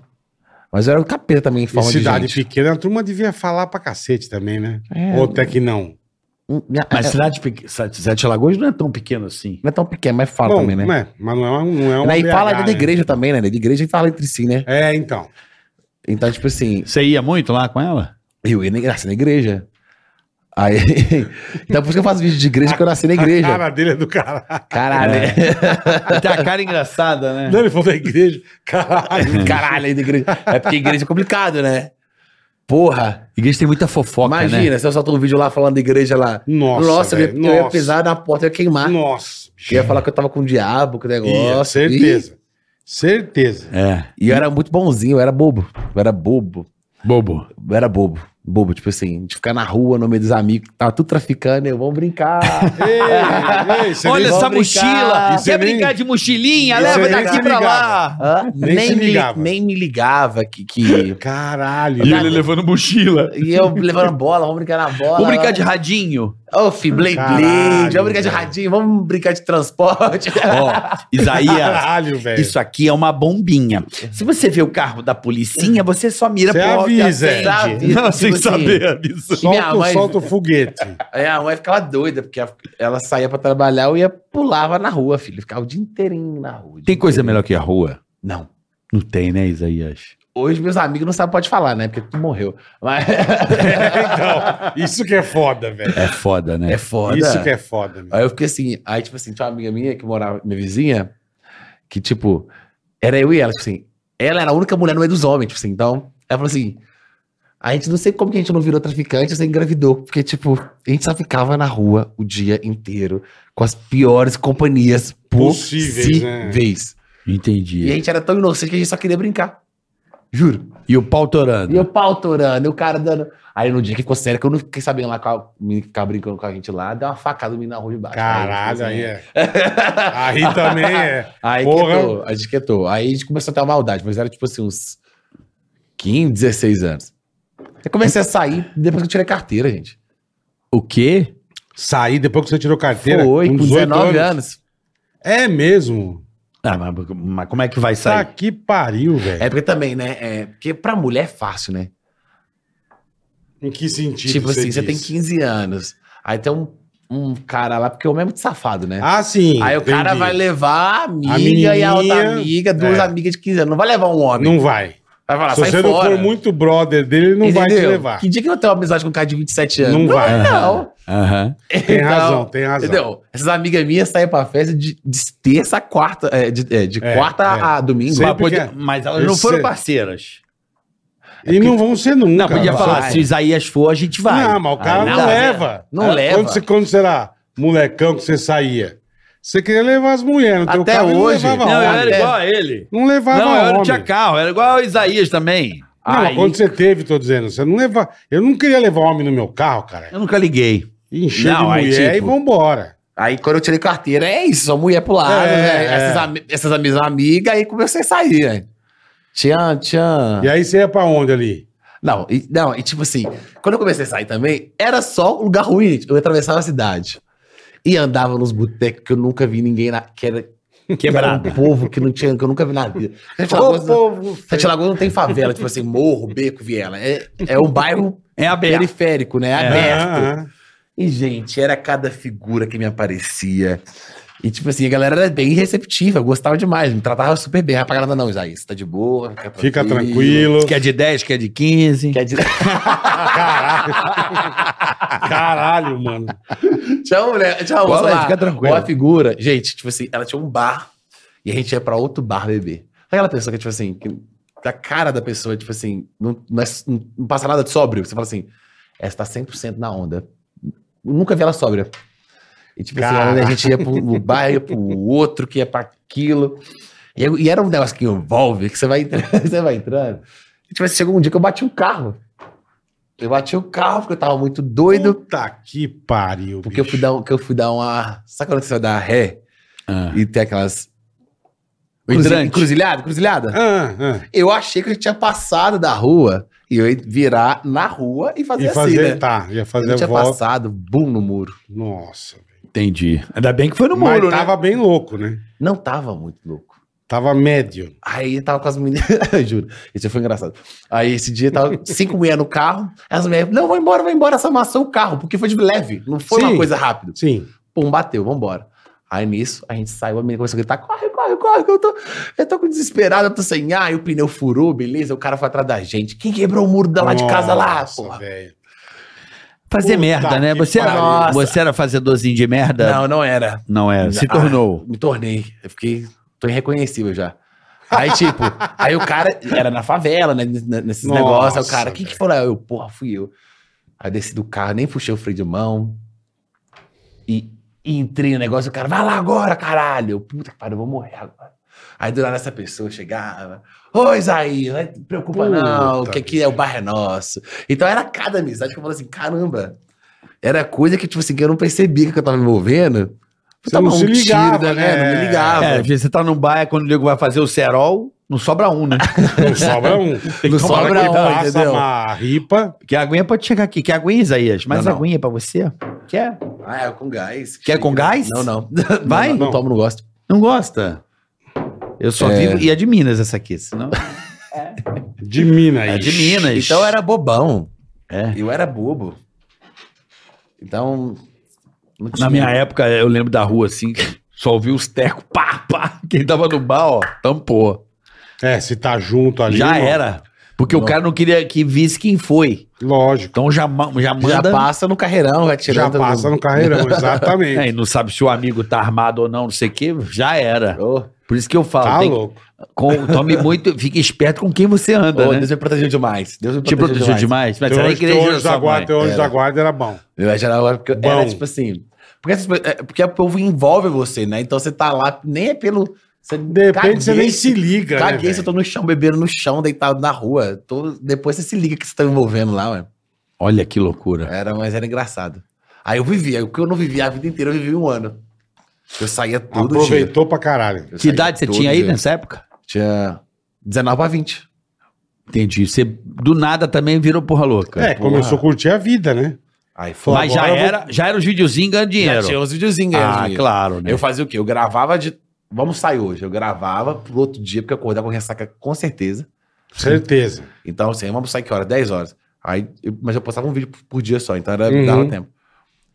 Speaker 5: Mas eu era o capeta também, em
Speaker 2: Em
Speaker 5: forma de
Speaker 2: cidade
Speaker 5: gente.
Speaker 2: pequena, a turma devia falar pra cacete também, né?
Speaker 5: É.
Speaker 2: Ou até que não.
Speaker 5: Minha- é,
Speaker 3: Mas cidade pequ- Sete Lagoas não é tão pequeno assim.
Speaker 5: Não é tão pequeno, mas fala
Speaker 2: Bom,
Speaker 5: também, né?
Speaker 2: né? Mas não é, um- não é uma
Speaker 5: Né, E fala
Speaker 2: BH,
Speaker 5: da
Speaker 2: né?
Speaker 5: igreja também, né? Da igreja e fala entre si, né?
Speaker 2: É, então.
Speaker 5: Então, tipo assim,
Speaker 3: Você ia muito lá com ela?
Speaker 5: eu ia na igreja, na igreja. Aí, então por isso que eu faço vídeo de igreja, porque eu nasci na
Speaker 2: A
Speaker 5: igreja.
Speaker 2: cara dele é do caralho.
Speaker 5: Caralho.
Speaker 3: Tem a cara engraçada, né?
Speaker 2: Não, ele falou da igreja. Caralho.
Speaker 5: Caralho, aí da igreja. É porque igreja é complicado, né? Porra.
Speaker 3: Igreja tem muita fofoca, né?
Speaker 5: imagina, se eu solto um vídeo lá falando da igreja lá.
Speaker 2: Nossa,
Speaker 5: Nossa, eu, ia,
Speaker 2: velho,
Speaker 5: eu ia
Speaker 2: nossa.
Speaker 5: pisar na porta, eu ia queimar.
Speaker 2: Nossa.
Speaker 5: Eu ia falar que eu tava com o diabo, com o negócio.
Speaker 2: Ia, certeza. Certeza.
Speaker 3: né?
Speaker 5: E, e eu era muito bonzinho, eu era bobo. Eu era bobo.
Speaker 3: É. Bobo.
Speaker 5: Eu era bobo. Bobo, tipo assim, de ficar na rua no meio dos amigos, tava tudo traficando, eu vou brincar.
Speaker 2: Ei, ei, você
Speaker 3: Olha
Speaker 2: nem-
Speaker 3: essa
Speaker 5: vão brincar.
Speaker 3: mochila!
Speaker 2: Isso
Speaker 3: Quer
Speaker 2: é nem-
Speaker 3: brincar de mochilinha?
Speaker 2: Isso
Speaker 3: Leva
Speaker 2: é nem
Speaker 3: daqui
Speaker 2: se
Speaker 3: pra lá!
Speaker 2: ligava.
Speaker 5: Hã?
Speaker 2: Nem
Speaker 5: nem,
Speaker 2: se
Speaker 5: me,
Speaker 2: ligava.
Speaker 5: nem me ligava que. que...
Speaker 2: Caralho.
Speaker 3: E ele levando mochila.
Speaker 5: E eu levando bola, vamos brincar na bola.
Speaker 3: Vou brincar de radinho.
Speaker 5: Ô, fi, Blade
Speaker 2: Caralho,
Speaker 5: Blade, vamos brincar de
Speaker 2: velho.
Speaker 5: radinho, vamos brincar de transporte.
Speaker 3: Ó, Isaías,
Speaker 2: Caralho, velho.
Speaker 3: isso aqui é uma bombinha. Se você vê o carro da policinha, você só mira
Speaker 2: Você
Speaker 3: pro-
Speaker 2: avisa,
Speaker 3: Você
Speaker 2: Andy.
Speaker 3: avisa,
Speaker 5: Não,
Speaker 3: tipo
Speaker 5: sem
Speaker 3: assim.
Speaker 5: saber,
Speaker 3: avisa.
Speaker 5: minha
Speaker 2: Solta,
Speaker 5: mãe-
Speaker 2: solta o foguete.
Speaker 5: Aí é, a mãe ficava doida, porque a- ela saía pra trabalhar e ia pulava na rua, filho. Ficava o dia inteirinho na rua. o dia
Speaker 3: Tem coisa
Speaker 5: inteirinho.
Speaker 3: melhor que a rua?
Speaker 5: Não.
Speaker 3: Não tem, né, Isaías?
Speaker 5: Hoje meus amigos não sabem, pode falar, né? Porque tu morreu. Mas
Speaker 2: então, isso que é foda, velho.
Speaker 3: É foda, né?
Speaker 5: é foda.
Speaker 2: Isso que é foda, meu.
Speaker 5: Aí eu fiquei assim, aí, tipo assim, tinha uma amiga minha que morava, minha vizinha, que, tipo, era eu e ela, tipo assim, ela era a única mulher no meio dos homens, tipo assim, então, ela falou assim, a gente não sei como que a gente não virou traficante, você engravidou, porque, tipo, a gente só ficava na rua o dia inteiro, com as piores companhias
Speaker 2: Possíveis,
Speaker 5: possíveis.
Speaker 2: né?
Speaker 5: E a
Speaker 3: Entendi.
Speaker 5: gente era tão inocente que a gente só queria brincar. Juro.
Speaker 3: E, o pau torando?
Speaker 5: E o pau torando, e o cara dando. Aí no dia que ficou sério, que eu não fiquei sabendo lá qual o menino que ficava brincando com a gente lá, deu uma facada no menino na rua de baixo.
Speaker 2: Caralho,
Speaker 5: aí.
Speaker 2: aí
Speaker 5: tipo assim,
Speaker 2: é. Aí também é.
Speaker 5: Aí
Speaker 2: Porra.
Speaker 5: quietou, a gente quietou. Aí a gente começou a ter uma maldade, mas era tipo assim, uns 15, 16 anos. Eu comecei a sair depois que eu tirei carteira, gente.
Speaker 3: O quê?
Speaker 2: Sair depois que você tirou carteira.
Speaker 5: Foi, com
Speaker 2: 18
Speaker 5: 19 anos.
Speaker 2: É mesmo.
Speaker 3: Ah, mas, mas como é que vai
Speaker 2: Tá
Speaker 3: sair?
Speaker 2: que pariu, velho.
Speaker 5: É porque também, né? É, porque pra mulher é fácil, né?
Speaker 2: Em que sentido?
Speaker 5: tipo assim, você tem
Speaker 2: diz?
Speaker 5: 15 anos. Aí tem um, um cara lá, porque o homem é muito safado, né?
Speaker 2: Ah, sim.
Speaker 5: Aí o cara
Speaker 2: entendi.
Speaker 5: vai levar a amiga
Speaker 2: menininha-
Speaker 5: e a outra amiga, duas
Speaker 2: É.
Speaker 5: amigas de 15 anos. Não vai levar um homem.
Speaker 2: Não vai.
Speaker 5: Vai falar,
Speaker 2: Se
Speaker 5: sai
Speaker 2: você não
Speaker 5: fora.
Speaker 2: for muito brother dele, ele não vai te
Speaker 5: Entendeu?
Speaker 2: levar.
Speaker 5: Que dia que eu tenho uma amizade com um cara de 27 anos?
Speaker 2: Não vai.
Speaker 5: Não.
Speaker 3: Aham.
Speaker 2: Tem
Speaker 5: Então,
Speaker 2: razão, tem razão.
Speaker 5: Entendeu? Essas amigas minhas saem pra festa de, de terça a quarta. é, de é, de
Speaker 2: É,
Speaker 5: quarta
Speaker 2: é.
Speaker 5: a domingo. Ah,
Speaker 2: Sempre
Speaker 5: Mas pode-
Speaker 2: que é.
Speaker 3: Mas elas
Speaker 2: Eu
Speaker 3: não foram
Speaker 2: sei.
Speaker 3: parceiras.
Speaker 2: E não vão ser nunca.
Speaker 3: Não, podia
Speaker 2: vai.
Speaker 3: falar, se Isaías for, a gente vai. Ah,
Speaker 2: Não, mas o cara
Speaker 3: Aí
Speaker 2: não,
Speaker 3: dá.
Speaker 2: leva.
Speaker 5: Não
Speaker 2: Ah,
Speaker 5: leva.
Speaker 2: Quando, você, quando você era molecão que você saía, você queria levar as mulheres. no teu
Speaker 5: Até
Speaker 2: carro,
Speaker 5: hoje.
Speaker 2: Não levava
Speaker 3: Não, eu era
Speaker 5: É.
Speaker 2: homem.
Speaker 3: igual a ele.
Speaker 2: Não levava
Speaker 3: Não, eu não
Speaker 2: homem.
Speaker 3: tinha carro, era igual o Isaías também.
Speaker 2: Não, mas
Speaker 5: Aí-
Speaker 2: quando você teve, tô dizendo, você não leva. Eu não queria levar homem no meu carro, cara.
Speaker 3: Eu nunca liguei.
Speaker 2: Encher
Speaker 3: Não,
Speaker 2: de
Speaker 3: aí,
Speaker 2: mulher
Speaker 3: tipo-
Speaker 2: e vambora.
Speaker 5: Aí quando eu tirei carteira, é isso, só mulher pro lado,
Speaker 2: É,
Speaker 5: né?
Speaker 2: é.
Speaker 5: Essas, ami- essas amigas, amigas, aí comecei a sair, né? Tchan, tchan.
Speaker 2: E aí você ia pra onde ali?
Speaker 5: Não, e, não, e tipo assim, quando eu comecei a sair também, era só um lugar ruim, gente. Eu atravessava a cidade. E andava nos botecos que eu nunca vi ninguém na. Que era,
Speaker 3: Quebrado.
Speaker 5: era um povo que não tinha, que eu nunca vi na vida. Sete
Speaker 2: Ô,
Speaker 5: Lagoas,
Speaker 2: povo
Speaker 5: Sete Lagoas não tem favela, tipo assim, morro, beco, viela. É, é um bairro
Speaker 3: É aberto.
Speaker 5: periférico, né?
Speaker 2: Ah,
Speaker 3: É.
Speaker 5: Aberto.
Speaker 2: ah,
Speaker 5: E, gente, era cada figura que me aparecia. E, tipo assim, a galera era bem receptiva, eu gostava demais, me tratava super bem. Rapaz, nada não, Isaías, tá de boa,
Speaker 2: ah. Fica tranquilo.
Speaker 3: Quer é de 10, quer de 15.
Speaker 5: Quer dizer,
Speaker 2: Caralho, mano.
Speaker 5: tinha uma mulher, tinha uma
Speaker 3: Cola
Speaker 5: moça
Speaker 3: aí,
Speaker 5: lá,
Speaker 3: fica tranquilo.
Speaker 5: uma figura. Gente, tipo assim, ela tinha um bar e a gente ia pra outro bar beber. Aquela pessoa que, tipo assim, que, da cara da pessoa, tipo assim, não, não, é- não passa nada de sóbrio. Você fala assim, essa tá 100% na onda. Eu nunca vi ela sóbria. E tipo assim,
Speaker 2: Cara.
Speaker 5: a gente ia pro um bar, ia pro outro, que ia pra aquilo. E, eu- e era um negócio que envolve, que você vai entrando, você vai entrando. E tipo assim, chegou um dia que eu bati um carro. Eu bati o carro porque eu tava muito doido.
Speaker 2: Puta que pariu.
Speaker 5: Porque eu fui
Speaker 2: bicho.
Speaker 5: dar, um- que eu fui dar uma. Sabe quando você vai dar ré
Speaker 3: Ah.
Speaker 5: e tem aquelas.
Speaker 3: O hidrante.
Speaker 5: Cruzilhada? Cruzilhada?
Speaker 2: Ah, ah.
Speaker 5: Eu achei que eu tinha passado da rua e eu ia virar na rua e fazer
Speaker 2: E
Speaker 5: assim,
Speaker 2: fazer,
Speaker 5: né?
Speaker 2: tá, ia
Speaker 5: Eu
Speaker 2: fazer
Speaker 5: tinha
Speaker 2: volta.
Speaker 5: passado, bum no muro.
Speaker 2: Nossa. velho.
Speaker 3: Entendi. Ainda bem que foi no
Speaker 2: Mas
Speaker 3: muro, né?
Speaker 2: tava bem louco, né?
Speaker 5: Não tava muito louco.
Speaker 2: Tava médio.
Speaker 5: Aí eu tava com as meninas. Juro, esse foi engraçado. Aí esse dia tava cinco mulheres no carro, as mulheres, não, vai embora, vai embora, essa amassou o carro, porque foi de leve, não foi
Speaker 2: Sim.
Speaker 5: uma coisa rápida.
Speaker 2: Sim.
Speaker 5: Pum, bateu, vambora. Aí nisso, a gente saiu, a menina começou a gritar: corre, corre, corre, que eu tô, eu tô com desesperado, eu tô sem ar, e o pneu furou, beleza, o cara foi atrás da gente. Quem quebrou o muro da lá de casa lá,
Speaker 2: Nossa,
Speaker 5: porra?
Speaker 2: velho.
Speaker 3: Fazer
Speaker 2: Puta
Speaker 3: merda, né?
Speaker 2: que
Speaker 3: Você era,
Speaker 5: pariu.
Speaker 3: você era fazedorzinho de merda?
Speaker 5: Não, não era.
Speaker 3: Não é. Se
Speaker 5: Ah,
Speaker 3: tornou.
Speaker 5: Me tornei. Eu fiquei. tô irreconhecível já. Aí, tipo, aí o cara era na favela, né? n- Nesses
Speaker 2: Nossa,
Speaker 5: negócios. Aí o cara, quem que
Speaker 2: velho.
Speaker 5: foi lá? Eu, porra, fui eu. Aí desci do carro, nem puxei o freio de mão. E, e entrei no negócio, o cara, vai lá agora, caralho. Eu, Puta que pariu, eu vou morrer agora. Aí do lado essa pessoa chegava. Ô, Isaías, não te preocupa
Speaker 2: Puta
Speaker 5: não, que aqui
Speaker 2: vida.
Speaker 5: é o bairro é nosso. Então era cada amizade que eu falava assim, caramba. Era coisa que, tipo assim, que eu não percebia que eu tava me envolvendo.
Speaker 2: Você não se ligava, né?
Speaker 5: Não me ligava.
Speaker 3: É, você tá num baia quando o nego vai fazer o cerol, não sobra um, né?
Speaker 2: Não sobra um.
Speaker 3: Tem que
Speaker 5: Não
Speaker 3: tomar
Speaker 5: sobra
Speaker 3: cuidado.
Speaker 5: um.
Speaker 2: Passa
Speaker 5: entendeu?
Speaker 2: uma ripa.
Speaker 3: Que a aguinha pode chegar aqui. Quer aguinha, Isaías? Mais
Speaker 5: Não, não.
Speaker 3: aguinha pra você? Quer?
Speaker 5: Ah, é com gás.
Speaker 3: Quer com gás?
Speaker 5: Não, não.
Speaker 3: Vai?
Speaker 5: Não, não,
Speaker 2: Não.
Speaker 5: tomo, não gosto.
Speaker 3: Não gosta? Eu só
Speaker 5: É.
Speaker 3: vivo. E é de Minas essa aqui, senão.
Speaker 2: De mina aí.
Speaker 3: É de Minas.
Speaker 5: Então eu era bobão.
Speaker 3: É.
Speaker 5: Eu era bobo. Então. não
Speaker 3: Na
Speaker 5: tinha-
Speaker 3: minha época, eu lembro da rua assim, só ouvi os tecos, pá, pá. Quem tava no bar, ó, tampou.
Speaker 2: É, se tá junto ali.
Speaker 3: já
Speaker 2: mano,
Speaker 3: era. Porque o cara não queria que visse quem foi.
Speaker 2: Lógico.
Speaker 3: Então já, ma- já
Speaker 5: Já
Speaker 3: manda.
Speaker 5: passa no carreirão,
Speaker 2: Já
Speaker 5: vai tirando.
Speaker 2: passa no carreirão, exatamente.
Speaker 3: É, e não sabe se o amigo tá armado ou não, não sei o quê, já era.
Speaker 5: Ô,
Speaker 3: Por isso que eu falo,
Speaker 2: tá
Speaker 3: tem que-
Speaker 2: louco.
Speaker 3: com- tome muito, fique esperto com quem você
Speaker 5: ô,
Speaker 3: anda, né?
Speaker 5: Deus me protegeu demais. Deus me
Speaker 3: Te
Speaker 5: protegeu,
Speaker 3: protegeu
Speaker 5: demais.
Speaker 3: demais. Mas
Speaker 2: Teu
Speaker 3: será
Speaker 2: anjo-
Speaker 3: que ele
Speaker 2: Então, teu
Speaker 3: é
Speaker 2: anjo da guarda, teu anjo da guarda era bom.
Speaker 5: Eu era geral, porque eu
Speaker 2: Bom.
Speaker 5: era tipo assim. Porque, essas coisas- é, porque o povo envolve você, né? Então você tá lá, nem é pelo. Você
Speaker 2: De repente você
Speaker 5: caguei
Speaker 2: nem
Speaker 5: se-
Speaker 2: se liga, né,
Speaker 5: Caguei se
Speaker 2: velho?
Speaker 5: eu tô no chão, bebendo no chão, deitado na rua. Tô- depois você se liga que você tá envolvendo lá, ué.
Speaker 3: Olha que loucura.
Speaker 5: Era, mas era engraçado. Aí eu vivia, o que eu não vivia a vida inteira, eu vivi um ano. Eu saía todo dia.
Speaker 2: Aproveitou pra caralho.
Speaker 5: Eu
Speaker 3: Que
Speaker 5: saía
Speaker 3: idade você
Speaker 5: É, todo
Speaker 3: tinha aí
Speaker 5: dia.
Speaker 3: nessa época?
Speaker 5: Tinha 19 pra 20.
Speaker 3: Entendi. Você do nada também virou porra louca.
Speaker 2: É, começou a curtir a vida, né?
Speaker 5: Aí foi.
Speaker 3: Mas já
Speaker 2: agora eu vou-
Speaker 3: era, já era os videozinhos ganhando dinheiro.
Speaker 5: Já tinha uns videozinhos ganhando
Speaker 3: ah,
Speaker 5: dinheiro.
Speaker 3: claro, né?
Speaker 5: Eu fazia o quê? Eu gravava de. Vamos sair hoje. Eu gravava pro outro dia, porque eu acordava com ressaca com certeza.
Speaker 2: Certeza.
Speaker 5: Então, assim, vamos sair que hora? 10 horas. Aí, eu- mas eu postava um vídeo por- por dia só, então era,
Speaker 2: Uhum.
Speaker 5: dava tempo.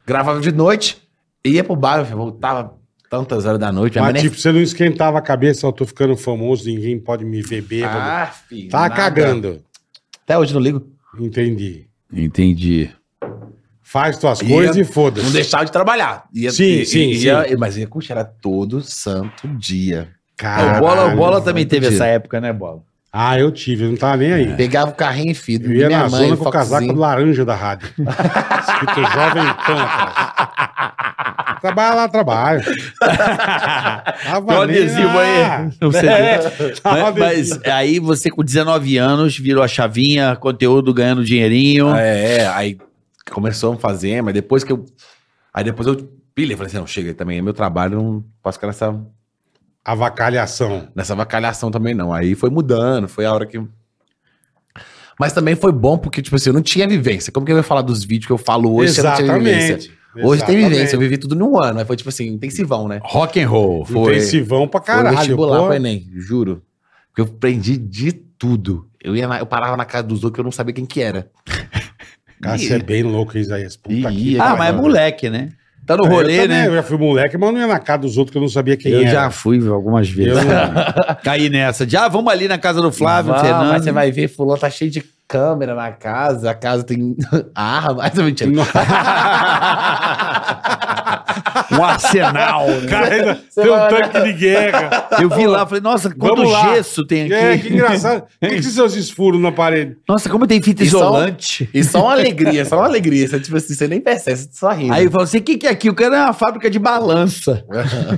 Speaker 5: Gravava de noite, ia pro bar, voltava tantas horas da noite. minha mãe
Speaker 2: Mas,
Speaker 5: nem-
Speaker 2: tipo, você não esquentava a cabeça, eu tô ficando famoso, ninguém pode me ver bêbado.
Speaker 5: ah, filho,
Speaker 2: tá
Speaker 5: nada.
Speaker 2: cagando.
Speaker 5: Até hoje não ligo.
Speaker 2: Entendi.
Speaker 3: Entendi.
Speaker 2: Faz tuas
Speaker 5: Ia-
Speaker 2: coisas e
Speaker 5: Não
Speaker 2: foda-se.
Speaker 5: deixava de trabalhar. Ia,
Speaker 2: Sim,
Speaker 5: ia-
Speaker 2: sim,
Speaker 5: ia- mas ia curtir, era todo santo dia.
Speaker 3: É, o Bola, o Bola
Speaker 2: Caralho.
Speaker 3: também teve
Speaker 5: entendi.
Speaker 3: essa época, né, Bola?
Speaker 2: Ah, eu tive, eu não tava nem aí.
Speaker 5: Pegava o carrinho, filho.
Speaker 2: É. Eu ia
Speaker 5: É. minha
Speaker 2: na
Speaker 5: mãe,
Speaker 2: zona com o
Speaker 5: Foxzinho.
Speaker 2: casaco laranja da rádio. Escrito Jovem Pan atrás. Trabalha lá, trabalho. Tava
Speaker 3: Tem um
Speaker 2: nem
Speaker 3: adesivo
Speaker 2: lá. É,
Speaker 3: aí. Não sei.
Speaker 2: Tava
Speaker 3: Mas,
Speaker 2: adesivo.
Speaker 3: mas aí você com 19 anos virou a chavinha, conteúdo ganhando dinheirinho.
Speaker 5: É, é, aí começou a fazer, mas depois que eu. Aí depois eu pilhei, falei assim: não, chega também, é meu trabalho, não posso ficar nessa,
Speaker 2: Avacalhação.
Speaker 5: nessa vacalhação também, não. Aí foi mudando, foi a hora que. Mas também foi bom porque, tipo assim, eu não tinha vivência. Como que eu ia falar dos vídeos que eu falo hoje se eu não tinha vivência? Hoje tem vivência, eu vivi tudo num ano. Aí foi tipo assim, intensivão, né?
Speaker 3: Rock and roll.
Speaker 5: Foi-
Speaker 2: Intensivão pra
Speaker 5: Foi
Speaker 2: caralho.
Speaker 5: vestibular
Speaker 2: pô.
Speaker 5: pro Enem, juro. Porque eu aprendi de tudo. Eu, ia na- eu parava na casa dos outros que eu não sabia quem que era.
Speaker 2: Cara, você é bem louco, hein, Isaías. Puta
Speaker 5: Ih,
Speaker 2: que
Speaker 3: Ah,
Speaker 2: pariu.
Speaker 3: mas é moleque, né? Tá no
Speaker 2: Eu
Speaker 3: rolê,
Speaker 2: também,
Speaker 3: né?
Speaker 2: Eu já fui moleque, mas não ia na casa dos outros que eu não sabia quem
Speaker 3: eu
Speaker 2: era.
Speaker 3: já fui algumas vezes. né?
Speaker 2: Eu não-
Speaker 3: Caí nessa. Já vamos ali na casa do Flávio,
Speaker 5: Vamos,
Speaker 3: Fernando.
Speaker 5: Mas você vai ver, fulano tá cheio de câmera na casa, a casa tem arma. Mas é mentira.
Speaker 3: Um arsenal. né?
Speaker 2: Cara, ainda
Speaker 5: Você
Speaker 2: tem um
Speaker 5: vai olhar-
Speaker 2: tanque de guerra.
Speaker 3: Eu vi lá, falei, nossa, quanto
Speaker 2: Vamos lá.
Speaker 3: gesso tem aqui.
Speaker 2: É, que engraçado. Por que que são esses furos na parede?
Speaker 3: Nossa, como tem fita
Speaker 5: E só-
Speaker 3: isolante.
Speaker 5: E só uma alegria, só uma alegria. Você, tipo assim, você nem percebe, você só ri.
Speaker 3: Aí eu falo assim, o que, que é aqui? O cara é uma fábrica de balança.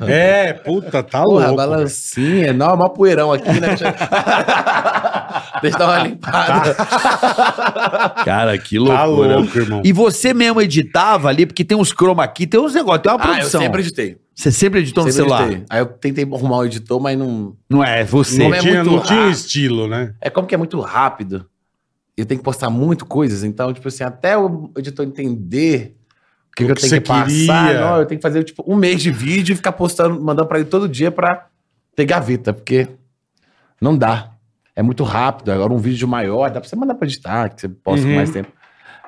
Speaker 2: É, puta, tá
Speaker 5: Porra,
Speaker 2: louco.
Speaker 5: balancinha, é, não, mó poeirão aqui, né? Deixa eu- Deixa eu dar uma limpada. Ah,
Speaker 3: Cara, que
Speaker 2: Tá louco, irmão.
Speaker 3: E você mesmo editava ali, porque tem uns chroma aqui, tem uns negócios, tem uma
Speaker 5: Ah, eu
Speaker 3: produção. Então,
Speaker 5: sempre editei.
Speaker 3: Você sempre editou
Speaker 5: sempre
Speaker 3: no celular?
Speaker 5: editei. Aí eu tentei arrumar um editor, mas não.
Speaker 3: Não é, você.
Speaker 2: Não,
Speaker 5: Como é
Speaker 2: tinha,
Speaker 5: muito
Speaker 2: não tinha
Speaker 5: raro.
Speaker 2: estilo, né?
Speaker 5: É como que é muito rápido. Eu tenho que postar muito coisas, então, tipo assim, até o editor entender o que,
Speaker 2: O
Speaker 5: que eu
Speaker 2: que
Speaker 5: tenho
Speaker 2: você
Speaker 5: que passar,
Speaker 2: queria.
Speaker 5: não, eu tenho que fazer tipo um mês de vídeo e ficar postando, mandando pra ele todo dia pra ter gaveta, porque não dá. É muito rápido. Agora um vídeo maior, dá pra você mandar pra editar, que você posta
Speaker 2: Uhum.
Speaker 5: com mais tempo.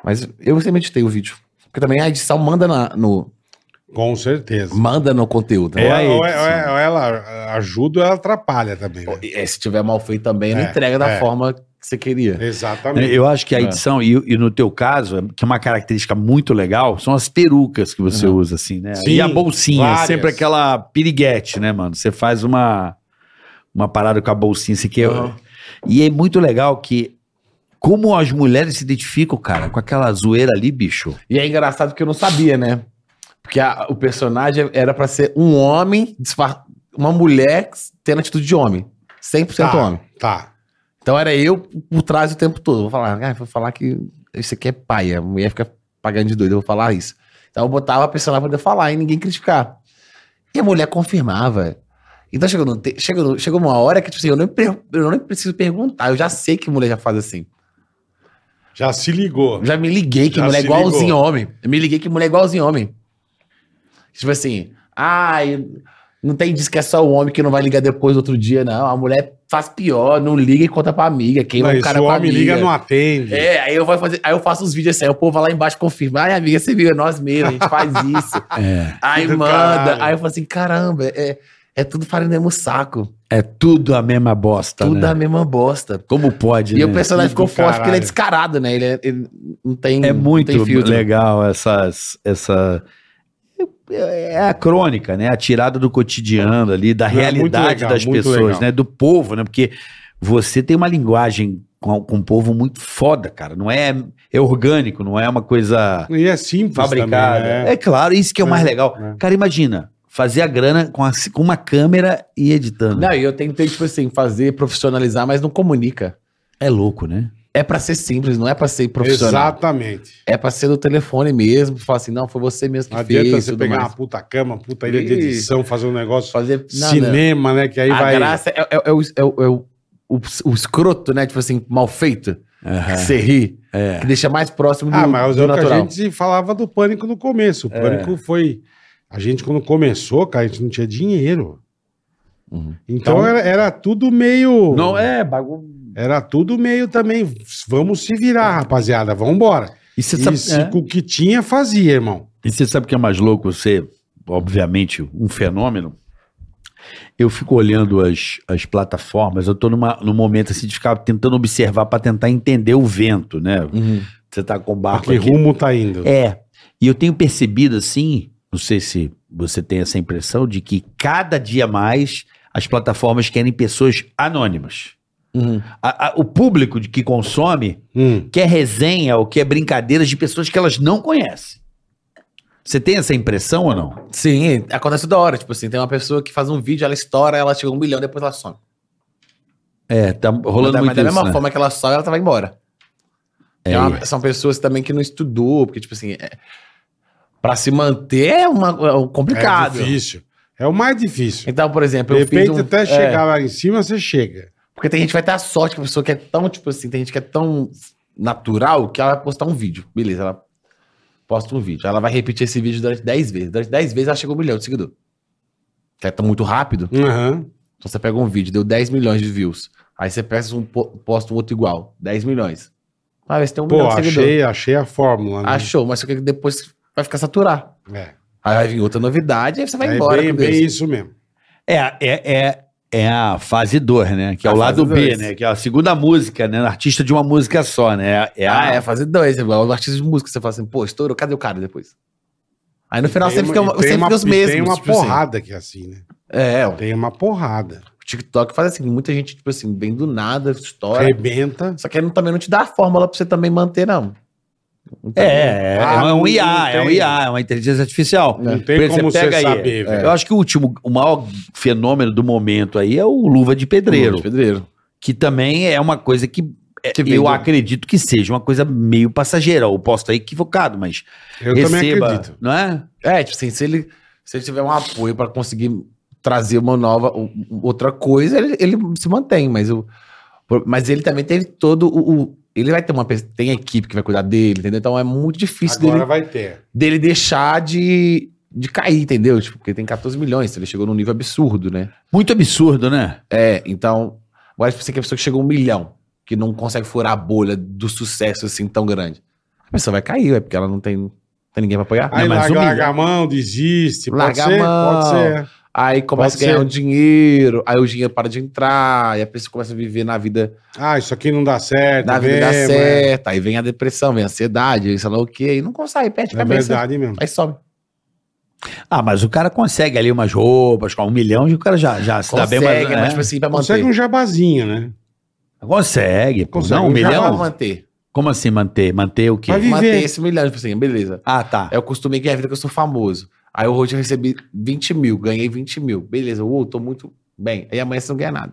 Speaker 5: Mas eu sempre editei o vídeo. Porque também a edição manda na- no,
Speaker 2: Com certeza.
Speaker 5: manda no conteúdo.
Speaker 2: Ou,
Speaker 5: né?
Speaker 3: aí,
Speaker 2: ou- ou- ou ela ajuda ou ela atrapalha também. né?
Speaker 5: E se tiver mal feito também, não
Speaker 2: É,
Speaker 5: entrega da
Speaker 2: é.
Speaker 5: forma que você queria.
Speaker 3: Né,
Speaker 2: Exatamente.
Speaker 3: Eu acho que a edição, e, e no teu caso, que é uma característica muito legal, são as perucas que você usa, assim, né?
Speaker 2: Sim,
Speaker 3: e a bolsinha,
Speaker 2: várias.
Speaker 3: sempre aquela piriguete, né, mano? Você faz uma, uma parada com a bolsinha, assim, que é-
Speaker 5: Uhum.
Speaker 3: E é muito legal que como as mulheres se identificam, cara, com aquela zoeira ali, bicho.
Speaker 5: E é engraçado porque eu não sabia, né? Porque a- o personagem era pra ser um homem, disfar- uma mulher tendo atitude de homem. 100%
Speaker 2: Tá.
Speaker 5: homem.
Speaker 2: Tá.
Speaker 5: Então era eu por trás o tempo todo. Vou falar, ah, vou falar que isso aqui é paia. A mulher fica pagando de doido, eu vou falar isso. Então eu botava a personagem pra poder falar e ninguém criticar. E a mulher confirmava. Então chegou, num te- chegou, num- chegou uma hora que tipo assim, eu, nem per- eu nem preciso perguntar, eu já sei que mulher já faz assim.
Speaker 2: Já se ligou.
Speaker 5: Já me liguei que
Speaker 2: Já
Speaker 5: mulher é
Speaker 2: se
Speaker 5: igualzinho
Speaker 2: ligou.
Speaker 5: homem. Eu me liguei que mulher é igualzinho homem. Tipo assim, ai, não tem disso que é só o homem que não vai ligar depois outro dia, não. A mulher faz pior, não liga e conta pra amiga, queima
Speaker 2: Não,
Speaker 5: o um cara
Speaker 2: se o
Speaker 5: com a
Speaker 2: homem
Speaker 5: amiga.
Speaker 2: liga, não atende.
Speaker 5: É, aí eu, vou fazer, aí eu faço uns vídeos assim, aí o povo vai lá embaixo confirma. Ai, amiga, você viu, é nós mesmos, a gente faz isso.
Speaker 3: É.
Speaker 5: Aí
Speaker 2: Do
Speaker 5: manda.
Speaker 2: caralho.
Speaker 5: Aí eu falo assim, caramba, é,
Speaker 4: É tudo farinha do mesmo saco.
Speaker 3: É tudo a mesma
Speaker 2: Tá
Speaker 3: bosta,
Speaker 4: tudo
Speaker 3: né?
Speaker 4: a mesma bosta.
Speaker 3: Como pode,
Speaker 4: E o
Speaker 3: né?
Speaker 4: personagem
Speaker 2: Do
Speaker 4: ficou forte porque ele é
Speaker 2: caralho.
Speaker 4: descarado, né? Ele, é- ele não tem.
Speaker 3: É muito
Speaker 4: não tem filtro.
Speaker 2: né?
Speaker 3: legal essas, essa... É a crônica, né? A tirada do cotidiano ali, da
Speaker 2: É muito
Speaker 3: realidade
Speaker 2: legal,
Speaker 3: das
Speaker 2: muito
Speaker 3: pessoas,
Speaker 2: legal.
Speaker 3: né? Do povo, né? Porque você tem uma linguagem com, com o povo muito foda, cara. Não é, é orgânico, não é uma coisa
Speaker 2: E é simples
Speaker 3: fabricada.
Speaker 2: também, né?
Speaker 3: é. claro, isso que é o
Speaker 2: É,
Speaker 3: mais legal.
Speaker 2: é.
Speaker 3: Cara, imagina, fazer a grana com, a- com uma câmera e editando.
Speaker 5: Não, e eu tentei, tipo assim, fazer, profissionalizar, mas não comunica.
Speaker 3: É louco, né?
Speaker 5: É pra ser simples, não é pra ser profissional.
Speaker 2: Exatamente.
Speaker 5: É pra ser do telefone mesmo, falar assim, não, foi você mesmo que
Speaker 2: Não adianta
Speaker 5: fez,
Speaker 2: você
Speaker 5: tudo
Speaker 2: pegar
Speaker 5: mais.
Speaker 2: uma puta cama, puta ilha de
Speaker 5: Ih.
Speaker 2: edição, fazer um negócio.
Speaker 5: Fazer não, não.
Speaker 2: cinema, né? Que aí
Speaker 5: a
Speaker 2: vai.
Speaker 5: graça é, é- é o, é o- é o- o- o escroto, né? Tipo assim, mal feito, que você ri,
Speaker 3: É.
Speaker 5: que deixa mais próximo do,
Speaker 2: Ah, mas
Speaker 5: do
Speaker 2: é o que a
Speaker 5: natural. É.
Speaker 2: gente falava do pânico no começo. O pânico foi. A gente, quando começou, cara, a gente não tinha dinheiro.
Speaker 5: Uhum.
Speaker 2: Então,
Speaker 3: Então-
Speaker 2: era, era tudo meio.
Speaker 3: é bagulho.
Speaker 2: Era tudo meio também. Vamos se virar, rapaziada. Vamos embora.
Speaker 3: E você
Speaker 2: E
Speaker 3: sabe,
Speaker 2: se
Speaker 3: é.
Speaker 2: com o que tinha, fazia, irmão.
Speaker 3: E você sabe o que é mais louco? Você, obviamente, um fenômeno. Eu fico olhando as, as plataformas, eu tô numa, num momento assim de ficar tentando observar para tentar entender o vento, né?
Speaker 5: Uhum.
Speaker 3: Você tá com o
Speaker 2: Pra
Speaker 3: barco
Speaker 2: que
Speaker 3: aqui.
Speaker 2: rumo tá indo?
Speaker 3: É. E eu tenho percebido assim, não sei se você tem essa impressão, de que cada dia mais as plataformas querem pessoas anônimas.
Speaker 5: Uhum.
Speaker 3: A- a- o público de que consome
Speaker 2: Hum.
Speaker 3: quer resenha ou quer brincadeiras de pessoas que elas não conhecem. Você tem essa impressão ou não?
Speaker 5: Sim, acontece toda hora. Tipo assim, tem uma pessoa que faz um vídeo, ela estoura, ela chega a um milhão, depois ela some.
Speaker 3: É, tá
Speaker 5: Mas
Speaker 3: rolando
Speaker 5: da, mas
Speaker 3: muito
Speaker 5: da
Speaker 3: isso,
Speaker 5: mesma
Speaker 3: né?
Speaker 5: forma que ela sobe, ela tá- vai embora. É uma- são pessoas também que não estudou, porque, tipo assim, é, pra se manter é, uma, é
Speaker 2: É
Speaker 5: complicado.
Speaker 2: difícil. É o mais difícil.
Speaker 5: então, por exemplo,
Speaker 2: De
Speaker 5: eu fiz
Speaker 2: repente,
Speaker 5: um,
Speaker 2: até
Speaker 5: é,
Speaker 2: chegar lá em cima, você chega.
Speaker 5: Porque tem gente que vai ter a sorte que a pessoa que é tão, tipo assim, tem gente que é tão natural que ela vai postar um vídeo. Beleza, ela posta um vídeo. Ela vai repetir esse vídeo durante 10 vezes. Durante 10 vezes ela chegou a um milhão de seguidor. Que é tão muito rápido.
Speaker 2: Aham.
Speaker 5: Então você pega um vídeo, deu 10 milhões de views. Aí você peça um, po- posta um outro igual, 10 milhões. Ah, vai ter um
Speaker 2: Pô,
Speaker 5: milhão de seguidor.
Speaker 2: achei, achei a fórmula. Né?
Speaker 5: Achou, mas só que depois vai ficar saturar.
Speaker 2: É.
Speaker 5: Aí vai vir outra novidade, aí você vai
Speaker 2: É
Speaker 5: embora
Speaker 2: bem,
Speaker 5: com
Speaker 2: bem
Speaker 5: Deus.
Speaker 2: isso mesmo.
Speaker 3: É, é, é, é a fase 2, né? Que é
Speaker 5: A
Speaker 3: o lado
Speaker 5: fase
Speaker 3: B,
Speaker 5: dois.
Speaker 3: né? Que é a segunda música, né? Artista de uma música só, né? É, a-
Speaker 5: Ah, é, fazer dois. É igual o artista de música. Você fala assim, pô, estourou, cadê o cara depois? Aí no final
Speaker 2: Tem
Speaker 5: sempre
Speaker 2: uma-
Speaker 5: fica,
Speaker 2: e
Speaker 5: uma-
Speaker 2: tem
Speaker 5: sempre
Speaker 2: uma-
Speaker 5: fica os
Speaker 2: e
Speaker 5: mesmos.
Speaker 2: Tem uma
Speaker 5: tipo assim.
Speaker 2: porrada que é assim, né?
Speaker 5: É, o
Speaker 2: Tem uma porrada.
Speaker 5: TikTok faz assim, muita gente, tipo assim, vem do nada, estoura.
Speaker 2: Arrebenta.
Speaker 5: Só que ele não- também não te dá a fórmula pra você também manter, não. Então,
Speaker 3: é, é,
Speaker 2: Ah,
Speaker 3: é um
Speaker 2: não
Speaker 3: IA, é um
Speaker 2: tem.
Speaker 3: IA, é uma inteligência artificial.
Speaker 5: É.
Speaker 2: Não
Speaker 3: Por
Speaker 2: tem
Speaker 3: exemplo,
Speaker 2: como você
Speaker 3: pega aí, é,
Speaker 2: saber, velho.
Speaker 3: Eu acho que o último, o maior fenômeno do momento aí é o Luva de Pedreiro,
Speaker 5: Pedreiro.
Speaker 3: que também é uma coisa que, é,
Speaker 5: Que vem
Speaker 3: eu
Speaker 5: do-
Speaker 3: acredito que seja uma coisa meio passageira. Eu posso estar equivocado, mas
Speaker 2: Eu
Speaker 3: receba,
Speaker 2: também acredito.
Speaker 3: não é?
Speaker 5: É, tipo assim, se ele, se ele tiver um apoio pra conseguir trazer uma nova, um- um- outra coisa, ele, ele se mantém, mas o. por- Mas ele também teve todo o. o- ele vai ter uma pessoa, tem equipe que vai cuidar dele, entendeu? Então é muito difícil dele
Speaker 2: Agora vai ter.
Speaker 5: dele deixar de, de cair, entendeu? Tipo, porque tem 14 milhões, então ele chegou num nível absurdo, né?
Speaker 3: Muito absurdo, né?
Speaker 5: É, então, agora tipo, você que é a pessoa que chegou a um milhão, que não consegue furar a bolha do sucesso assim tão grande. A pessoa vai cair, é porque ela não tem, não tem ninguém pra apoiar.
Speaker 2: Aí
Speaker 5: Não, mas
Speaker 2: larga,
Speaker 5: um
Speaker 2: larga
Speaker 5: milhão.
Speaker 2: a mão, desiste. Pode
Speaker 5: Larga a
Speaker 2: ser,
Speaker 5: mão.
Speaker 2: pode ser.
Speaker 5: Aí começa a
Speaker 2: Pode
Speaker 5: ganhar
Speaker 2: ser.
Speaker 5: um dinheiro, aí o dinheiro para de entrar, e a pessoa começa a viver na vida,
Speaker 2: Ah, isso aqui não dá certo.
Speaker 5: na vida dá
Speaker 2: mesmo, é.
Speaker 5: certa, aí vem a depressão, vem a ansiedade, aí sei lá o quê, e não consegue, perde
Speaker 2: É
Speaker 5: a cabeça.
Speaker 2: verdade mesmo.
Speaker 5: Aí sobe.
Speaker 3: Ah, mas o cara consegue ali umas roupas com um milhão e o cara já, já se
Speaker 5: Consegue,
Speaker 3: dá bem, mas,
Speaker 5: mas,
Speaker 3: né?
Speaker 5: tipo assim, pra manter.
Speaker 2: Consegue um jabazinho, né?
Speaker 3: Consegue, pô.
Speaker 2: Consegue,
Speaker 3: não, um
Speaker 2: já
Speaker 5: Dá pra
Speaker 3: milhão?
Speaker 5: manter.
Speaker 3: Como assim manter? Manter o quê?
Speaker 2: Vai vir-
Speaker 5: Manter
Speaker 2: Viver.
Speaker 5: esse milhão, tipo assim, beleza.
Speaker 3: Ah, tá.
Speaker 5: Eu costumei ganhar a vida que eu sou famoso. Aí hoje eu recebi 20 mil, ganhei 20 mil. Beleza, uou, tô muito bem. Aí amanhã você não ganha nada.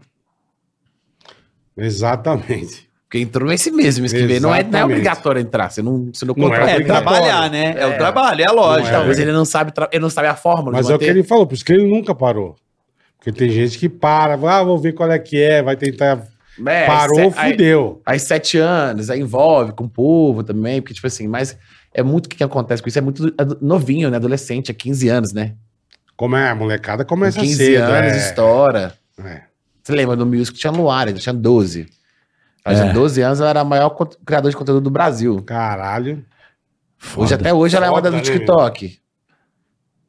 Speaker 2: Exatamente.
Speaker 5: Porque entrou nesse mesmo mês que vem. Não é, não é
Speaker 2: Exatamente.
Speaker 5: obrigatório entrar. Você não, você não
Speaker 2: Não é
Speaker 5: contrata.
Speaker 3: É,
Speaker 5: ninguém.
Speaker 2: obrigatório.
Speaker 3: trabalhar, né? É,
Speaker 5: É.
Speaker 3: o trabalho, é a lógica.
Speaker 5: Talvez
Speaker 2: É.
Speaker 5: ele não sabe, tra- ele não sabe a fórmula
Speaker 2: Mas
Speaker 5: de
Speaker 2: é o que
Speaker 5: manter.
Speaker 2: ele falou, por isso que ele nunca parou. Porque tem gente que para, vai, ah, vou ver qual é que é, vai tentar.
Speaker 5: É,
Speaker 2: Parou,
Speaker 5: aí, se- aí,
Speaker 2: fudeu.
Speaker 5: aí sete anos, aí envolve com o povo também, porque, tipo assim, mas é muito o que, que acontece com isso. É muito do- ado- novinho, né? Adolescente, é 15 anos, né?
Speaker 2: Como é, a molecada
Speaker 5: Com
Speaker 2: começa
Speaker 5: 15
Speaker 2: cedo.
Speaker 5: anos,
Speaker 2: é.
Speaker 5: estoura.
Speaker 2: É.
Speaker 5: Você lembra do Music? Tinha Luara, ela tinha 12. Ela
Speaker 3: É.
Speaker 5: tinha 12 anos, ela era a maior cont- criador de conteúdo do Brasil.
Speaker 2: Caralho.
Speaker 3: Foda.
Speaker 5: Hoje, até hoje, ela é uma
Speaker 2: Foda, Ah.
Speaker 5: das do
Speaker 2: né, meu?
Speaker 5: TikTok.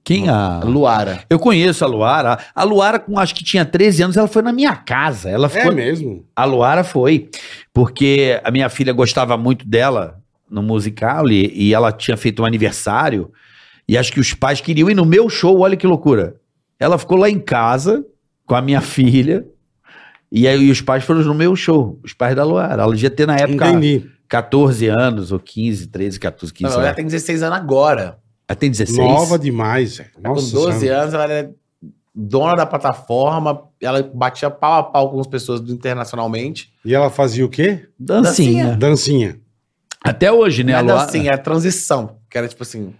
Speaker 3: Quem a.
Speaker 5: Luara.
Speaker 3: Eu conheço a Luara. A Luara, com acho que tinha 13 anos, ela foi na minha casa. Ela
Speaker 2: É
Speaker 3: ficou.
Speaker 2: mesmo?
Speaker 3: a Luara foi. Porque a minha filha gostava muito dela no musical e, e ela tinha feito um aniversário. E acho que os pais queriam ir no meu show, olha que loucura. Ela ficou lá em casa com a minha filha. E aí os pais foram no meu show, os pais da Luara. Ela devia ter na época
Speaker 2: Entendi.
Speaker 3: 14 anos, ou 15, 13, 14, 15.
Speaker 5: Não,
Speaker 3: sei lá.
Speaker 5: ela tem 16 anos agora.
Speaker 3: né? Ela tem 16.
Speaker 2: Nova demais. velho. Nossa,
Speaker 5: Tá com 12
Speaker 2: senhora.
Speaker 5: anos, ela era dona da plataforma. Ela batia pau a pau com as pessoas do- internacionalmente.
Speaker 2: E ela fazia o quê?
Speaker 3: Dancinha.
Speaker 2: Dancinha.
Speaker 3: Até hoje,
Speaker 2: é
Speaker 3: né, a
Speaker 5: Não
Speaker 3: Luara?
Speaker 5: era assim, era transição. Que era tipo assim.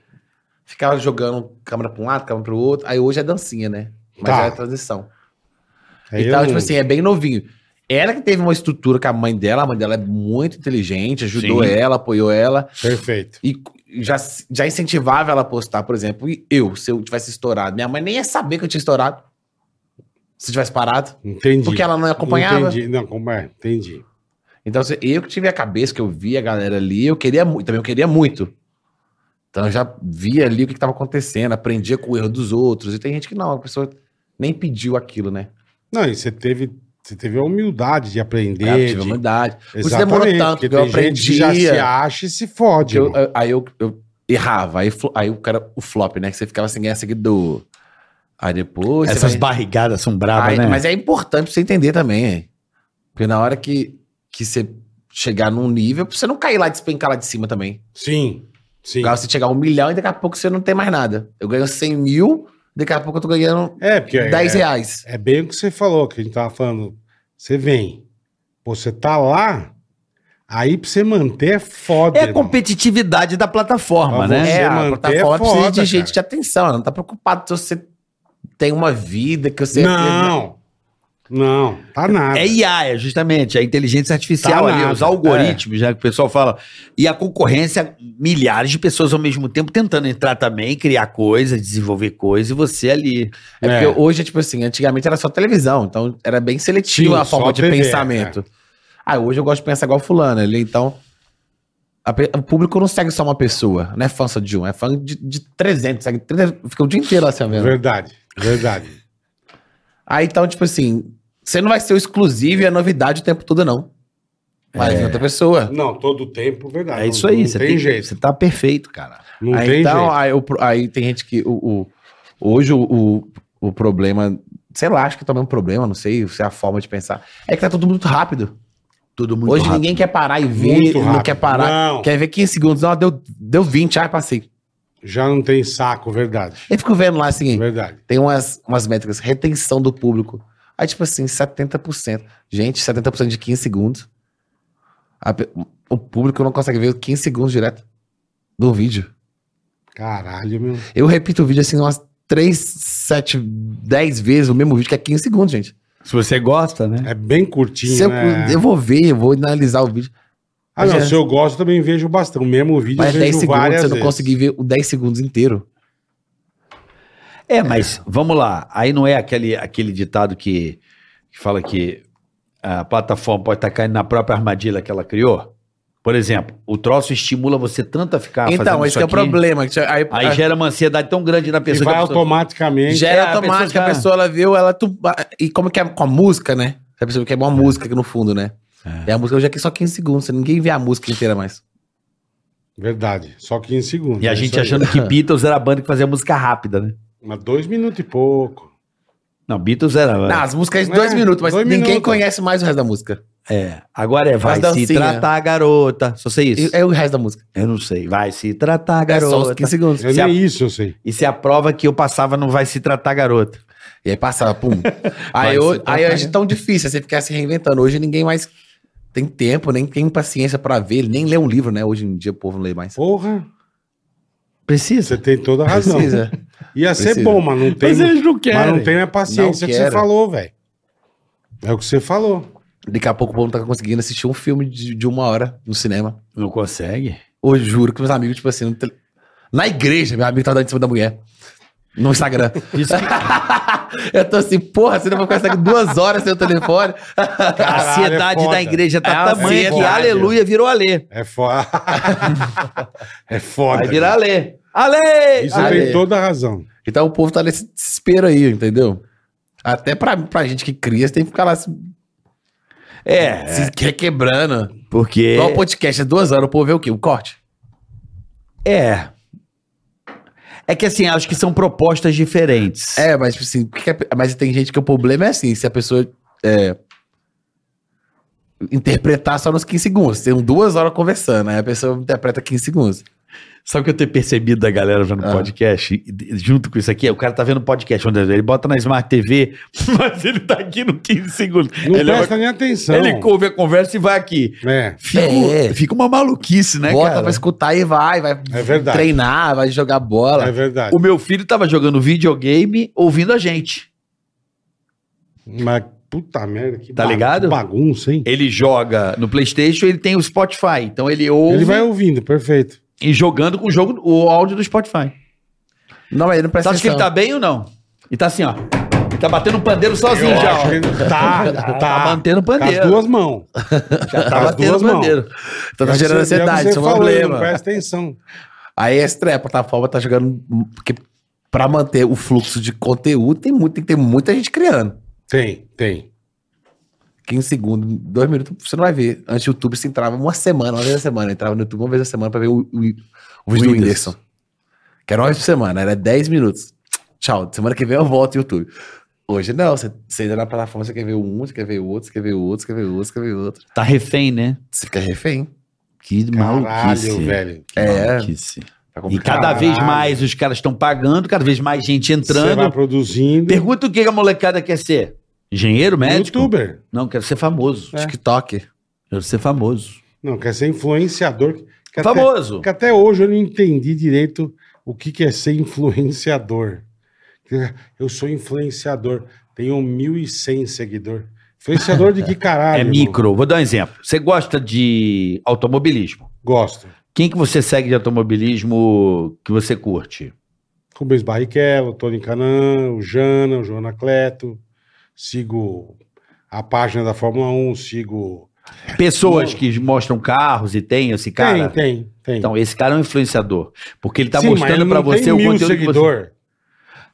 Speaker 5: Ficava jogando câmera pra um lado, câmera pro outro. Aí hoje é dancinha, né? Mas
Speaker 2: Tá.
Speaker 5: era transição.
Speaker 2: Aí
Speaker 5: então,
Speaker 2: eu
Speaker 5: tipo
Speaker 2: não-
Speaker 5: assim, é bem novinho. Ela que teve uma estrutura com a mãe dela, a mãe dela é muito inteligente, ajudou
Speaker 3: Sim.
Speaker 5: ela, apoiou ela
Speaker 2: Perfeito.
Speaker 5: e já, já incentivava ela a postar, por exemplo. E eu, se eu tivesse estourado, minha mãe nem ia saber que eu tinha estourado. Se eu tivesse parado.
Speaker 2: Entendi.
Speaker 5: Porque ela não acompanhava.
Speaker 2: Entendi. Não, como é? Entendi.
Speaker 5: Então, se- eu que tive a cabeça, que eu via a galera ali, eu queria muito, também eu queria muito. Então, eu já via ali o que estava acontecendo, aprendia com o erro dos outros. E tem gente que não, a pessoa nem pediu aquilo, né?
Speaker 2: Não, e você teve, você teve a humildade de aprender.
Speaker 5: Eu
Speaker 2: de-
Speaker 5: tive humildade. Isso demorou
Speaker 2: Exatamente,
Speaker 5: tanto,
Speaker 2: porque
Speaker 5: porque eu
Speaker 2: tem gente que já
Speaker 5: aprendia.
Speaker 2: se acha e se fode.
Speaker 5: Que eu-
Speaker 2: irmão.
Speaker 5: eu- aí eu, eu errava. Aí, flo- aí o cara, o flop, né? Que você ficava sem ganhar seguidor. Aí depois. você
Speaker 3: Essas
Speaker 5: vai-
Speaker 3: barrigadas são bravas,
Speaker 5: aí-
Speaker 3: né?
Speaker 5: né? Mas é importante pra você entender também. hein? Porque na hora que, que você chegar num nível, pra você não cair lá e despencar lá de cima também.
Speaker 2: Sim, sim.
Speaker 5: Pra você chegar a um milhão e daqui a pouco você não tem mais nada. Eu ganho 100 mil, daqui a pouco eu tô ganhando
Speaker 2: É, porque é,
Speaker 5: 10 reais.
Speaker 2: é bem o que você falou, que a gente tava falando. Você vem, pô, você tá lá, aí pra você manter é foda.
Speaker 3: É a
Speaker 2: irmão.
Speaker 3: competitividade da plataforma,
Speaker 2: Ah,
Speaker 3: né?
Speaker 2: você
Speaker 5: É, a
Speaker 2: manter
Speaker 5: plataforma
Speaker 2: é
Speaker 5: precisa
Speaker 2: foda,
Speaker 5: de gente
Speaker 2: cara.
Speaker 5: de atenção. Ela não tá preocupado se você tem uma vida, que você... né?
Speaker 2: Não, não, tá nada.
Speaker 3: É IA, é justamente, a inteligência artificial
Speaker 2: Tá
Speaker 3: ali,
Speaker 2: nada,
Speaker 3: os algoritmos, né, que o pessoal fala. E a concorrência, milhares de pessoas ao mesmo tempo tentando entrar também, criar coisa, desenvolver coisa, e você ali.
Speaker 5: É
Speaker 2: É.
Speaker 5: porque hoje é tipo assim, antigamente era só televisão, então era bem seletiva
Speaker 2: Sim,
Speaker 5: a forma
Speaker 2: só é.
Speaker 5: de
Speaker 2: TV,
Speaker 5: pensamento. Ah, hoje eu gosto de pensar igual fulano, ele então... a pe- o público não segue só uma pessoa, não é fã só de um, é fã de, de 300, segue 300, fica o dia inteiro assim, vendo.
Speaker 2: Verdade, verdade.
Speaker 5: Aí então, tipo assim, você não vai ser o exclusivo e a novidade o tempo todo, não. Vai
Speaker 2: É.
Speaker 5: vir outra pessoa.
Speaker 2: Não, todo tempo, verdade.
Speaker 3: é
Speaker 2: Não-
Speaker 3: isso aí,
Speaker 2: Tá não
Speaker 3: você
Speaker 2: tem
Speaker 3: tem-
Speaker 2: jeito.
Speaker 3: Você tá perfeito, cara.
Speaker 2: Não
Speaker 5: aí,
Speaker 2: tem
Speaker 5: então,
Speaker 2: jeito.
Speaker 5: Aí, o pro- aí tem gente que. O, o- hoje o, o, o problema. Sei lá, acho que também é um problema, não sei se é a forma de pensar. É que tá tudo muito rápido.
Speaker 3: Tudo muito
Speaker 5: hoje
Speaker 3: rápido.
Speaker 5: ninguém quer parar e ver,
Speaker 2: Muito
Speaker 5: não
Speaker 2: rápido.
Speaker 5: quer parar.
Speaker 2: Não,
Speaker 5: Quer ver 15 segundos, não, deu, deu 20, ai, passei.
Speaker 2: já não tem saco, verdade.
Speaker 5: Eu fico vendo lá assim,
Speaker 2: Verdade.
Speaker 5: tem umas, umas métricas, retenção do público. Aí, tipo assim, 70%. Gente, 70% de 15 segundos. A pe- o público não consegue ver 15 segundos direto do vídeo.
Speaker 2: Caralho, meu.
Speaker 5: Eu repito o vídeo assim umas 3, 7, 10 vezes o mesmo vídeo, que é 15 segundos, gente.
Speaker 3: Se você gosta, né?
Speaker 2: É bem curtinho,
Speaker 5: Se eu,
Speaker 2: né?
Speaker 5: eu vou ver, eu vou analisar o vídeo.
Speaker 2: Ah, não,
Speaker 5: Mas é-
Speaker 2: se eu gosto, também vejo bastante. O mesmo vídeo
Speaker 5: Mas
Speaker 2: eu
Speaker 5: é
Speaker 2: vejo
Speaker 5: 10 segundos,
Speaker 2: várias
Speaker 5: você não
Speaker 2: vezes.
Speaker 5: conseguir ver o 10 segundos inteiro.
Speaker 3: É, mas vamos lá. Aí não é aquele, aquele ditado que, que fala que a plataforma pode estar caindo na própria armadilha que ela criou? Por exemplo, o troço estimula você tanto a
Speaker 2: Ah,
Speaker 3: ficar
Speaker 5: então,
Speaker 3: fazendo
Speaker 5: esse
Speaker 3: isso
Speaker 5: que é o
Speaker 3: aqui,
Speaker 5: problema. que Aí,
Speaker 3: Aí gera uma ansiedade tão grande na
Speaker 2: E
Speaker 3: pessoa.
Speaker 2: vai
Speaker 3: que a pessoa-
Speaker 2: automaticamente.
Speaker 5: Já
Speaker 3: É, a
Speaker 5: era Então, automático,
Speaker 3: pessoa
Speaker 5: a
Speaker 3: já-
Speaker 5: pessoa, ela viu, ela... Tu... E como que é com a música, né? Você percebeu que é uma música aqui no fundo, né? É. a música, hoje aqui é só 15 segundos, ninguém vê a música inteira mais.
Speaker 2: Verdade. Só 15 segundos.
Speaker 3: E a
Speaker 2: é
Speaker 3: gente
Speaker 2: isso aí.
Speaker 3: achando que Beatles era a banda que fazia música rápida, né?
Speaker 2: Mas dois minutos e pouco.
Speaker 3: Não, Beatles era.
Speaker 5: Não, as músicas de
Speaker 2: É,
Speaker 5: dois minutos, mas
Speaker 2: dois
Speaker 5: ninguém
Speaker 2: minutos.
Speaker 5: conhece mais o resto da música.
Speaker 3: É. Agora é vai
Speaker 5: As
Speaker 3: se
Speaker 5: dancinha.
Speaker 3: tratar, garota. Só sei
Speaker 5: E-
Speaker 3: isso.
Speaker 5: É o resto da música.
Speaker 3: Eu não sei. Vai se tratar,
Speaker 5: É só os
Speaker 3: garota.
Speaker 5: 15 segundos.
Speaker 2: Eu
Speaker 3: Se
Speaker 2: nem
Speaker 3: a-
Speaker 2: isso eu sei.
Speaker 3: Isso é a prova que eu passava no vai se tratar, garota.
Speaker 5: E aí passava, pum.
Speaker 3: Vai
Speaker 5: aí eu,
Speaker 3: se tocar,
Speaker 5: aí
Speaker 3: né?
Speaker 5: é tão difícil você ficar se reinventando. Hoje ninguém mais tem tempo, nem tem paciência pra ver, nem lê um livro, né? Hoje em dia o povo não lê mais.
Speaker 2: Porra,
Speaker 3: Precisa.
Speaker 2: você tem toda a razão.
Speaker 5: Precisa.
Speaker 2: Ia ser
Speaker 5: Precisa.
Speaker 2: bom, mas não tem. um-
Speaker 3: não
Speaker 2: Mas não tem a paciência
Speaker 5: Não
Speaker 2: que você
Speaker 5: quero.
Speaker 2: falou, velho. É o que você falou.
Speaker 5: Daqui a pouco o povo não tá conseguindo assistir um filme de- de uma hora no cinema.
Speaker 3: Não consegue?
Speaker 5: Eu juro que meus amigos, tipo assim, no tele- na igreja, meu amigo tava dando em cima da mulher. No Instagram.
Speaker 3: Isso que-
Speaker 5: eu tô assim, porra, você não vai ficar aqui duas horas sem o telefone.
Speaker 3: a
Speaker 2: Caralho,
Speaker 3: ansiedade
Speaker 2: é foda.
Speaker 3: da igreja tá
Speaker 5: É a
Speaker 3: tamanha que
Speaker 2: ansiedade.
Speaker 3: aleluia virou Alê.
Speaker 2: É foda. é foda. né?
Speaker 3: Vai virar Alê. Alê!
Speaker 2: Isso
Speaker 5: Ah,
Speaker 2: tem
Speaker 5: é.
Speaker 2: toda a razão.
Speaker 5: Então o povo tá nesse desespero aí, entendeu? Até pra, pra gente que cria, você tem que ficar lá se,
Speaker 3: É,
Speaker 5: se requebrando.
Speaker 3: porque.
Speaker 5: Igual o podcast é duas horas, o povo vê o quê? O corte.
Speaker 3: É. É que assim, acho que são propostas diferentes.
Speaker 5: É, mas tipo assim, o que que é- mas tem gente que o problema é assim, se a pessoa é, interpretar só nos 15 segundos. Tem um duas horas conversando, aí a pessoa interpreta 15 segundos.
Speaker 3: Sabe o que eu tenho percebido da galera vendo
Speaker 5: Ah.
Speaker 3: podcast? E de- Junto com isso aqui, o cara tá vendo podcast, onde ele bota na Smart TV, mas ele tá aqui no 15 segundos.
Speaker 2: Não
Speaker 3: ele, é
Speaker 2: presta nem atenção.
Speaker 3: ele ouve a conversa e vai aqui.
Speaker 2: É.
Speaker 3: Fica, um-
Speaker 5: É.
Speaker 3: fica uma maluquice, né,
Speaker 5: Bota
Speaker 3: cara?
Speaker 5: pra escutar e vai, vai
Speaker 2: É verdade.
Speaker 5: treinar, vai jogar bola.
Speaker 2: É verdade.
Speaker 3: O meu filho tava jogando videogame ouvindo a gente.
Speaker 2: Mas puta merda, que
Speaker 3: Tá
Speaker 2: ba-
Speaker 3: ligado?
Speaker 2: que bagunça, hein?
Speaker 3: Ele joga no PlayStation, ele tem o Spotify. Então ele ouve
Speaker 2: Ele vai ouvindo, perfeito.
Speaker 3: e jogando com o jogo, o áudio do Spotify.
Speaker 5: Não, mas ele não
Speaker 3: Você
Speaker 5: presta
Speaker 3: acha que ele
Speaker 5: atenção.
Speaker 3: tá bem ou não? E tá assim, ó. Ele tá batendo um pandeiro sozinho
Speaker 2: Eu
Speaker 3: já,
Speaker 2: acho
Speaker 3: ó.
Speaker 2: que ele Tá,
Speaker 3: Tá
Speaker 2: tá.
Speaker 3: mantendo o
Speaker 2: Com as
Speaker 3: pandeiro.
Speaker 2: duas mãos.
Speaker 3: já
Speaker 2: com
Speaker 3: tá
Speaker 2: as
Speaker 3: batendo
Speaker 2: duas
Speaker 3: o pandeiro.
Speaker 5: Então tá
Speaker 2: Já que
Speaker 5: gerando
Speaker 2: você- já que
Speaker 5: ansiedade,
Speaker 2: você
Speaker 5: isso é um
Speaker 2: falou, ele
Speaker 5: problema.
Speaker 2: Não presta atenção.
Speaker 5: Aí é estranho, a plataforma tá jogando. Porque pra manter o fluxo de conteúdo, tem, muito, tem que ter muita gente criando.
Speaker 2: Tem, tem.
Speaker 5: 15 segundos, 2 minutos, você não vai ver. Antes o YouTube se entrava uma semana, uma vez a semana. Eu Entrava no YouTube uma vez a semana pra ver o, o, o vídeo do
Speaker 3: Whindersson.
Speaker 5: Whindersson. Que era uma vez por semana, era 10 minutos. Tchau, semana que vem eu volto YouTube. Hoje não, você, você entra na plataforma, você quer ver um, você quer ver outro, você quer ver outro, você quer ver outro, você quer ver outro.
Speaker 3: Tá refém, né?
Speaker 5: Você fica refém.
Speaker 3: Que
Speaker 2: Caralho,
Speaker 3: maluquice.
Speaker 2: velho.
Speaker 3: Que
Speaker 5: É.
Speaker 3: maluquice.
Speaker 5: Tá
Speaker 3: E
Speaker 5: complicado.
Speaker 3: cada vez
Speaker 2: Caralho.
Speaker 3: mais os caras estão pagando, cada vez mais gente
Speaker 2: Você vai
Speaker 3: entrando.
Speaker 2: produzindo.
Speaker 3: Pergunta o que a molecada quer ser. Engenheiro, médico?
Speaker 2: Youtuber.
Speaker 3: Não, quero ser
Speaker 2: É.
Speaker 3: famoso.
Speaker 5: TikTok.
Speaker 3: Quero ser famoso.
Speaker 2: Não, quer ser influenciador. Que até-
Speaker 3: famoso. É
Speaker 2: que até hoje eu não entendi direito o que, que é ser influenciador. Eu sou influenciador. Tenho 1.100 seguidor. Influenciador de que caralho?
Speaker 3: É
Speaker 2: irmão?
Speaker 3: micro. Vou dar um exemplo. Você gosta de automobilismo.
Speaker 2: Gosto.
Speaker 3: Quem que você segue de automobilismo que você curte?
Speaker 2: Rubens Barrichello, Tony Canan, o Jana, o Joana Cleto. Sigo a página da Fórmula 1, sigo.
Speaker 3: Pessoas que mostram carros e tem esse cara.
Speaker 2: tem, tem, tem.
Speaker 3: Então, esse cara é um influenciador. Porque ele tá
Speaker 2: Sim, mas
Speaker 3: mostrando
Speaker 2: não
Speaker 3: pra você
Speaker 2: tem
Speaker 3: o
Speaker 2: mil
Speaker 3: conteúdo que você...
Speaker 2: seguidor.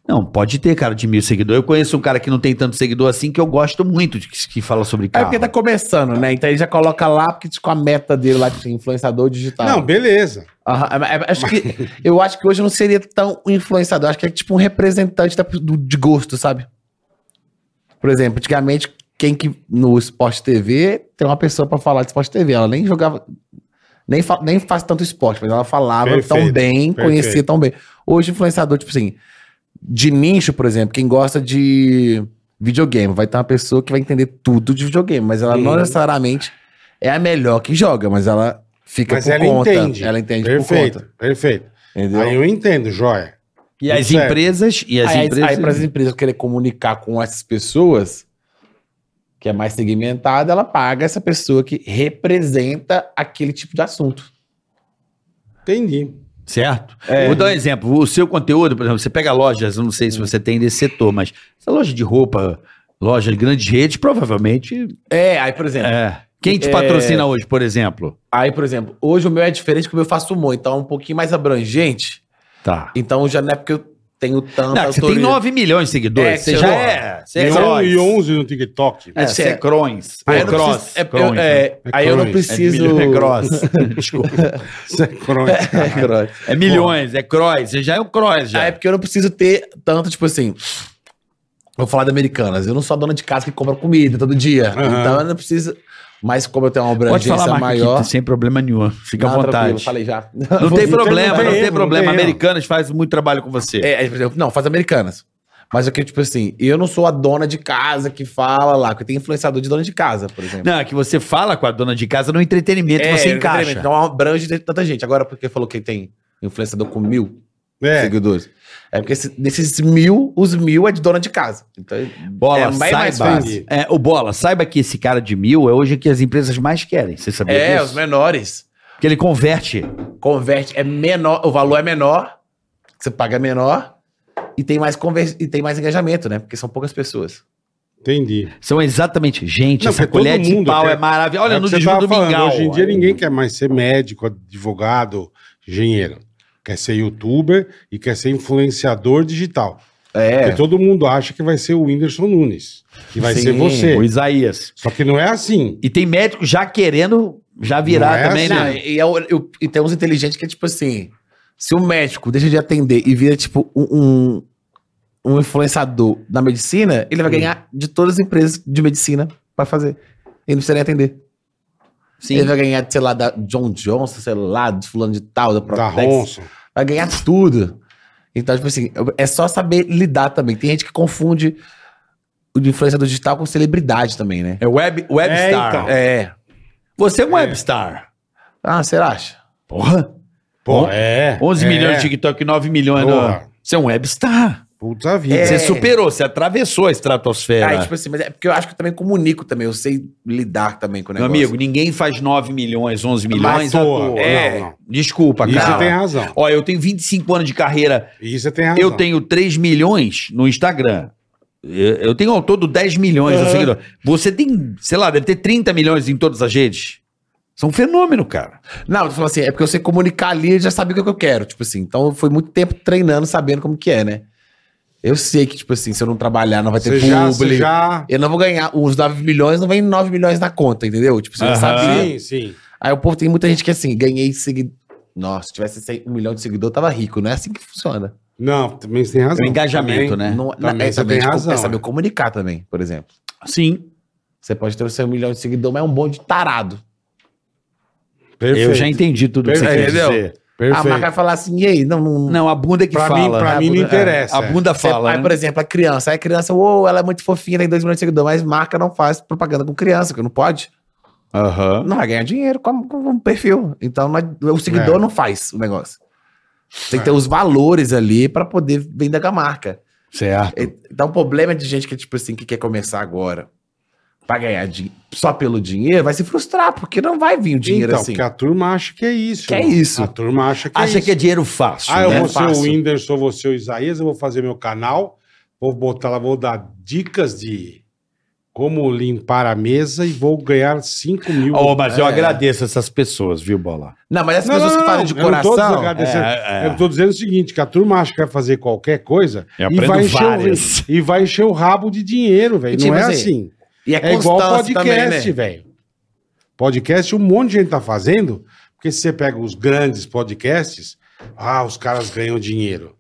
Speaker 3: Não, pode ter cara de mil seguidor. Eu conheço um cara que não tem tanto seguidor assim que eu gosto muito de que, que fala sobre
Speaker 5: É
Speaker 3: carro.
Speaker 5: porque tá começando, né? Então ele já coloca lá, porque tipo, a meta dele lá, tipo, influenciador digital.
Speaker 2: Não, beleza.
Speaker 5: Aham, é- é- acho que, eu acho que hoje não seria tão influenciador. Acho que é tipo um representante da- do- de gosto, sabe? Por exemplo, antigamente, quem que no Esporte TV tem uma pessoa pra falar de Esporte TV. Ela nem jogava, nem, fa- nem faz tanto esporte, mas ela falava tão
Speaker 2: Perfeito,
Speaker 5: bem, conhecia
Speaker 2: perfeito.
Speaker 5: tão bem. Hoje, influenciador, tipo assim, de nicho, por exemplo, quem gosta de videogame, vai ter uma pessoa que vai entender tudo de videogame, mas ela não
Speaker 2: Uhum.
Speaker 5: necessariamente é a melhor que joga, mas ela fica
Speaker 2: Mas
Speaker 5: por
Speaker 2: ela
Speaker 5: conta.
Speaker 2: entende.
Speaker 5: Ela entende por
Speaker 2: Perfeito,
Speaker 5: conta.
Speaker 2: perfeito.
Speaker 5: Entendeu?
Speaker 2: Aí
Speaker 5: Aí,
Speaker 2: eu entendo, joia.
Speaker 3: E as
Speaker 2: Certo.
Speaker 3: empresas... E as
Speaker 5: aí,
Speaker 3: empresas...
Speaker 5: para as empresas querer comunicar com essas pessoas, que é mais segmentada, ela paga essa pessoa que representa aquele tipo de assunto.
Speaker 2: Entendi.
Speaker 3: Certo?
Speaker 5: É.
Speaker 3: Vou dar um exemplo. O seu conteúdo, por exemplo, você pega lojas, eu não sei se você tem desse setor, mas essa loja de roupa, loja de grandes redes, provavelmente.
Speaker 5: É, aí, por exemplo,
Speaker 3: É. Quem te
Speaker 5: É.
Speaker 3: patrocina hoje, por exemplo?
Speaker 5: aí, por exemplo, hoje o meu é diferente porque eu faço humor, então é um pouquinho mais abrangente.
Speaker 3: Tá.
Speaker 5: Então já não é porque eu tenho tanta
Speaker 3: Não, é você tem
Speaker 5: autoridade.
Speaker 3: 9 milhões de seguidores.
Speaker 5: É,
Speaker 3: você
Speaker 5: que
Speaker 3: já
Speaker 5: você-
Speaker 3: é. Você
Speaker 2: E
Speaker 3: é
Speaker 2: um-
Speaker 3: cross.
Speaker 2: e 11 no TikTok.
Speaker 3: É,
Speaker 5: É,
Speaker 3: você
Speaker 5: você
Speaker 3: é
Speaker 5: é-
Speaker 3: cross.
Speaker 5: Aí
Speaker 3: É
Speaker 5: eu não
Speaker 3: cross.
Speaker 5: preciso, é,
Speaker 3: cross,
Speaker 5: eu-
Speaker 3: né?
Speaker 5: é, aí eu não
Speaker 2: cross. É
Speaker 5: preciso.
Speaker 3: milho- É cross. Desculpa.
Speaker 2: Isso é crônica.
Speaker 5: É cross.
Speaker 3: É milhões, é cross. Você já é o cross, já.
Speaker 5: Ah, é porque eu não preciso ter tanto, tipo assim. Vou falar da Americanas. Eu não sou a dona de casa que compra comida todo dia.
Speaker 2: Aham.
Speaker 5: Então eu não preciso. Mas como eu tenho uma
Speaker 3: Pode falar,
Speaker 5: abrangência
Speaker 3: Marco,
Speaker 5: maior.
Speaker 3: aqui, sem problema nenhum. Fica à
Speaker 5: Não,
Speaker 3: vontade.
Speaker 5: tranquilo, Falei já.
Speaker 3: Não tem
Speaker 2: Não tem-
Speaker 3: problema, não
Speaker 2: não tem
Speaker 3: tem
Speaker 2: erro, não
Speaker 3: problema.
Speaker 2: tem erro.
Speaker 3: Americanas faz muito trabalho com você.
Speaker 5: É, é, por exemplo, não, faz Americanas. Mas o que, tipo assim, eu não sou a dona de casa que fala lá, que tem influenciador de dona de casa, por exemplo.
Speaker 3: Não, é que você fala com a dona de casa no entretenimento,
Speaker 5: É,
Speaker 3: você
Speaker 5: exatamente,
Speaker 3: encaixa.
Speaker 5: Não abrange de tanta gente. Agora, porque falou que tem influenciador com mil
Speaker 2: É,
Speaker 5: seguidores. É porque esse- desses mil, os mil é de dona de casa. Então,
Speaker 3: Bola,
Speaker 5: é bem
Speaker 3: saiba.
Speaker 5: mais fácil.
Speaker 3: É, o Bola, saiba que esse cara de mil é hoje que as empresas mais querem. Você sabia
Speaker 5: é, os
Speaker 3: disso?
Speaker 5: menores.
Speaker 3: Porque ele converte.
Speaker 5: converte é menor, o valor é menor, você paga menor e tem mais conver- e tem mais engajamento, né? Porque são poucas pessoas.
Speaker 2: entendi.
Speaker 3: São exatamente. Gente,
Speaker 2: Não,
Speaker 3: essa
Speaker 2: porque todo
Speaker 3: colher de
Speaker 2: mundo
Speaker 3: pau
Speaker 2: quer-
Speaker 3: é maravilhosa. Olha,
Speaker 2: É o
Speaker 3: no
Speaker 2: que você
Speaker 3: desvio
Speaker 2: tava
Speaker 3: do
Speaker 2: falando,
Speaker 3: mingau.
Speaker 2: Hoje em dia ninguém quer mais ser médico, advogado, engenheiro. Quer ser youtuber e quer ser influenciador digital.
Speaker 5: É.
Speaker 2: Porque todo mundo acha que vai ser o Whindersson Nunes. Que vai
Speaker 5: Sim,
Speaker 2: ser você.
Speaker 3: O Isaías.
Speaker 2: Só que não é assim.
Speaker 3: E tem médico já querendo já virar
Speaker 2: Não é
Speaker 3: também,
Speaker 5: Não,
Speaker 3: né?
Speaker 5: e, é o- eu- e tem uns inteligentes que é tipo assim: se o médico deixa de atender e vira tipo um, um, um influenciador da medicina, ele vai ganhar de todas as empresas de medicina pra fazer. Ele não precisa nem atender. Ele vai ganhar, sei lá, da John Johnson, sei lá, do fulano de tal, da
Speaker 2: Da
Speaker 5: Protex.
Speaker 2: Ronson.
Speaker 5: vai ganhar tudo. Então, tipo assim, é só saber lidar também. Tem gente que confunde o de influenciador digital com celebridade também, né?
Speaker 3: É web, webstar.
Speaker 2: então.
Speaker 5: É.
Speaker 3: Você é um webstar.
Speaker 5: Ah, você acha?
Speaker 3: Porra.
Speaker 2: Pô,
Speaker 3: Bom,
Speaker 2: é.
Speaker 3: 11
Speaker 2: é.
Speaker 3: milhões de TikTok, 9 milhões. no-
Speaker 2: Porra.
Speaker 3: Você é um webstar.
Speaker 2: Puta vida.
Speaker 5: É.
Speaker 3: Você superou, você atravessou a estratosfera.
Speaker 5: Ah, tipo assim, mas é porque eu acho que eu também comunico também. Eu sei lidar também com o
Speaker 3: Meu
Speaker 5: negócio.
Speaker 3: amigo, ninguém faz 9 milhões, 11 milhões.
Speaker 2: um à toa.
Speaker 3: É,
Speaker 2: Não, não.
Speaker 3: desculpa,
Speaker 2: E
Speaker 3: cara.
Speaker 2: você tem razão.
Speaker 3: Ó, eu tenho 25 anos de carreira,
Speaker 2: E você tem razão.
Speaker 3: eu tenho 3 milhões no Instagram. Eu eu tenho ao todo 10 milhões de
Speaker 2: Aham.
Speaker 3: seguidores. Você tem, sei lá, deve ter 30 milhões em todas as redes. Isso é um fenômeno, cara.
Speaker 5: Não, eu tô falando assim, é porque eu sei comunicar ali e já sabia o que eu quero. Tipo assim, então foi muito tempo treinando, sabendo como que é, né? Eu sei que, tipo assim, se eu não trabalhar, não vai ter
Speaker 2: Você já,
Speaker 5: publi.
Speaker 2: você já...
Speaker 5: Eu não vou ganhar os 9 milhões, não vem 9 milhões na conta, entendeu? Tipo, você já
Speaker 3: Aham.
Speaker 2: Sim,
Speaker 5: sabia.
Speaker 2: sim.
Speaker 5: Aí o povo tem muita gente que assim, ganhei seguidor. Nossa, se tivesse cem- um milhão de seguidor, eu tava rico. Não é assim que funciona.
Speaker 2: Não, também você tem razão.
Speaker 3: É um engajamento, né?
Speaker 5: Não,
Speaker 2: Também
Speaker 5: na- é,
Speaker 2: você
Speaker 5: também,
Speaker 2: tem
Speaker 5: tipo,
Speaker 2: razão,
Speaker 5: é saber
Speaker 2: é.
Speaker 5: comunicar também, por exemplo.
Speaker 3: Sim.
Speaker 5: Você pode ter o seu milhão de seguidor, mas é um bom de tarado.
Speaker 2: Perfeito.
Speaker 3: Eu já entendi tudo que você
Speaker 2: Perfeito.
Speaker 3: quer dizer.
Speaker 5: A marca
Speaker 2: Perfeito.
Speaker 5: vai falar assim, e aí? Não, não. né? É.
Speaker 3: Não, a bunda é que
Speaker 2: Pra
Speaker 3: fala.
Speaker 2: mim- pra
Speaker 3: A
Speaker 2: mim não
Speaker 3: bunda-
Speaker 2: interessa.
Speaker 3: A bunda
Speaker 5: Você-
Speaker 3: fala.
Speaker 5: aí,
Speaker 3: né?
Speaker 5: por exemplo, a criança. Aí a criança, uou, ela é muito fofinha, tem 2 milhões de seguidor, mas marca não faz propaganda com criança, porque não pode.
Speaker 3: Aham.
Speaker 5: Não vai ganhar dinheiro com, com um perfil. Então não ad- o seguidor
Speaker 2: É.
Speaker 5: não faz o negócio. Tem que ter os valores ali pra poder vender com a marca.
Speaker 3: Certo.
Speaker 5: É, Dá um problema de gente que, tipo assim, que quer começar agora pra ganhar dinheiro só pelo dinheiro, vai se frustrar, porque não vai vir o dinheiro
Speaker 2: então,
Speaker 5: assim.
Speaker 2: porque a turma acha que é isso.
Speaker 5: Que é
Speaker 2: mano.
Speaker 5: isso.
Speaker 2: A turma acha que é
Speaker 3: Acha
Speaker 2: isso.
Speaker 3: que é dinheiro fácil.
Speaker 2: Ah, eu
Speaker 3: né?
Speaker 5: é
Speaker 2: vou ser
Speaker 5: fácil.
Speaker 2: o Whindersson, vou ser o Isaías, eu vou fazer meu canal, vou botar lá, vou dar dicas de como limpar a mesa e vou ganhar 5 mil.
Speaker 3: Ô, mas eu
Speaker 5: É.
Speaker 3: agradeço essas pessoas, viu, Bola?
Speaker 5: Não, mas as
Speaker 2: Não,
Speaker 5: pessoas
Speaker 2: não,
Speaker 5: que falam
Speaker 2: não,
Speaker 5: de
Speaker 2: eu não tô
Speaker 5: coração.
Speaker 2: desagradecendo.
Speaker 3: É, é.
Speaker 2: Eu tô dizendo o seguinte, que a turma acha que vai fazer qualquer coisa
Speaker 3: Eu
Speaker 2: e,
Speaker 3: aprendo
Speaker 2: vai encher
Speaker 3: várias.
Speaker 2: o, e vai encher o rabo de dinheiro, velho.
Speaker 5: E
Speaker 2: Não
Speaker 5: tipo
Speaker 2: é
Speaker 5: assim,
Speaker 2: assim.
Speaker 5: e
Speaker 2: É igual
Speaker 5: constância
Speaker 2: podcast,
Speaker 5: também, né?
Speaker 2: velho. Podcast, um monte de gente tá fazendo, porque se você pega os grandes podcasts, ah, os caras ganham dinheiro.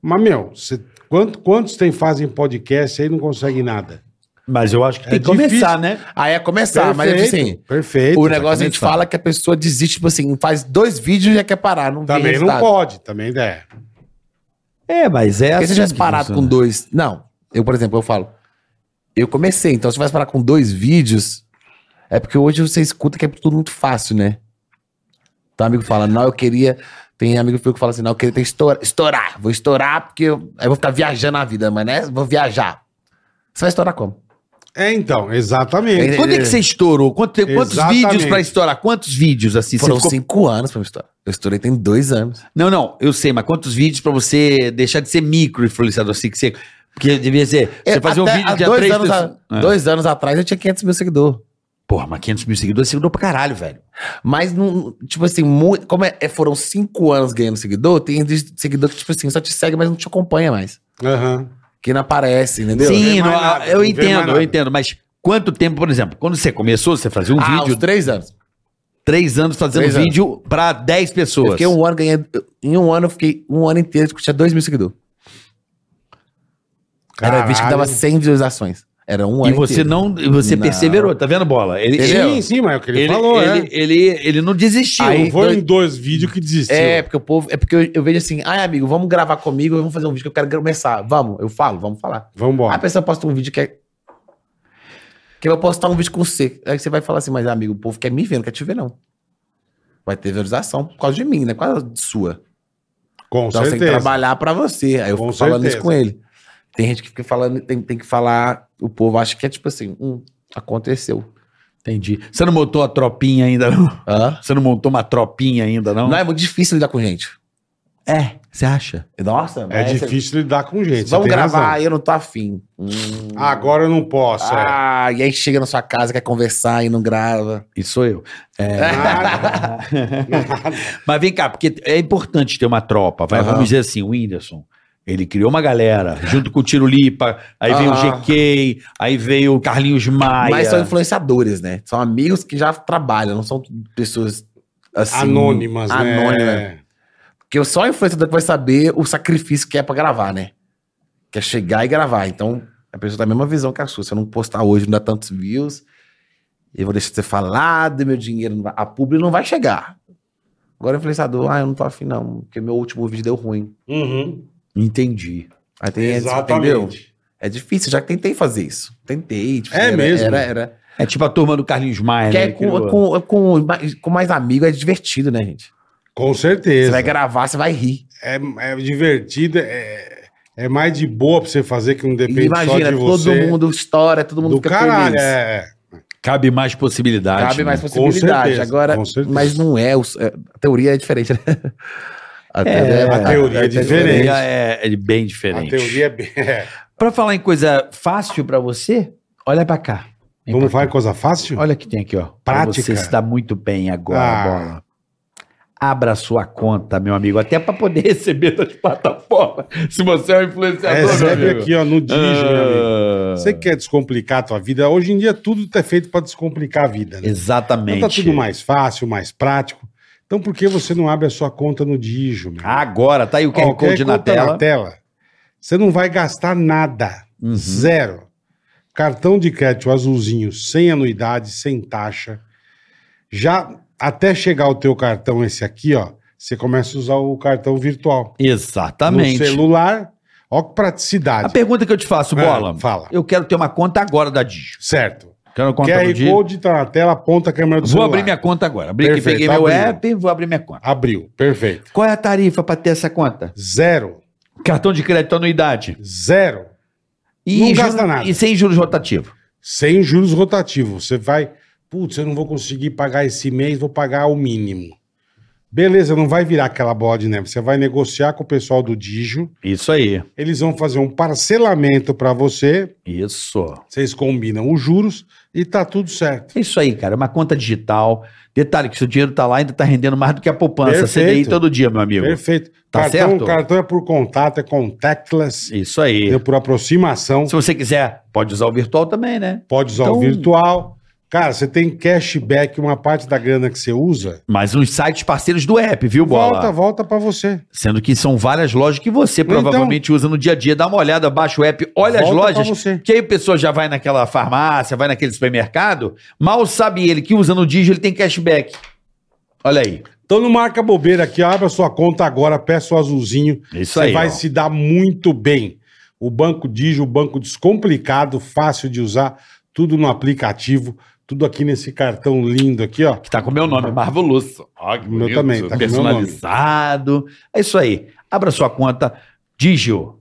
Speaker 2: Mas, meu, você- quanto- quantos tem fazem podcast aí e não consegue nada?
Speaker 3: Mas eu acho que
Speaker 2: É
Speaker 3: tem que começar,
Speaker 2: difícil.
Speaker 3: né?
Speaker 5: Aí é começar, mas assim,
Speaker 2: perfeito.
Speaker 5: o negócio a gente
Speaker 3: começar.
Speaker 5: fala que a pessoa desiste, tipo assim, faz dois vídeos e já quer parar. Não vê
Speaker 2: Também não
Speaker 5: resultado.
Speaker 2: pode, também é.
Speaker 3: É, mas é
Speaker 5: Porque se você tivesse
Speaker 3: que
Speaker 5: parado com
Speaker 3: funciona.
Speaker 5: dois. Não, eu, por exemplo, eu falo. Eu comecei, então se tivesse parar com dois vídeos, é porque hoje você escuta que é tudo muito fácil, né? Então, amigo fala, não, eu queria. Tem amigo meu que fala assim, não, eu queria ter estourar, estourar. Vou estourar porque eu, aí eu vou ficar viajando na vida, mas né? Vou viajar. Você vai estourar como?
Speaker 2: É, então, exatamente.
Speaker 3: Quando é que você estourou? Quanto- quantos
Speaker 2: Exatamente.
Speaker 3: vídeos pra estourar? Quantos vídeos, assim? você
Speaker 5: Foram
Speaker 3: ficou-
Speaker 5: cinco anos pra eu estourar. Eu estourei tem dois anos.
Speaker 3: Não, não, eu sei, mas quantos vídeos pra você deixar de ser micro-influenciador, assim, que você... Porque devia ser... Você
Speaker 5: Eu-
Speaker 3: fazer um
Speaker 5: até
Speaker 3: vídeo
Speaker 5: há
Speaker 3: de
Speaker 5: dois,
Speaker 3: três...
Speaker 5: anos,
Speaker 3: pessoas-
Speaker 5: a-
Speaker 3: É.
Speaker 5: dois anos atrás eu tinha 500 mil seguidores.
Speaker 3: Porra, mas 500 mil seguidores, seguidor pra caralho, velho.
Speaker 5: Mas, não, tipo assim, mu- como é, é- foram cinco anos ganhando seguidor, tem de- seguidor que, tipo assim, só te segue, mas não te acompanha mais.
Speaker 2: Aham.
Speaker 5: Que não aparece, entendeu?
Speaker 2: não
Speaker 3: Sim,
Speaker 2: vê mais
Speaker 3: não,
Speaker 2: nada,
Speaker 3: eu
Speaker 2: não vê mais
Speaker 3: entendo,
Speaker 2: nada.
Speaker 3: eu entendo, mas... Quanto tempo, por exemplo, quando você começou, você fazia um
Speaker 5: ah,
Speaker 3: vídeo,
Speaker 5: uns três anos.
Speaker 3: três anos fazendo
Speaker 5: Três anos.
Speaker 3: vídeo pra 10
Speaker 5: Eu
Speaker 3: pessoas.
Speaker 5: fiquei um ano ganhando. eu- Em um ano, eu fiquei um ano inteiro que tinha dois mil seguidores. Era vídeo que
Speaker 2: Caralho.
Speaker 5: dava 100 visualizações. Era um ano.
Speaker 3: E você
Speaker 5: inteiro.
Speaker 3: não, e você
Speaker 5: Não.
Speaker 3: perseverou, tá vendo bola? Ele,
Speaker 5: Entendeu?
Speaker 3: ele,
Speaker 2: Sim, sim, mas é o que ele,
Speaker 3: ele,
Speaker 2: falou,
Speaker 3: ele,
Speaker 2: é.
Speaker 3: ele- ele não desistiu.
Speaker 5: Aí-
Speaker 2: Não foi
Speaker 5: dois-
Speaker 2: em dois vídeos que desistiu.
Speaker 5: É, porque o povo. É porque eu, eu vejo assim, ai, amigo, vamos gravar comigo, vamos fazer um vídeo que eu quero começar. Vamos, eu falo, vamos falar. Aí a
Speaker 2: Vambora.
Speaker 5: pessoa posta um vídeo que é. Que eu vou postar um vídeo com você. Aí você vai falar assim, mas amigo, o povo quer me ver, não quer te ver, não. Vai ter visualização por causa de mim, né? Por causa sua.
Speaker 2: Com
Speaker 5: então você tem que
Speaker 2: certeza.
Speaker 5: trabalhar pra você. Aí eu
Speaker 2: Com
Speaker 5: fico falando
Speaker 2: certeza.
Speaker 5: isso com ele. Tem gente que fica falando, tem, tem que falar, o povo acha que é tipo assim, hum, aconteceu.
Speaker 3: Entendi. Você não montou a tropinha ainda, não?
Speaker 5: Hã? é
Speaker 3: Você não montou uma tropinha ainda, não?
Speaker 5: Não é muito difícil lidar com gente.
Speaker 3: É, você acha?
Speaker 5: Nossa,
Speaker 2: É
Speaker 5: mas
Speaker 2: difícil lidar com
Speaker 5: Você...
Speaker 2: gente.
Speaker 5: né? Vamos
Speaker 2: você tem
Speaker 5: gravar,
Speaker 2: razão.
Speaker 5: eu não tô afim. Hum.
Speaker 2: Ah, Agora eu não posso. é.
Speaker 5: Ah, e aí chega na sua casa, quer conversar e não grava.
Speaker 3: Isso sou eu.
Speaker 2: É.
Speaker 5: Ah.
Speaker 2: Nada.
Speaker 3: Mas vem cá, porque é importante ter uma tropa. vai,
Speaker 5: Aham.
Speaker 3: Vamos dizer assim, o Whindersson. Ele criou uma galera, junto com o Tiro Lipa, aí veio
Speaker 5: Aham.
Speaker 3: o GK, aí veio o Carlinhos Maia.
Speaker 5: Mas são influenciadores, né? São amigos que já trabalham, não são pessoas assim.
Speaker 2: Anônimas, né?
Speaker 5: Anônimas. Porque só o influenciador que vai saber o sacrifício que é pra gravar, né? Que é chegar e gravar. Então, a pessoa tem a mesma visão que a sua. Se eu não postar hoje, não dá tantos views, eu vou deixar de ser falado, meu dinheiro não vai... A publi não vai chegar. Agora o influenciador, ah, eu não tô afim não, porque meu último vídeo deu ruim.
Speaker 2: Uhum,
Speaker 3: Entendi.
Speaker 5: Aí tem esse, entendeu?
Speaker 2: Exatamente.
Speaker 5: É difícil, já tentei fazer isso. Tentei, tipo,
Speaker 2: É
Speaker 5: era-
Speaker 2: mesmo?
Speaker 5: Era, era.
Speaker 3: É tipo a turma do Carlinhos Maia,
Speaker 5: Que
Speaker 3: né?
Speaker 5: é
Speaker 3: Ele
Speaker 5: com,
Speaker 3: criou-
Speaker 5: com, com, mais- com mais amigo é divertido, né, gente?
Speaker 2: Com
Speaker 5: Você
Speaker 2: certeza.
Speaker 5: vai gravar, você vai rir.
Speaker 2: É, é divertido, é, é mais de boa pra você fazer que não depende
Speaker 5: E imagina,
Speaker 2: só de
Speaker 5: todo
Speaker 2: você.
Speaker 5: mundo estoura, todo mundo
Speaker 2: do caralho, é.
Speaker 3: Cabe mais possibilidades.
Speaker 5: Cabe mais
Speaker 3: né?
Speaker 5: possibilidade.
Speaker 2: certeza,
Speaker 5: Agora,
Speaker 2: com certeza.
Speaker 5: mas não é, o- é, A teoria é diferente, né? A teoria,
Speaker 2: a teoria é
Speaker 3: A
Speaker 2: diferente.
Speaker 3: teoria é, é bem
Speaker 2: A
Speaker 3: diferente.
Speaker 2: teoria é bem... é.
Speaker 3: Pra falar em coisa fácil pra você, olha pra cá. É Vem
Speaker 2: Vamos
Speaker 3: pra
Speaker 2: vai coisa fácil?
Speaker 3: cá. Olha o que tem aqui, ó. Pra
Speaker 2: Prática.
Speaker 3: Você se dá muito bem agora,
Speaker 2: Ah.
Speaker 3: bola. Abra sua conta, meu amigo, até pra poder receber das plataformas. Se você é um influenciador, meu
Speaker 2: Recebe
Speaker 3: amigo.
Speaker 2: aqui, ó, no Digio, meu amigo.
Speaker 3: Ah.
Speaker 2: Você quer descomplicar a tua vida? Hoje em dia tudo é feito pra descomplicar a vida, né?
Speaker 3: Exatamente.
Speaker 2: Então tá tudo mais fácil, mais prático. Então por que você não abre a sua conta no Digio, meu?
Speaker 3: Agora, tá aí o QR
Speaker 2: Ó,
Speaker 3: Code na
Speaker 2: conta
Speaker 3: tela.
Speaker 2: Você não vai gastar nada.
Speaker 3: Uhum.
Speaker 2: Zero. Cartão de crédito azulzinho, sem anuidade, sem taxa. Já até chegar o teu cartão, esse aqui, ó, você começa a usar o cartão virtual.
Speaker 3: Exatamente.
Speaker 2: No celular, ó que
Speaker 3: A
Speaker 2: praticidade.
Speaker 3: pergunta que eu te faço,
Speaker 2: Ah,
Speaker 3: bola.
Speaker 2: fala.
Speaker 3: Eu quero ter uma conta agora da Digio.
Speaker 2: Certo.
Speaker 3: Quero uma conta do
Speaker 2: QR
Speaker 3: Digio.
Speaker 2: Code tá na tela, aponta a câmera do
Speaker 3: Vou
Speaker 2: celular.
Speaker 3: abrir minha conta agora. Abri aqui,
Speaker 2: Perfeito,
Speaker 3: peguei meu
Speaker 2: abriu.
Speaker 3: app, vou abrir minha conta.
Speaker 2: Abriu, perfeito.
Speaker 3: Qual é a tarifa para ter essa conta?
Speaker 2: Zero.
Speaker 3: Cartão de crédito anuidade.
Speaker 2: Zero.
Speaker 3: E
Speaker 2: Não gasta nada.
Speaker 3: E sem juros rotativos.
Speaker 2: Sem juros rotativos. Você vai, putz, eu não vou conseguir pagar esse mês, vou pagar o mínimo. Beleza, não vai virar aquela bola de neve. Você vai negociar com o pessoal do Digio,
Speaker 3: Isso aí.
Speaker 2: eles vão fazer um parcelamento pra você,
Speaker 3: Isso.
Speaker 2: vocês combinam os juros e tá tudo certo.
Speaker 3: É Isso aí, cara. Uma conta digital. Detalhe que seu dinheiro tá lá ainda tá rendendo mais do que a poupança.
Speaker 2: Perfeito.
Speaker 3: CDI todo dia, meu amigo.
Speaker 2: Perfeito.
Speaker 3: Tá
Speaker 2: cartão,
Speaker 3: certo?
Speaker 2: cartão é por contato, é contactless,
Speaker 3: Isso aí.
Speaker 2: é por aproximação.
Speaker 3: Se você quiser, pode usar o virtual também, né?
Speaker 2: Pode usar o
Speaker 3: Então-
Speaker 2: virtual. Cara, você tem cashback, uma parte da grana que você usa,
Speaker 3: Mas nos sites parceiros do app, viu, Bola?
Speaker 2: volta, volta pra você.
Speaker 3: Sendo que são várias lojas que você
Speaker 2: Então-
Speaker 3: provavelmente usa no dia a dia. Dá uma olhada, baixa o app, olha
Speaker 2: volta
Speaker 3: as lojas.
Speaker 2: Pra você.
Speaker 3: Que aí a pessoa já vai naquela farmácia, vai naquele supermercado, mal sabe ele que usando o Digio ele tem cashback. Olha aí.
Speaker 2: Então não marca bobeira aqui, abre a sua conta agora, peça o azulzinho.
Speaker 3: Isso
Speaker 2: Você
Speaker 3: aí.
Speaker 2: vai
Speaker 3: ó.
Speaker 2: se dar muito bem. O Banco Digio, o banco descomplicado, fácil de usar, tudo no aplicativo, tudo aqui nesse cartão lindo aqui, ó.
Speaker 3: Que tá com o meu nome, Marvo Lúcio. Ó, que
Speaker 2: O meu também, tá com o meu
Speaker 3: Personalizado. É isso aí. Abra sua conta, Digio.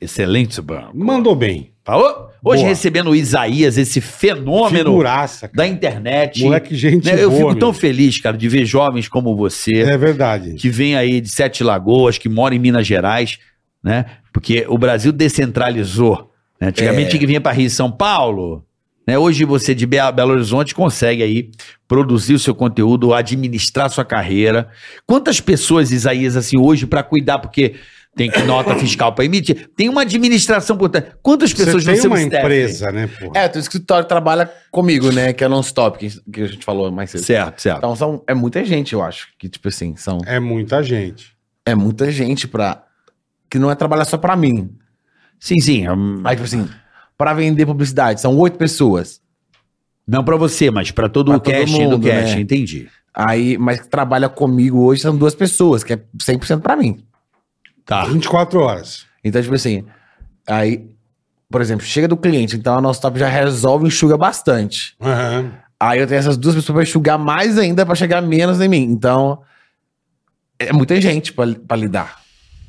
Speaker 3: Excelente banco.
Speaker 2: Mandou bem.
Speaker 3: Falou? Hoje
Speaker 2: Boa.
Speaker 3: recebendo o Isaías, esse fenômeno
Speaker 2: Figuraça, cara.
Speaker 3: da internet.
Speaker 2: Moleque gente
Speaker 3: Né, Eu
Speaker 2: boa,
Speaker 3: fico
Speaker 2: meu.
Speaker 3: tão feliz, cara, de ver jovens como você.
Speaker 2: É verdade.
Speaker 3: que vem aí de Sete Lagoas, que mora em Minas Gerais, né? Porque o Brasil descentralizou. né?
Speaker 5: É.
Speaker 3: Antigamente tinha que vinha para Rio e São Paulo. Né? Hoje você de Be- Belo Horizonte consegue aí produzir o seu conteúdo, administrar sua carreira. Quantas pessoas, Isaías, assim, hoje para cuidar, porque tem que nota fiscal para emitir, tem uma administração por trás. Quantas pessoas
Speaker 2: Você tem
Speaker 3: no
Speaker 2: uma
Speaker 3: staff?
Speaker 2: empresa, né, porra?
Speaker 5: É, o escritório trabalha comigo, né? Que é non-stop, que, que a gente falou mais cedo.
Speaker 3: Certo, certo.
Speaker 5: Então são, é muita gente, eu acho. Que, tipo assim, são.
Speaker 2: É muita gente.
Speaker 5: É muita gente pra. Que não é trabalhar só pra mim.
Speaker 3: Sim, sim. hum,
Speaker 5: Mas, tipo assim, pra vender publicidade, são oito pessoas.
Speaker 3: Não para você, mas para todo
Speaker 5: Pra
Speaker 3: o
Speaker 5: todo
Speaker 3: casting do
Speaker 5: mundo, né?
Speaker 3: casting, entendi.
Speaker 5: Aí, mas que trabalha comigo hoje são duas pessoas, que é 100% pra mim.
Speaker 3: Tá.
Speaker 2: 24 horas.
Speaker 5: Então, tipo assim, aí, por exemplo, chega do cliente, então a nossa top já resolve enxuga bastante.
Speaker 2: Aham.
Speaker 5: Aí eu tenho essas duas pessoas pra enxugar mais ainda, pra chegar menos em mim. Então, é muita gente pra, pra lidar.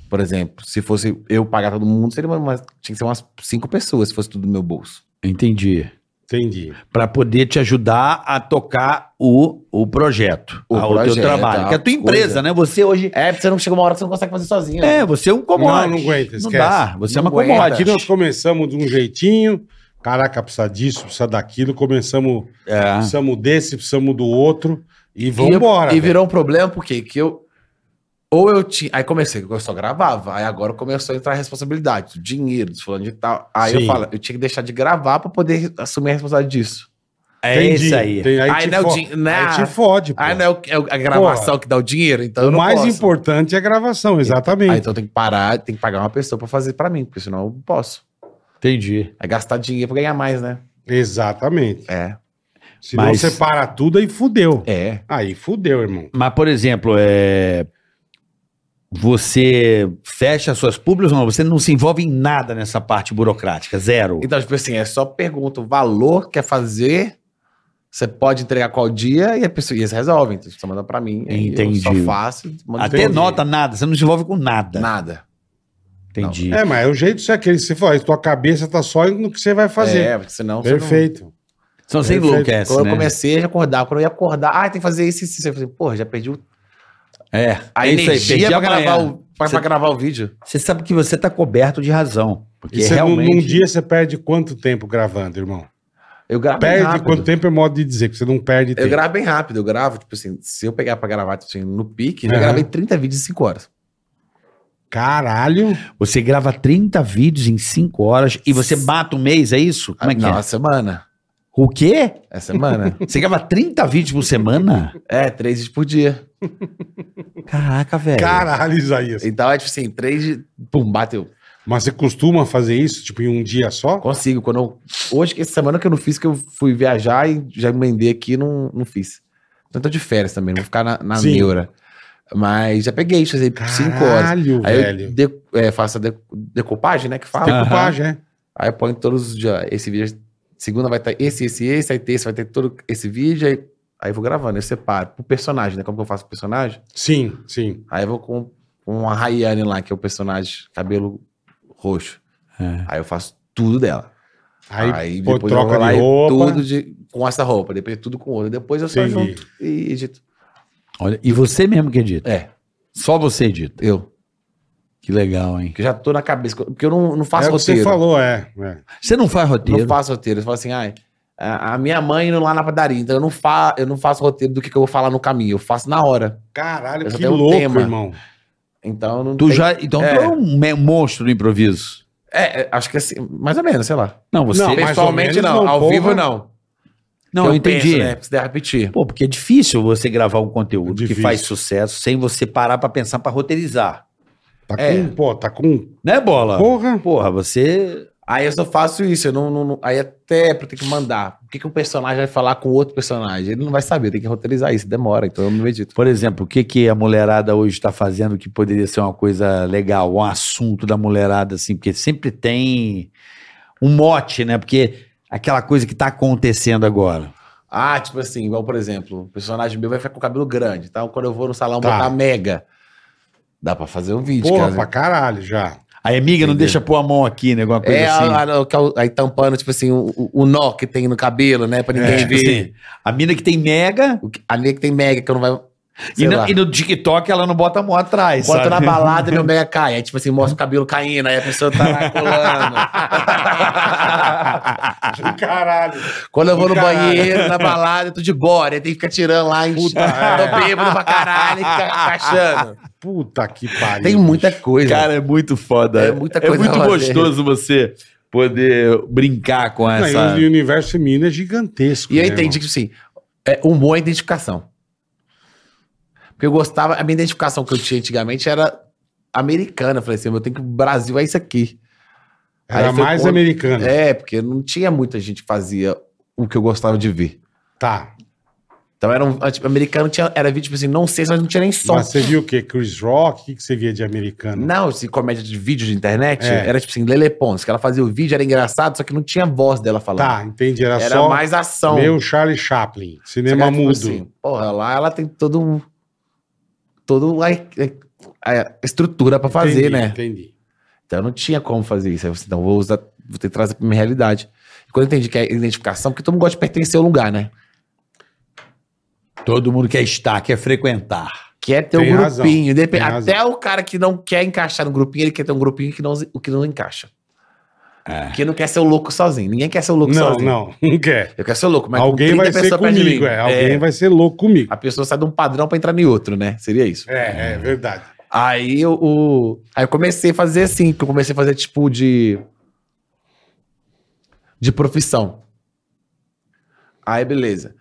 Speaker 5: Por exemplo, se fosse eu pagar todo mundo, seria uma, uma- tinha que ser umas cinco pessoas, se fosse tudo do meu bolso.
Speaker 3: Entendi.
Speaker 2: Entendi.
Speaker 3: Pra poder te ajudar a tocar o, o projeto,
Speaker 5: O
Speaker 3: a- o teu
Speaker 5: projeto,
Speaker 3: trabalho, que é a tua
Speaker 5: coisa.
Speaker 3: empresa, né? Você hoje
Speaker 4: É, porque você não chega uma hora que você não consegue fazer sozinho. né?
Speaker 3: é, você é um commodity.
Speaker 2: Não, não aguenta,
Speaker 3: Não
Speaker 2: esquece.
Speaker 3: dá, você é
Speaker 5: Não
Speaker 3: uma commodity.
Speaker 2: Aqui nós começamos de um jeitinho. Caraca, precisa disso, precisa daquilo. Começamos,
Speaker 3: É.
Speaker 2: precisamos desse, precisamos do outro. E
Speaker 5: Ah. E, eu-
Speaker 2: vambora.
Speaker 5: e
Speaker 2: velho.
Speaker 5: virou um problema porque que eu ou eu tinha, aí comecei, eu só gravava, aí agora começou a entrar a responsabilidade, dinheiro, dos fulano de tal. Aí eu
Speaker 2: Sim.
Speaker 5: falo, eu tinha que deixar de gravar pra poder assumir a responsabilidade disso.
Speaker 3: É
Speaker 2: Entendi.
Speaker 3: isso aí.
Speaker 2: Tem- aí,
Speaker 5: Aí
Speaker 2: te
Speaker 5: não é o
Speaker 2: fo-
Speaker 5: din- não é
Speaker 2: aí
Speaker 5: a-
Speaker 2: te fode. pô.
Speaker 5: Aí não é, o- é o- a gravação que dá o dinheiro, então eu
Speaker 2: o
Speaker 5: não
Speaker 2: mais
Speaker 5: posso.
Speaker 2: importante é a gravação, exatamente.
Speaker 5: Aí então tem que parar, tem que pagar uma pessoa pra fazer pra mim, porque senão eu não posso.
Speaker 3: Entendi.
Speaker 5: É gastar dinheiro pra ganhar mais, né?
Speaker 2: Exatamente.
Speaker 5: É.
Speaker 2: Senão
Speaker 3: Mas-
Speaker 2: você para tudo aí fudeu.
Speaker 5: É.
Speaker 2: Aí fudeu, irmão.
Speaker 3: Mas, por exemplo, é... você fecha as suas públicas ou não? Você não se envolve em nada nessa parte burocrática, zero.
Speaker 5: Então, tipo assim, é só pergunta o valor que é fazer, você pode entregar qual dia e, a pessoa, e eles resolvem. Então, você manda pra mim. aí
Speaker 3: Entendi.
Speaker 5: Eu só faço. mando
Speaker 3: Até
Speaker 5: pra mim.
Speaker 3: nota, nada. Você não se envolve com nada.
Speaker 5: Nada.
Speaker 3: Entendi.
Speaker 2: É, mas é o jeito isso é aquele que você faz. Tua cabeça tá só no que você vai fazer.
Speaker 5: É, porque senão. você
Speaker 2: Perfeito.
Speaker 3: São sem
Speaker 2: Perfeito.
Speaker 5: não-
Speaker 3: enlouquece,
Speaker 5: Quando
Speaker 3: né?
Speaker 5: eu comecei a acordar, quando eu ia acordar, ah, tem que fazer isso e isso. Eu falei, porra, já perdi o-
Speaker 3: É.
Speaker 5: a
Speaker 3: é isso aí,
Speaker 5: energia
Speaker 3: perdi
Speaker 5: pra,
Speaker 3: a manhã.
Speaker 5: gravar o, pra,
Speaker 3: Você-
Speaker 5: pra gravar o vídeo.
Speaker 3: Você sabe que você tá coberto de razão. Porque
Speaker 2: E você, é num,
Speaker 3: realmente...
Speaker 2: num dia você perde quanto tempo gravando, irmão?
Speaker 5: Eu gravo bem
Speaker 2: Perde
Speaker 5: rápido.
Speaker 2: quanto tempo é modo de dizer, que você não perde
Speaker 5: Eu
Speaker 2: tempo.
Speaker 5: gravo bem rápido. Eu gravo, tipo assim, se eu pegar pra gravar tipo assim, no pique, eu já
Speaker 2: Aham.
Speaker 5: gravei 30 vídeos em 5 horas.
Speaker 2: Caralho.
Speaker 3: Você grava 30 vídeos em 5 horas e você mata um mês, é isso? Como é que
Speaker 5: Não,
Speaker 3: é?
Speaker 5: a semana.
Speaker 3: O quê?
Speaker 5: É semana.
Speaker 3: Você grava 30 vídeos por semana?
Speaker 5: é, três vídeos por dia.
Speaker 3: Caraca, velho.
Speaker 2: Caralho, Isaías.
Speaker 5: Então é tipo assim, três de. Pum, bateu.
Speaker 2: Mas você costuma fazer isso, tipo, em um dia só?
Speaker 5: Consigo. Quando eu... Hoje, essa semana que eu não fiz, que eu fui viajar e já emendei aqui não, não fiz. Então tô de férias também, não vou ficar na, na
Speaker 2: Sim.
Speaker 5: neura. Mas já peguei, isso aí, por cinco horas.
Speaker 2: Caralho,
Speaker 5: Aí eu
Speaker 2: velho.
Speaker 5: de- é, faço a de- decupagem, né? Que fala.
Speaker 2: Decupagem, é.
Speaker 5: Aí eu ponho todos os dias. Esse vídeo, segunda vai estar esse, esse, esse, aí terça vai ter todo esse vídeo. Aí, aí eu vou gravando, eu separo. Pro personagem, né? Como que eu faço o personagem?
Speaker 2: Sim, sim.
Speaker 5: Aí eu vou com com uma Rayane lá, que é o personagem, cabelo roxo.
Speaker 3: É.
Speaker 5: Aí eu faço tudo dela.
Speaker 2: Aí, pô,
Speaker 5: depois eu
Speaker 2: troca
Speaker 5: vou lá
Speaker 2: de
Speaker 5: e
Speaker 2: roupa. É
Speaker 5: tudo um de- com essa roupa, depois tudo com outra. Depois eu só
Speaker 2: Entendi.
Speaker 5: junto e edito.
Speaker 3: Olha, e você mesmo que edita.
Speaker 5: É,
Speaker 3: Só você edita.
Speaker 5: eu.
Speaker 3: Que legal, hein?
Speaker 5: Que já tô na cabeça. Porque eu não, não faço
Speaker 2: É o que
Speaker 5: roteiro.
Speaker 2: você falou, é. é.
Speaker 3: Você não faz
Speaker 5: Eu
Speaker 3: roteiro.
Speaker 5: não faço roteiro. Eu falo assim, ai. A a minha mãe indo lá na padaria, então eu não, fa eu não faço roteiro do que, que eu vou falar no caminho, eu faço na hora.
Speaker 2: Caralho,
Speaker 5: Eu só
Speaker 2: que
Speaker 5: tenho um
Speaker 2: louco,
Speaker 5: tema.
Speaker 2: irmão.
Speaker 5: Então eu não.
Speaker 3: Tu
Speaker 5: tenho-
Speaker 3: já, então
Speaker 5: É.
Speaker 3: tu é um me- monstro do improviso.
Speaker 5: É, é, acho que assim, mais ou menos, sei lá.
Speaker 3: Não, você.
Speaker 2: Não,
Speaker 3: Não,
Speaker 2: mais ou
Speaker 5: Pessoalmente
Speaker 2: menos,
Speaker 5: não,
Speaker 2: não,
Speaker 5: ao
Speaker 2: porra.
Speaker 5: vivo não.
Speaker 3: eu
Speaker 5: Eu
Speaker 3: entendi.
Speaker 5: Penso, né? Preciso de repetir.
Speaker 3: Pô, porque é difícil você gravar um conteúdo que
Speaker 2: Difícil.
Speaker 3: faz sucesso sem você parar pra pensar pra roteirizar.
Speaker 2: Tá
Speaker 5: É. Ah.
Speaker 2: com, pô, tá com...
Speaker 3: Né, bola?
Speaker 2: Porra.
Speaker 3: Porra, você.
Speaker 5: Aí eu só faço isso, eu não, não- não- aí até é pra eu ter que mandar. O que, que um personagem vai falar com outro personagem? Ele não vai saber, tem que roteirizar isso, demora, então eu não edito.
Speaker 3: Por exemplo, o que, que a mulherada hoje tá fazendo que poderia ser uma coisa legal, um assunto da mulherada, assim, porque sempre tem um mote, né? Porque aquela coisa que tá acontecendo agora.
Speaker 5: Ah, tipo assim, igual por exemplo, o personagem meu vai ficar com o cabelo grande, então quando eu vou no salão
Speaker 2: Tá.
Speaker 5: botar mega, dá pra fazer um vídeo,
Speaker 2: Porra,
Speaker 5: cara.
Speaker 2: pra caralho, já.
Speaker 3: Aí, amiga, não
Speaker 5: Entendi.
Speaker 3: deixa pôr a mão aqui, né? Alguma coisa
Speaker 5: É,
Speaker 3: assim.
Speaker 5: a- a- a- aí tampando, tipo assim, o, o- o nó que tem no cabelo, né, pra ninguém
Speaker 3: É, tipo
Speaker 5: ver.
Speaker 3: assim, a mina que tem mega
Speaker 5: O que- a linha que tem mega, que eu não vai...
Speaker 3: e
Speaker 5: sei
Speaker 3: no,
Speaker 5: lá.
Speaker 3: e no TikTok ela não bota a mão atrás. Sabe?
Speaker 5: Enquanto na balada meu mega cai, aí tipo assim, mostra o cabelo caindo, aí a pessoa tá lá colando.
Speaker 2: Do caralho.
Speaker 5: Quando eu vou no
Speaker 2: Caralho.
Speaker 5: banheiro, na balada, eu tô de bora, aí tem que ficar tirando lá, enche-
Speaker 2: Puta,
Speaker 5: tô
Speaker 2: é.
Speaker 5: bêbado pra caralho, e fica achando.
Speaker 2: Puta que pariu.
Speaker 5: Tem muita coisa.
Speaker 3: Cara, é muito foda.
Speaker 5: É muita coisa
Speaker 3: muito
Speaker 5: pra fazer.
Speaker 3: gostoso você poder brincar com
Speaker 2: Não, e
Speaker 3: essa.
Speaker 2: O universo feminino é gigantesco.
Speaker 5: né? e eu
Speaker 2: né,
Speaker 5: entendi
Speaker 2: irmão?
Speaker 5: que, assim, é, humor é identificação. Porque eu gostava, a minha identificação que eu tinha antigamente era americana. Eu falei assim, eu tenho que o Brasil é isso aqui.
Speaker 2: Era
Speaker 5: Aí foi
Speaker 2: mais
Speaker 5: quando-
Speaker 2: americano.
Speaker 5: É, porque não tinha muita gente que fazia o que eu gostava de ver.
Speaker 2: Tá.
Speaker 5: Então era um, tipo, americano tinha, era vídeo, tipo assim, não sei, mas não tinha nem som.
Speaker 2: Mas você viu o quê? Chris Rock? O que que você via de americano?
Speaker 5: Não, assim, comédia de vídeo de internet
Speaker 2: É.
Speaker 5: era tipo assim, Lele Pons, que ela fazia o vídeo, era engraçado, só que não tinha voz dela falando.
Speaker 2: Tá, entendi. Era,
Speaker 5: era
Speaker 2: só
Speaker 5: mais ação.
Speaker 2: meu Charlie Chaplin.
Speaker 5: Só que
Speaker 2: Cinema
Speaker 5: era, tipo
Speaker 2: mudo.
Speaker 5: assim, porra, lá ela tem todo um. Todo a, a- a estrutura pra fazer,
Speaker 2: Entendi,
Speaker 5: né?
Speaker 2: Entendi.
Speaker 5: Então não tinha como fazer isso. Aí eu falei, então vou usar vou ter que trazer pra minha realidade. E quando eu entendi que é identificação, porque todo mundo gosta de pertencer ao lugar, né?
Speaker 3: Todo mundo quer estar, quer frequentar.
Speaker 5: Quer ter
Speaker 2: Tem
Speaker 5: um
Speaker 2: razão,
Speaker 5: grupinho. independ-
Speaker 2: tem razão.
Speaker 5: Até o cara que não quer encaixar no grupinho, ele quer ter um grupinho que não, o que não encaixa.
Speaker 3: É.
Speaker 5: Porque não quer ser o louco sozinho. Ninguém quer ser o louco
Speaker 2: Não,
Speaker 5: sozinho.
Speaker 2: não, não quer.
Speaker 5: Eu quero ser louco, mas com
Speaker 2: alguém
Speaker 5: 30
Speaker 2: vai ser
Speaker 5: pessoas perto de
Speaker 2: comigo,
Speaker 5: mim.
Speaker 2: é. Alguém vai ser louco comigo.
Speaker 5: A pessoa sai de um padrão pra entrar em outro, né? Seria isso.
Speaker 2: É, é verdade.
Speaker 5: Aí eu, o- aí eu comecei a fazer assim, que eu comecei a fazer tipo de. de profissão. Aí beleza.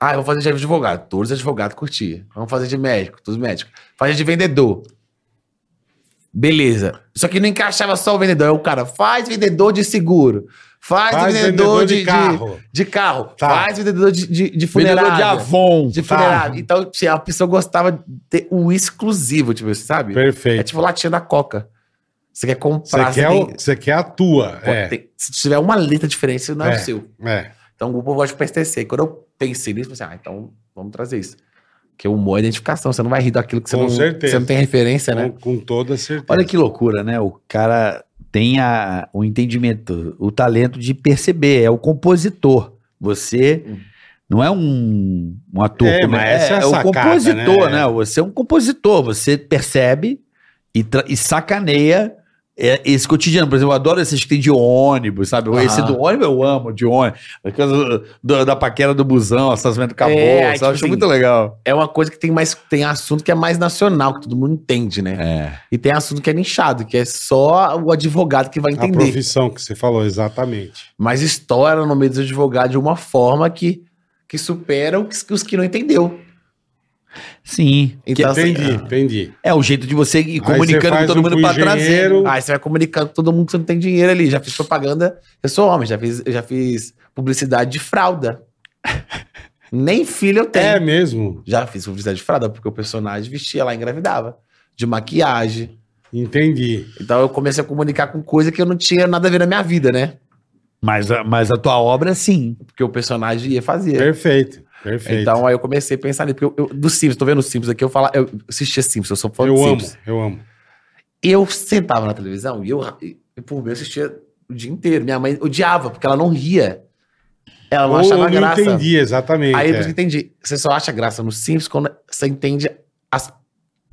Speaker 5: Ah, eu vou fazer de advogado. Todos os advogados curtiam. Vamos fazer de médico, todos os médicos. Fazer de vendedor. Beleza. Só que não encaixava só o vendedor. Aí o cara faz vendedor de seguro. Faz,
Speaker 2: Faz
Speaker 5: vendedor, de, de carro.
Speaker 2: carro.
Speaker 5: De, carro.
Speaker 2: Tá.
Speaker 5: Faz vendedor de, de,
Speaker 3: Vendedor de
Speaker 5: de funerária.
Speaker 3: Avon.
Speaker 5: De funerária. Então, se a pessoa gostava de ter o exclusivo, tipo, sabe? É
Speaker 2: Perfeito.
Speaker 5: tipo latinha da Coca. Você quer
Speaker 2: Você
Speaker 5: comprar,
Speaker 2: quer,
Speaker 5: tem-
Speaker 2: o- você quer a tua.
Speaker 5: pô,
Speaker 2: É,
Speaker 5: tem- se tiver uma letra diferente, isso não é,
Speaker 2: É.
Speaker 5: o seu.
Speaker 2: é.
Speaker 5: Então o grupo gosta de pertencer. Quando eu pensei nisso, eu pensei, ah, então vamos trazer isso. Porque o humor é identificação, você não vai rir daquilo que você,
Speaker 2: Com
Speaker 5: não,
Speaker 2: certeza.
Speaker 5: você não tem referência, né?
Speaker 2: Com, com toda certeza.
Speaker 3: Olha que loucura, né? O cara tem a, o entendimento, o talento de perceber, é o compositor. Você não é um, um ator,
Speaker 2: Hum. É,
Speaker 3: como
Speaker 2: mas essa é a
Speaker 3: o
Speaker 2: sacada,
Speaker 3: compositor,
Speaker 2: né?
Speaker 3: né? Você é um compositor, você percebe e, tra- e sacaneia é, esse cotidiano. Por exemplo, eu adoro esses que tem de ônibus, sabe? Esse
Speaker 5: Aham.
Speaker 3: do ônibus eu amo, de ônibus. Aquela da, da paquera do busão, estacionamento acabou,
Speaker 5: É, aí,
Speaker 3: é,
Speaker 5: tipo
Speaker 3: sabe? Acho
Speaker 5: assim,
Speaker 3: muito legal.
Speaker 5: É uma coisa que tem mais tem assunto que é mais nacional, que todo mundo entende, né?
Speaker 3: É.
Speaker 5: E tem assunto que é nichado, que é só o advogado que vai
Speaker 2: A
Speaker 5: entender.
Speaker 2: profissão que você falou, exatamente.
Speaker 5: mas estoura no meio dos advogados de uma forma que, que supera os, os que não entendeu.
Speaker 3: Sim.
Speaker 5: Então,
Speaker 2: entendi,
Speaker 5: assim,
Speaker 2: entendi.
Speaker 3: É o jeito de você ir
Speaker 2: Aí você
Speaker 3: comunicando
Speaker 2: faz
Speaker 3: com todo
Speaker 2: um
Speaker 3: mundo
Speaker 2: pro
Speaker 3: pra trazer. né?
Speaker 2: engenheiro,
Speaker 5: aí você vai comunicando com todo mundo que você não tem dinheiro ali. Já fiz propaganda, eu sou homem, já fiz, já fiz publicidade de fralda. Nem filho eu tenho.
Speaker 2: É mesmo.
Speaker 5: Já fiz publicidade de fralda, porque o personagem vestia lá e engravidava. De maquiagem.
Speaker 2: Entendi.
Speaker 5: Então eu comecei a comunicar com coisa que eu não tinha nada a ver na minha vida, né?
Speaker 3: Mas, a- mas a tua obra, sim.
Speaker 5: Porque o personagem ia fazer.
Speaker 2: Perfeito, perfeito.
Speaker 5: É. Então aí eu comecei a pensar nisso. Porque eu, eu- do Simpsons, tô vendo o Simpsons aqui, eu falo, eu assistia Simpsons, eu sou fã
Speaker 2: eu
Speaker 5: de
Speaker 2: amo,
Speaker 5: Simpsons.
Speaker 2: eu amo.
Speaker 5: Eu sentava na televisão e eu, e por mim, eu assistia o dia inteiro. Minha mãe odiava, porque ela não ria. Ela não
Speaker 2: Ou eu
Speaker 5: achava
Speaker 2: não
Speaker 5: graça.
Speaker 2: entendi exatamente.
Speaker 5: Aí
Speaker 2: é.
Speaker 5: depois eu entendi. Você só acha graça no Simpsons quando você entende as-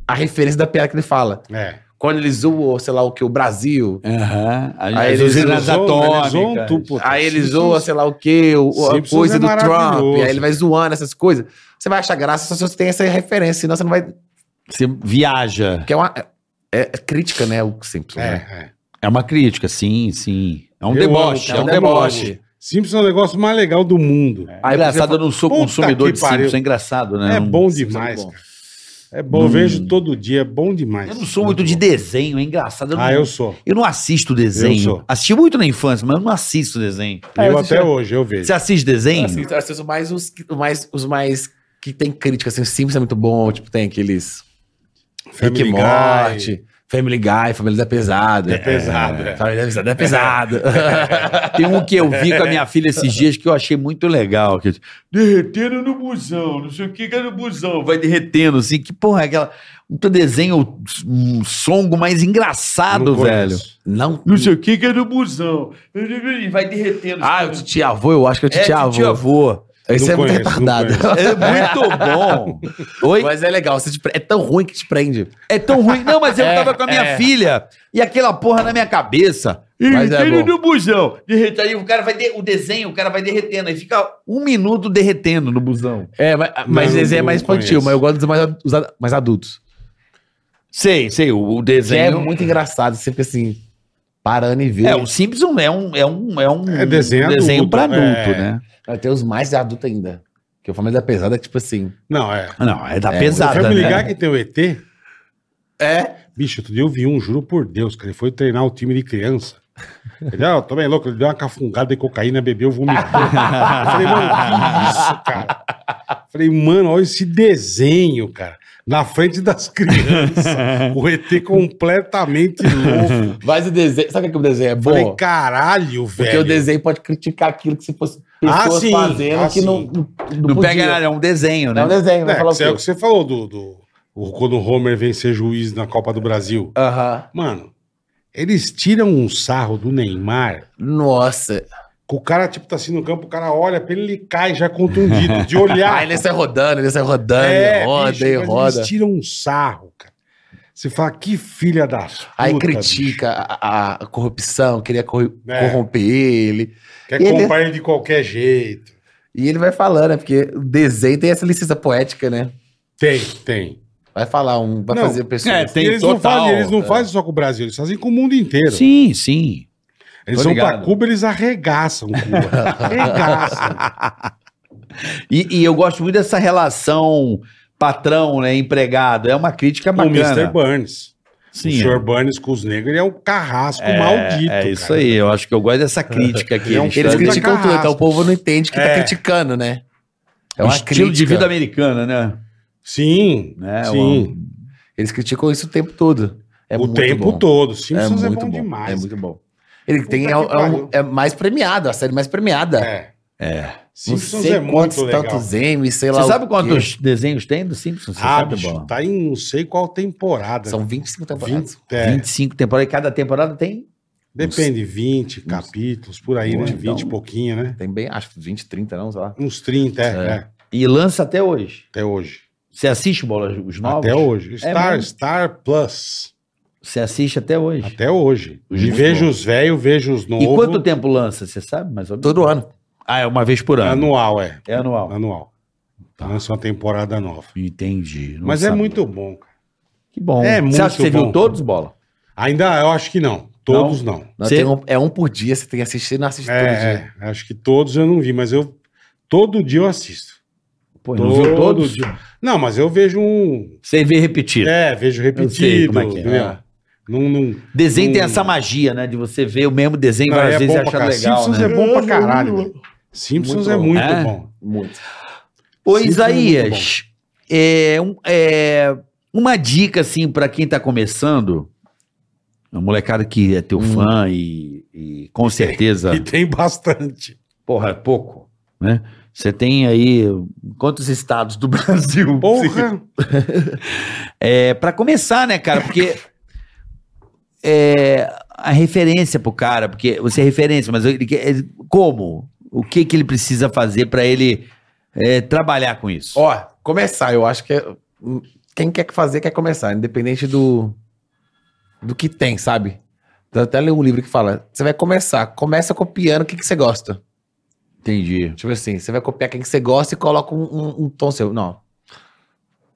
Speaker 5: a referência da piada que ele fala.
Speaker 2: É.
Speaker 5: Quando ele zoou, sei lá o que, o Brasil.
Speaker 3: Aham.
Speaker 5: Aí
Speaker 3: As
Speaker 5: eles né?
Speaker 3: usinas atômicas.
Speaker 2: né,
Speaker 5: aí ele zoa, sei lá o que, a
Speaker 2: Simpsons
Speaker 5: coisa
Speaker 2: é
Speaker 5: do Trump.
Speaker 2: maravilhoso.
Speaker 5: Aí ele vai zoando essas coisas. Você vai achar graça só se você tem essa referência, senão você não vai
Speaker 3: Você viaja.
Speaker 5: Que é uma. É, é crítica, né? O Simpsons.
Speaker 2: É,
Speaker 5: né?
Speaker 2: é.
Speaker 3: É uma crítica, sim, sim. É um
Speaker 2: Eu
Speaker 3: deboche,
Speaker 2: amo,
Speaker 3: é um
Speaker 2: cara, eu amo.
Speaker 3: deboche.
Speaker 2: Simpsons é o negócio mais legal do mundo. É,
Speaker 5: Aí
Speaker 3: engraçado,
Speaker 5: você
Speaker 3: eu não sou
Speaker 2: Puta
Speaker 3: consumidor
Speaker 2: que
Speaker 3: de Simpsons,
Speaker 2: pariu.
Speaker 3: é engraçado, né? Não-
Speaker 2: bom demais,
Speaker 5: é bom.
Speaker 2: cara. É bom, eu vejo todo dia, é bom demais.
Speaker 3: Hum. Eu não sou muito de
Speaker 2: bom.
Speaker 3: desenho, é engraçado. Eu não,
Speaker 2: Ah, eu
Speaker 3: eu...
Speaker 2: sou.
Speaker 3: não assisto
Speaker 2: Eu
Speaker 3: desenho.
Speaker 2: sou.
Speaker 3: Assisti muito na infância, mas eu não assisto desenho.
Speaker 2: eu até hoje, eu vejo.
Speaker 3: Ah, Você assiste desenho?
Speaker 5: Assim, eu assisto mais os, que- mais os mais que tem crítica. Assim, o Simpsons é muito bom. Tipo, tem aqueles. Rick
Speaker 2: Family Guy.
Speaker 5: e Morty, Family Guy, Família da Pesada.
Speaker 2: É pesado,
Speaker 5: É.
Speaker 2: é.
Speaker 5: Família da Pesada é pesado.
Speaker 3: Tem um que eu vi com a minha filha esses dias que eu achei muito legal. Que, derretendo no busão, não sei o que que é no busão. Vai derretendo, assim. Que porra é aquela... Um desenho, um songo mais engraçado,
Speaker 2: Não
Speaker 3: Ah, velho.
Speaker 2: conheço.
Speaker 5: Não.
Speaker 3: Não sei o que que é no busão. E vai derretendo.
Speaker 5: Ah, o Titi Avô, eu acho que é o Titi
Speaker 3: é, tio
Speaker 5: Avô.
Speaker 3: avô.
Speaker 5: Isso
Speaker 2: Não
Speaker 5: é muito
Speaker 2: conheço, não
Speaker 5: retardado.
Speaker 3: É muito bom. Oi?
Speaker 5: Mas é legal, você te pre- é tão ruim que te prende.
Speaker 3: É tão ruim. Não, mas eu
Speaker 5: É,
Speaker 3: tava com a minha
Speaker 5: é.
Speaker 3: filha e aquela porra na minha cabeça.
Speaker 5: Mas é
Speaker 3: Derretendo
Speaker 5: bom.
Speaker 3: no busão. Derrete- Aí o cara vai... de- O desenho, o cara vai derretendo. Aí fica um minuto derretendo no busão.
Speaker 5: É, mas, mas
Speaker 2: Não,
Speaker 5: esse é
Speaker 2: não
Speaker 5: mais infantil,
Speaker 2: conheço.
Speaker 5: mas eu gosto dos mais, ad- os ad- mais adultos.
Speaker 3: Sei, sei, o, o
Speaker 5: Que é
Speaker 3: desenho.
Speaker 5: muito engraçado, sempre assim, parando e
Speaker 3: É,
Speaker 5: ver.
Speaker 3: o Simpson é um é um é um
Speaker 2: É desenho adulto,
Speaker 3: para adulto,
Speaker 2: é.
Speaker 3: né?
Speaker 5: Tem os mais adultos ainda. Que o Família da Pesada é tipo assim.
Speaker 2: Não, é.
Speaker 3: Não, é da
Speaker 5: É,
Speaker 3: pesada,
Speaker 2: o Family
Speaker 3: né?
Speaker 2: Guy que tem o ET.
Speaker 5: É?
Speaker 2: Bicho, outro dia eu vi um, juro por Deus, que ele foi treinar o time de criança. Ele, ah, eu tô bem louco, ele deu uma cafungada de cocaína, bebeu, vomitou. Eu falei, mano, que isso, cara? Eu falei, mano, olha esse desenho, cara. Na frente das crianças. o ET completamente louco.
Speaker 5: Mas o desenho. Sabe o que o desenho é
Speaker 2: Eu Falei,
Speaker 5: bom?
Speaker 2: caralho, velho.
Speaker 5: Porque o desenho pode criticar aquilo que se fosse
Speaker 2: Ah,
Speaker 5: pessoas
Speaker 2: sim,
Speaker 5: fazendo
Speaker 2: ah,
Speaker 5: que não.
Speaker 2: sim.
Speaker 5: Não,
Speaker 3: Não
Speaker 5: podia.
Speaker 3: pega nada, é um desenho,
Speaker 5: É um
Speaker 3: né?
Speaker 5: desenho, vai
Speaker 2: É,
Speaker 5: falar o
Speaker 2: isso é o
Speaker 5: quê?
Speaker 2: que você falou do, do- o- quando o Homer vem ser juiz na Copa do Brasil.
Speaker 5: Aham.
Speaker 2: Mano, Eles tiram um sarro do Neymar.
Speaker 5: Nossa.
Speaker 2: Que o cara, tipo, tá assim no campo, o cara olha pra ele, ele cai já contundido, de olhar.
Speaker 5: Ah, ele sai rodando, ele sai rodando, ele roda,
Speaker 2: É, bicho,
Speaker 5: ele
Speaker 2: mas
Speaker 5: roda.
Speaker 2: Eles tiram um sarro, cara. Você fala, que filha da puta,
Speaker 5: Aí
Speaker 2: bicho.
Speaker 5: critica a, a- a corrupção, queria corri-
Speaker 2: É.
Speaker 5: corromper ele.
Speaker 2: Quer
Speaker 5: E ele-
Speaker 2: comprar ele de qualquer jeito.
Speaker 5: E ele vai falando, né? Porque o desenho tem essa licença poética, né?
Speaker 2: Tem, tem.
Speaker 5: Vai falar um, vai
Speaker 2: Não,
Speaker 5: fazer pessoas.
Speaker 3: é, tem-
Speaker 2: E eles não
Speaker 3: total,
Speaker 2: fazem, eles não
Speaker 3: é.
Speaker 2: fazem só com o Brasil, eles fazem com o mundo inteiro.
Speaker 3: Sim, sim.
Speaker 2: eles
Speaker 3: tô
Speaker 2: vão pra
Speaker 3: ligado.
Speaker 2: Cuba, eles arregaçam Cuba. arregaçam.
Speaker 3: E, e eu gosto muito dessa relação patrão, né, empregado. É uma crítica
Speaker 2: o Mr.
Speaker 3: bacana.
Speaker 2: Burns.
Speaker 3: Sim,
Speaker 2: o
Speaker 3: é.
Speaker 2: Sr. Burns com os negros, ele é um carrasco
Speaker 3: É,
Speaker 2: maldito.
Speaker 3: É isso
Speaker 2: cara.
Speaker 3: aí, eu acho que eu gosto dessa crítica aqui.
Speaker 2: Ele é um
Speaker 5: Eles
Speaker 2: Tá
Speaker 5: criticam
Speaker 2: carrasco.
Speaker 5: tudo, então o povo não entende que
Speaker 2: É.
Speaker 5: tá criticando, né? É uma
Speaker 3: estilo de
Speaker 5: crítica.
Speaker 3: vida americana, né?
Speaker 2: Sim,
Speaker 3: Né,
Speaker 2: sim.
Speaker 5: Eles criticam isso o tempo todo. É
Speaker 2: o
Speaker 5: muito
Speaker 2: tempo
Speaker 5: bom.
Speaker 2: todo. Simpsons é,
Speaker 5: muito
Speaker 2: bom, demais.
Speaker 5: É muito bom. Ele
Speaker 2: Puta
Speaker 5: tem, é,
Speaker 2: que
Speaker 5: é um-
Speaker 2: pariu.
Speaker 5: é mais premiado, a série mais premiada.
Speaker 2: É.
Speaker 3: É.
Speaker 5: Não
Speaker 2: Simpsons
Speaker 5: sei
Speaker 2: é
Speaker 5: quantos
Speaker 2: muito legal.
Speaker 5: tantos M's, sei lá.
Speaker 3: Você
Speaker 5: o
Speaker 3: sabe
Speaker 5: quê.
Speaker 3: quantos desenhos tem do Simpsons? Você
Speaker 2: Ah,
Speaker 3: sabe,
Speaker 2: bicho,
Speaker 3: Bola?
Speaker 2: tá em não sei qual temporada.
Speaker 5: São 25
Speaker 2: 20,
Speaker 5: temporadas.
Speaker 2: é,
Speaker 3: 25 temporadas, e cada temporada tem
Speaker 2: depende, 20 capítulos, por aí, né?
Speaker 5: então.
Speaker 2: 20 e pouquinho, né?
Speaker 5: Tem bem, acho que 20, 30, não, sei lá.
Speaker 2: Uns 30, é, é,
Speaker 3: e lança até hoje.
Speaker 2: até hoje.
Speaker 3: Você assiste Bola os novos? É
Speaker 2: Até hoje. Star,
Speaker 3: mesmo?
Speaker 2: Star Plus.
Speaker 3: Você assiste até hoje.
Speaker 2: Até hoje.
Speaker 3: Muito
Speaker 2: e vejo os velhos, vejo os novos.
Speaker 3: E quanto tempo lança? Você sabe mais ou menos?
Speaker 5: Todo ano.
Speaker 3: Ah, é uma vez por ano.
Speaker 2: Anual, é.
Speaker 3: É anual.
Speaker 2: Anual.
Speaker 3: Tá.
Speaker 2: Lança uma temporada nova.
Speaker 3: Entendi. não
Speaker 2: Mas é
Speaker 3: sabe.
Speaker 2: muito bom, cara.
Speaker 3: Que bom.
Speaker 2: É
Speaker 3: você
Speaker 2: muito
Speaker 3: acha que você
Speaker 2: bom.
Speaker 3: viu todos, Bola?
Speaker 2: Ainda eu acho que não. Todos não.
Speaker 5: Não,
Speaker 3: Cê-
Speaker 5: tem um- é um por dia, você tem que assistir e não assiste todo
Speaker 2: É,
Speaker 5: dia.
Speaker 3: né?
Speaker 2: é, acho que todos eu não vi, mas eu. Todo dia eu assisto.
Speaker 3: Pô, não viu todos?
Speaker 2: dia. Não, mas eu vejo um.
Speaker 3: Você vê repetido.
Speaker 2: É, vejo
Speaker 3: Eu sei
Speaker 2: repetido.
Speaker 3: como é que é.
Speaker 2: entendeu? Não, não,
Speaker 3: Desenho tem
Speaker 2: Hum.
Speaker 3: essa magia, né? De você ver o mesmo desenho
Speaker 2: não,
Speaker 3: várias
Speaker 2: é
Speaker 3: vezes e
Speaker 2: bom pra
Speaker 3: achar
Speaker 2: caralho.
Speaker 3: legal.
Speaker 2: Simpsons
Speaker 3: né?
Speaker 2: é bom pra caralho. velho. Simpsons
Speaker 5: Muito
Speaker 2: é
Speaker 5: bom.
Speaker 2: muito
Speaker 3: É?
Speaker 2: bom.
Speaker 5: Muito.
Speaker 3: Ô
Speaker 2: Simpsons é muito
Speaker 3: Isaías, é, um- é, uma dica assim pra quem tá começando, uma molecada que é teu
Speaker 5: Hum.
Speaker 3: fã e, e com certeza,
Speaker 2: E tem bastante.
Speaker 3: porra, é pouco, né? Você tem aí quantos estados do Brasil?
Speaker 2: Porra!
Speaker 3: É, para começar, né, cara? Porque é, a referência pro cara, porque você é referência, mas ele, quer- ele- como? O que que ele precisa fazer pra ele é, trabalhar com isso?
Speaker 5: Ó, começar, eu acho que é- quem quer fazer quer começar, independente do do que tem, sabe? Eu até li um livro que fala, você vai começar, começa copiando o que, que você gosta.
Speaker 3: Entendi.
Speaker 5: Tipo assim, você vai copiar quem que você gosta e coloca um, um- um tom seu. Não,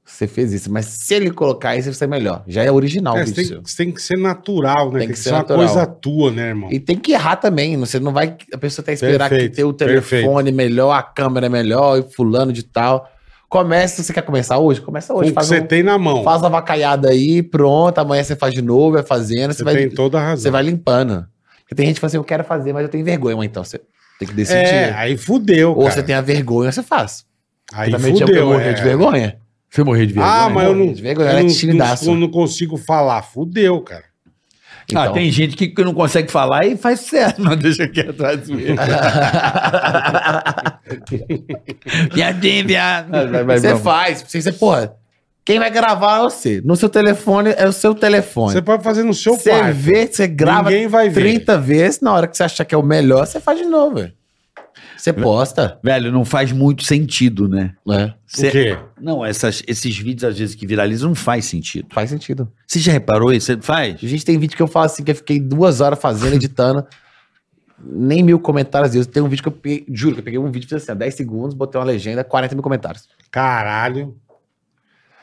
Speaker 5: você fez isso, mas se ele colocar isso, você é melhor. Já é original
Speaker 2: É,
Speaker 5: isso.
Speaker 2: você tem, você tem que ser natural, né? Tem, que, ser, uma
Speaker 5: natural.
Speaker 2: coisa tua, né, irmão?
Speaker 5: E tem que errar também, você não vai. A pessoa tem que esperar
Speaker 2: Perfeito,
Speaker 5: que ter o telefone é melhor, a câmera melhor, e fulano de tal. Começa, você quer começar hoje? Começa
Speaker 2: Com o
Speaker 5: hoje.
Speaker 2: que
Speaker 5: Faz,
Speaker 2: você
Speaker 5: um,
Speaker 2: tem na mão.
Speaker 5: faz uma vacaiada aí, pronto. Amanhã você faz de novo, vai fazendo,
Speaker 2: Você
Speaker 5: você, vai,
Speaker 2: tem toda a
Speaker 5: você
Speaker 2: razão.
Speaker 5: vai limpando. Porque tem gente que fala assim, eu quero fazer, mas eu tenho vergonha, mas então você tem que decidir.
Speaker 2: É, aí fudeu,
Speaker 5: Ou
Speaker 2: cara.
Speaker 5: você tem a vergonha, você faz.
Speaker 2: Aí
Speaker 5: Também tinha
Speaker 2: fudeu,
Speaker 5: vergonha
Speaker 2: é.
Speaker 5: de vergonha.
Speaker 3: Você morrer de
Speaker 2: Ah, mas eu não,
Speaker 5: De vergonha, é
Speaker 2: eu
Speaker 5: era
Speaker 2: não-
Speaker 5: tinidaço.
Speaker 2: não- não consigo falar. Fudeu, cara.
Speaker 5: Então,
Speaker 3: ah, tem gente que, que não consegue falar e faz certo, mas deixa aqui atrás mesmo. Viadinho, viado.
Speaker 5: você faz, você, você, porra, quem vai gravar é você. No seu telefone, é o seu telefone.
Speaker 2: Você pode fazer no seu
Speaker 5: Você
Speaker 2: quarto.
Speaker 5: vê, você grava
Speaker 2: Ninguém vai ver.
Speaker 5: 30 vezes, na hora que você achar que é o melhor, você faz de novo. velho. Você posta,
Speaker 3: Velho, não faz muito sentido, né?
Speaker 5: né?
Speaker 3: Cê-
Speaker 2: O quê?
Speaker 3: Não, essas- esses vídeos às vezes que viralizam não faz sentido.
Speaker 5: Faz sentido.
Speaker 3: Você já reparou isso? Você faz?
Speaker 5: A gente tem vídeo que eu falo assim, que eu fiquei duas horas fazendo, editando, nem mil comentários. às vezes. Tem um vídeo que eu peguei, juro, que eu peguei um vídeo, fiz assim, ó, 10 segundos, botei uma legenda, 40 mil comentários.
Speaker 2: Caralho.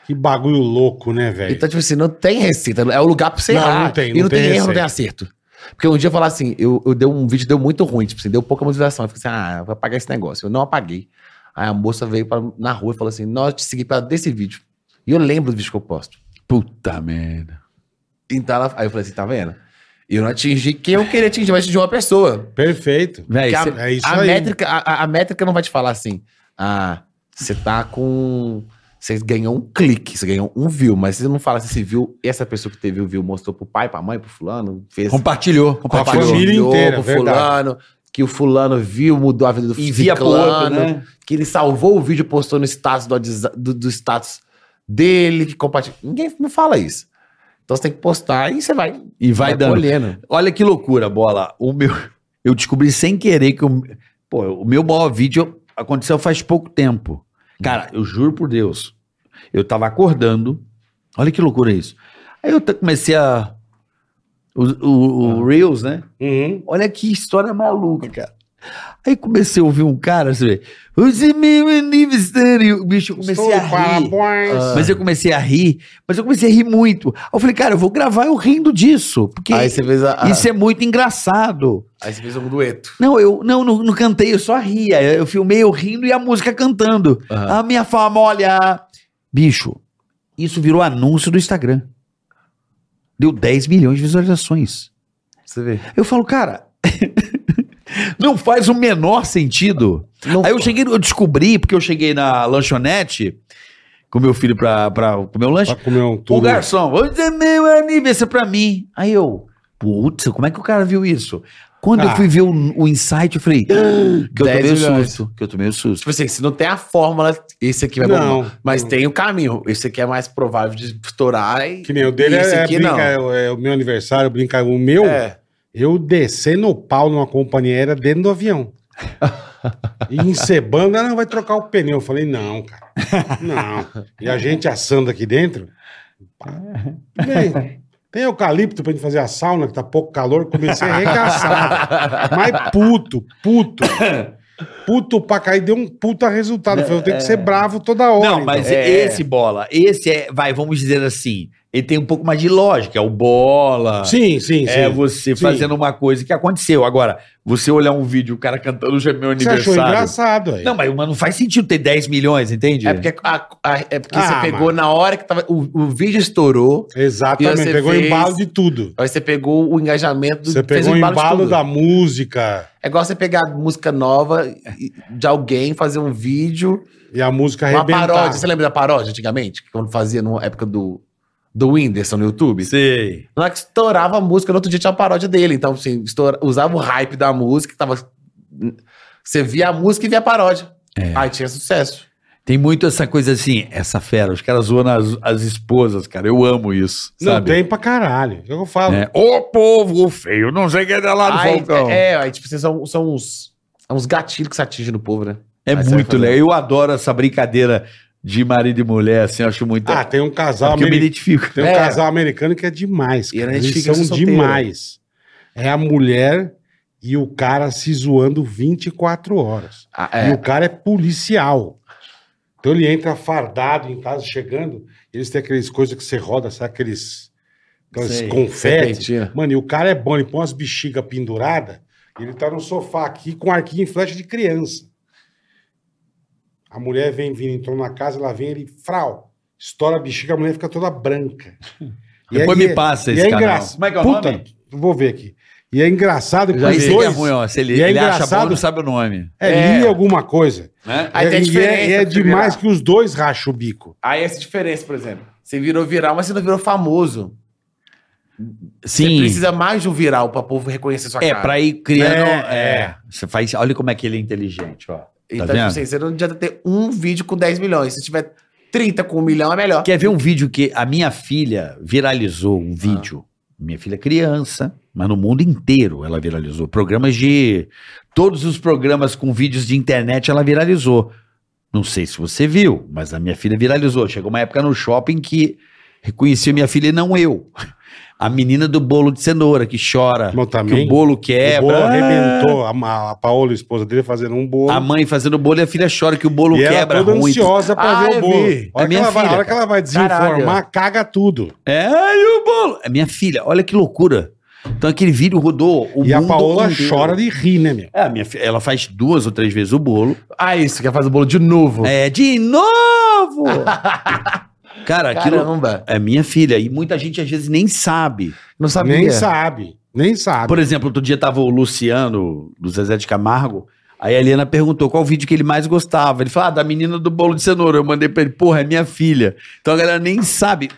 Speaker 2: Que bagulho louco, né, velho?
Speaker 5: Então, tipo assim, não tem receita, é o lugar pra você
Speaker 2: Não,
Speaker 5: errar.
Speaker 2: não tem,
Speaker 5: e
Speaker 2: não
Speaker 5: não tem,
Speaker 2: tem
Speaker 5: erro, não tem
Speaker 2: receita.
Speaker 5: acerto. Porque um dia eu falar assim, eu, eu dei um vídeo, deu muito ruim, tipo assim, deu pouca motivação. Eu fiquei assim, ah, eu vou apagar esse negócio. Eu não apaguei. Aí a moça veio pra, na rua e falou assim, nós te segui para desse vídeo. E eu lembro do vídeo que eu posto.
Speaker 3: Puta merda.
Speaker 5: Então ela, aí eu falei assim, tá vendo? Eu não atingi quem eu queria atingir, mas atingi uma pessoa.
Speaker 2: Perfeito.
Speaker 3: Véi,
Speaker 5: Porque
Speaker 3: cê-
Speaker 5: a,
Speaker 2: é isso
Speaker 5: a
Speaker 2: aí.
Speaker 5: métrica, a, a- a métrica não vai te falar assim, ah, você tá com... Você ganhou um clique, você ganhou um view, mas você não fala se esse view, essa pessoa que teve o view mostrou pro pai, pra mãe, pro fulano, fez...
Speaker 3: compartilhou.
Speaker 2: a
Speaker 3: Compartilhou.
Speaker 2: família inteira,
Speaker 5: pro
Speaker 2: verdade.
Speaker 5: fulano, que o fulano viu, mudou a vida do
Speaker 3: Envia pro outro,
Speaker 5: ciclano,
Speaker 3: né?
Speaker 5: que ele salvou o vídeo e postou no status do, WhatsApp- do, do status dele, que compartilha. Ninguém me fala isso. Então você tem que postar e você vai,
Speaker 3: E vai dando.
Speaker 5: colhendo.
Speaker 3: Olha que loucura, bola. O meu, eu descobri sem querer que o, pô, o meu maior vídeo aconteceu faz pouco tempo. Cara, eu juro por Deus. Eu tava acordando. Olha que loucura isso. Aí eu t- comecei a. O, o- o Reels, né?
Speaker 2: Uhum.
Speaker 3: Olha que história maluca, cara. Aí comecei a ouvir um cara, você vê. "Você me menina estranho." Bicho, eu comecei a
Speaker 2: Sou
Speaker 3: rir.
Speaker 2: parabéns.
Speaker 5: Ah,
Speaker 4: Ah.
Speaker 3: Mas eu comecei a rir, mas eu comecei a rir muito. Aí eu falei, cara, eu vou gravar eu rindo disso. Porque
Speaker 4: Aí você ah. fez a. a-
Speaker 3: isso é muito engraçado.
Speaker 5: é
Speaker 4: Aí você fez um dueto.
Speaker 3: Não, eu não, não, não cantei, eu só ria. Eu filmei eu rindo e a música cantando.
Speaker 4: Aham.
Speaker 3: A minha fama, olha. Bicho, isso virou anúncio do Instagram. Deu 10 milhões de visualizações.
Speaker 4: Você vê.
Speaker 3: Eu falo, cara, não faz o menor sentido. Aí eu cheguei, eu descobri, porque eu cheguei na lanchonete com meu filho pra, pra comer o lanche.
Speaker 2: Pra comer um
Speaker 3: O
Speaker 2: tudo.
Speaker 3: garçom, hoje é meu aniversário pra mim. Aí eu, putz, como é que o cara viu isso? Quando eu
Speaker 2: Ah.
Speaker 3: fui ver o, o insight, eu falei, "Ah", que eu
Speaker 5: 10
Speaker 3: tomei o
Speaker 5: milhões.
Speaker 3: susto. Que eu tomei o susto.
Speaker 5: Tipo assim, se não tem a fórmula, esse aqui vai bombar.
Speaker 2: Não.
Speaker 5: Mas tem o caminho. Esse aqui é mais provável de estourar e.
Speaker 2: Que nem o dele
Speaker 5: e
Speaker 2: é,
Speaker 5: esse
Speaker 2: é
Speaker 5: aqui
Speaker 2: brinca-
Speaker 5: não.
Speaker 2: é o- é o meu aniversário, brinca o meu.
Speaker 5: É.
Speaker 2: Eu descendo o pau numa companhia aérea dentro do avião. E encebando, ela não vai trocar o pneu. Eu falei, não, cara. Não. E a gente assando aqui dentro. pá. Bem, tem eucalipto pra gente fazer a sauna, que tá pouco calor. Comecei a arregaçar. Mas puto, puto. Puto pra cair, deu um puta resultado. Eu falei, eu tenho que ser bravo toda hora.
Speaker 3: Não,
Speaker 2: então.
Speaker 3: mas
Speaker 5: É.
Speaker 3: esse bola, esse é, vai, vamos dizer assim, ele tem um pouco mais de lógica, é o bola.
Speaker 2: Sim, sim, sim.
Speaker 3: É você
Speaker 2: Sim.
Speaker 3: fazendo uma coisa que aconteceu. Agora, você olhar um vídeo, o cara cantando hoje é meu
Speaker 2: Você achou
Speaker 3: aniversário.
Speaker 2: engraçado aí.
Speaker 3: Não, mas mano, não faz sentido ter 10 milhões, entende?
Speaker 5: É porque, a- a- é porque
Speaker 2: Ah,
Speaker 5: você
Speaker 2: mano.
Speaker 5: pegou na hora que tava. O, o vídeo estourou. E
Speaker 2: Exatamente,
Speaker 5: você
Speaker 2: pegou
Speaker 5: fez-
Speaker 2: embalo de tudo.
Speaker 5: Aí você pegou o engajamento do.
Speaker 2: Você
Speaker 5: fez um
Speaker 2: pegou o
Speaker 5: de
Speaker 2: embalo
Speaker 5: tudo.
Speaker 2: da música
Speaker 5: É igual você pegar música nova e- de alguém, fazer um vídeo.
Speaker 2: e a música
Speaker 5: Uma
Speaker 2: arrebentar.
Speaker 5: paródia. Você lembra da paródia antigamente? Quando fazia na época do. Do Whindersson no YouTube.
Speaker 3: Sei.
Speaker 5: Na hora é que estourava a música, no outro dia tinha a paródia dele. Então, assim, estoura- usava o hype da música, que tava. Você via a música e via a paródia. Aí tinha sucesso.
Speaker 3: Tem muito essa coisa assim, essa fera, os caras zoam as, as esposas, cara. Eu amo isso.
Speaker 2: Não
Speaker 3: sabe?
Speaker 2: tem pra caralho. É o que eu falo.
Speaker 3: É, o povo feio, não sei o que é lá do
Speaker 5: Aí,
Speaker 3: Falcão. É,
Speaker 5: é, é, aí, tipo, assim, são, são uns, é uns gatilhos que você atinge no povo, né? Aí você
Speaker 2: é
Speaker 5: vai
Speaker 3: É muito
Speaker 5: fazer.
Speaker 3: legal. Eu adoro essa brincadeira de marido e mulher, assim, eu acho muito.
Speaker 2: Ah, tem um
Speaker 3: É
Speaker 2: casal
Speaker 3: porque eu me
Speaker 2: americano.
Speaker 3: identifico.
Speaker 2: Tem um
Speaker 5: É.
Speaker 2: casal americano que é demais.
Speaker 5: E a
Speaker 2: Cara.
Speaker 5: gente
Speaker 2: Eles
Speaker 5: fica
Speaker 2: são
Speaker 5: solteiro.
Speaker 2: demais. É a mulher e o cara se zoando 24 horas.
Speaker 5: Ah,
Speaker 2: E
Speaker 5: é.
Speaker 2: o cara é policial. Então ele entra fardado em casa, chegando. Eles têm aquelas coisas que você roda, sabe? Aqueles, aqueles
Speaker 3: Sei.
Speaker 2: confetes.
Speaker 5: Serpentina.
Speaker 2: Mano, e o cara é bom, ele põe umas bexigas penduradas, ele tá no sofá aqui com arquinho e flecha de criança. A mulher vem vindo, entrou na casa, ela vem, ele frau, estoura a bexiga, a mulher fica toda branca. E
Speaker 3: Depois
Speaker 2: aí
Speaker 3: me
Speaker 2: é-
Speaker 3: passa
Speaker 2: e
Speaker 3: esse
Speaker 2: é
Speaker 3: canal.
Speaker 2: engraçado.
Speaker 3: Como é que é o
Speaker 2: Puta,
Speaker 3: nome?
Speaker 2: vou ver aqui. E é engraçado, porque
Speaker 3: Mas
Speaker 2: os
Speaker 3: esse aqui é
Speaker 2: dois...
Speaker 3: ruim, ó. Se ele,
Speaker 2: E é
Speaker 3: ele acha bom,
Speaker 2: engraçado-
Speaker 3: não sabe o nome.
Speaker 2: É,
Speaker 5: É.
Speaker 2: li alguma coisa.
Speaker 3: Né?
Speaker 5: Aí
Speaker 2: é,
Speaker 5: tem
Speaker 2: e é,
Speaker 5: a
Speaker 2: e
Speaker 5: diferença
Speaker 2: é
Speaker 5: pra você
Speaker 2: demais
Speaker 5: virar.
Speaker 2: que os dois racham o bico.
Speaker 5: Aí essa diferença, por exemplo. Você virou viral, mas você não virou famoso. Você
Speaker 3: Sim.
Speaker 5: precisa mais de um viral pra povo reconhecer sua
Speaker 3: É,
Speaker 5: cara.
Speaker 3: pra ir criando.
Speaker 2: É,
Speaker 3: É,
Speaker 2: é.
Speaker 3: Você faz. Olha como é que ele é inteligente, ó.
Speaker 5: Então,
Speaker 3: tá
Speaker 5: tipo
Speaker 3: vendo?
Speaker 5: assim, você não adianta ter um vídeo com 10 milhões. Se tiver 30 com um milhão, é melhor.
Speaker 3: Quer ver um vídeo que a minha filha viralizou um vídeo?
Speaker 2: Ah.
Speaker 3: Minha filha é criança, mas no mundo inteiro ela viralizou. Programas de. Todos os programas com vídeos de internet ela viralizou. Não sei se você viu, mas a minha filha viralizou. Chegou uma época no shopping que reconhecia minha filha e não eu. A menina do bolo de cenoura que chora,
Speaker 2: Mas
Speaker 3: que o
Speaker 2: também,
Speaker 3: bolo
Speaker 2: o bolo
Speaker 3: quebra.
Speaker 2: arrebentou. A, Ma- a Paola, a esposa dele, fazendo um bolo.
Speaker 3: A mãe fazendo bolo e a filha chora que o bolo
Speaker 2: e ela
Speaker 3: quebra
Speaker 2: toda
Speaker 3: ruim.
Speaker 2: ansiosa pra
Speaker 5: Ah,
Speaker 2: ver o
Speaker 5: eu
Speaker 2: bolo. A
Speaker 5: vi.
Speaker 2: hora,
Speaker 3: É
Speaker 2: que
Speaker 3: minha
Speaker 2: ela, vai, a
Speaker 3: filha,
Speaker 2: hora que ela vai desinformar,
Speaker 5: Caralho.
Speaker 2: caga tudo.
Speaker 3: É, e o bolo? É minha filha, olha que loucura. Então aquele vídeo rodou o
Speaker 2: e a
Speaker 3: mundo
Speaker 2: Paola
Speaker 3: inteiro.
Speaker 2: chora de rir, né, meu?
Speaker 3: É, minha filha, ela faz duas ou três vezes o bolo.
Speaker 5: Ah, isso, quer fazer o bolo de novo.
Speaker 3: É, de novo! Cara, aquilo
Speaker 5: Caramba.
Speaker 3: é minha filha. E muita gente às vezes nem sabe.
Speaker 5: Não sabia.
Speaker 2: Nem sabe, nem sabe.
Speaker 3: Por exemplo, outro dia tava o Luciano, do Zezé de Camargo. Aí a Helena perguntou qual o vídeo que ele mais gostava. Ele falou, ah, da menina do bolo de cenoura. Eu mandei pra ele, porra, é minha filha. Então a galera nem sabe.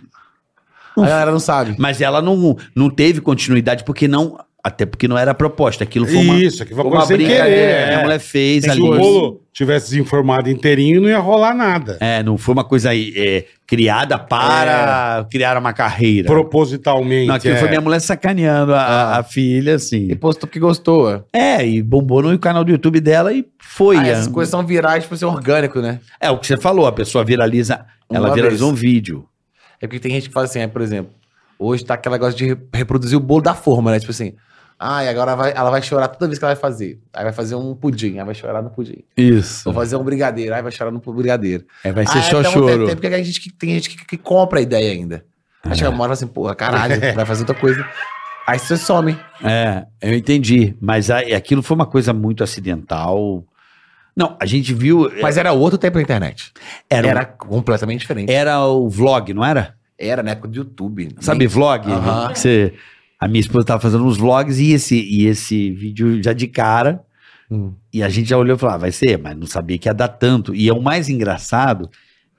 Speaker 5: A galera não sabe.
Speaker 3: Mas ela não, não teve continuidade, porque não Até porque não era a proposta. Aquilo foi uma,
Speaker 2: Isso, aqui foi uma
Speaker 3: uma
Speaker 2: coisa sem
Speaker 3: brincadeira.
Speaker 2: querer.
Speaker 3: que A
Speaker 2: é.
Speaker 3: mulher fez
Speaker 2: Se
Speaker 3: ali.
Speaker 2: o bolo tivesse desinformado inteirinho, não ia rolar nada.
Speaker 3: É, não foi uma coisa aí, é, criada para criar uma carreira.
Speaker 2: Propositalmente.
Speaker 3: Não, aquilo
Speaker 2: é.
Speaker 3: foi minha mulher sacaneando a, a- a filha, assim.
Speaker 5: E postou porque gostou. Ah, ó.
Speaker 3: É, e bombou no canal do YouTube dela e foi.
Speaker 5: Ah,
Speaker 3: é.
Speaker 5: essas coisas são virais por ser orgânico, né?
Speaker 3: É o que você falou, a pessoa viraliza.
Speaker 5: Uma
Speaker 3: ela
Speaker 5: vez.
Speaker 3: viralizou um vídeo.
Speaker 5: É porque tem gente que fala assim, é, por exemplo, hoje tá aquele negócio de re- reproduzir o bolo da forma, né? Tipo assim, ai, agora vai- ela vai chorar toda vez que ela vai fazer. Aí vai fazer um pudim, aí vai chorar no pudim.
Speaker 3: Isso.
Speaker 5: Vou fazer um brigadeiro, aí vai chorar no brigadeiro.
Speaker 3: É, vai ser
Speaker 5: Ah,
Speaker 3: só
Speaker 5: então,
Speaker 3: choro.
Speaker 5: Tem, tem, tem gente que, tem gente que, que compra a ideia ainda. Aí chega uma hora e fala assim, porra, caralho, vai fazer outra coisa. Aí você some.
Speaker 3: É, eu entendi. Mas a- aquilo foi uma coisa muito acidental. Não, a gente viu.
Speaker 5: Mas era outro tempo na internet.
Speaker 3: Era,
Speaker 5: Era,
Speaker 3: um- É.
Speaker 5: completamente diferente.
Speaker 3: era o vlog, não era?
Speaker 5: Era na época do YouTube.
Speaker 3: Sabe, vlog?
Speaker 5: Aham.
Speaker 3: Que você- a minha esposa estava fazendo uns vlogs e esse, e esse vídeo já de cara.
Speaker 5: Hum.
Speaker 3: E a gente já olhou e falou: ah, vai ser, mas não sabia que ia dar tanto. E é o mais engraçado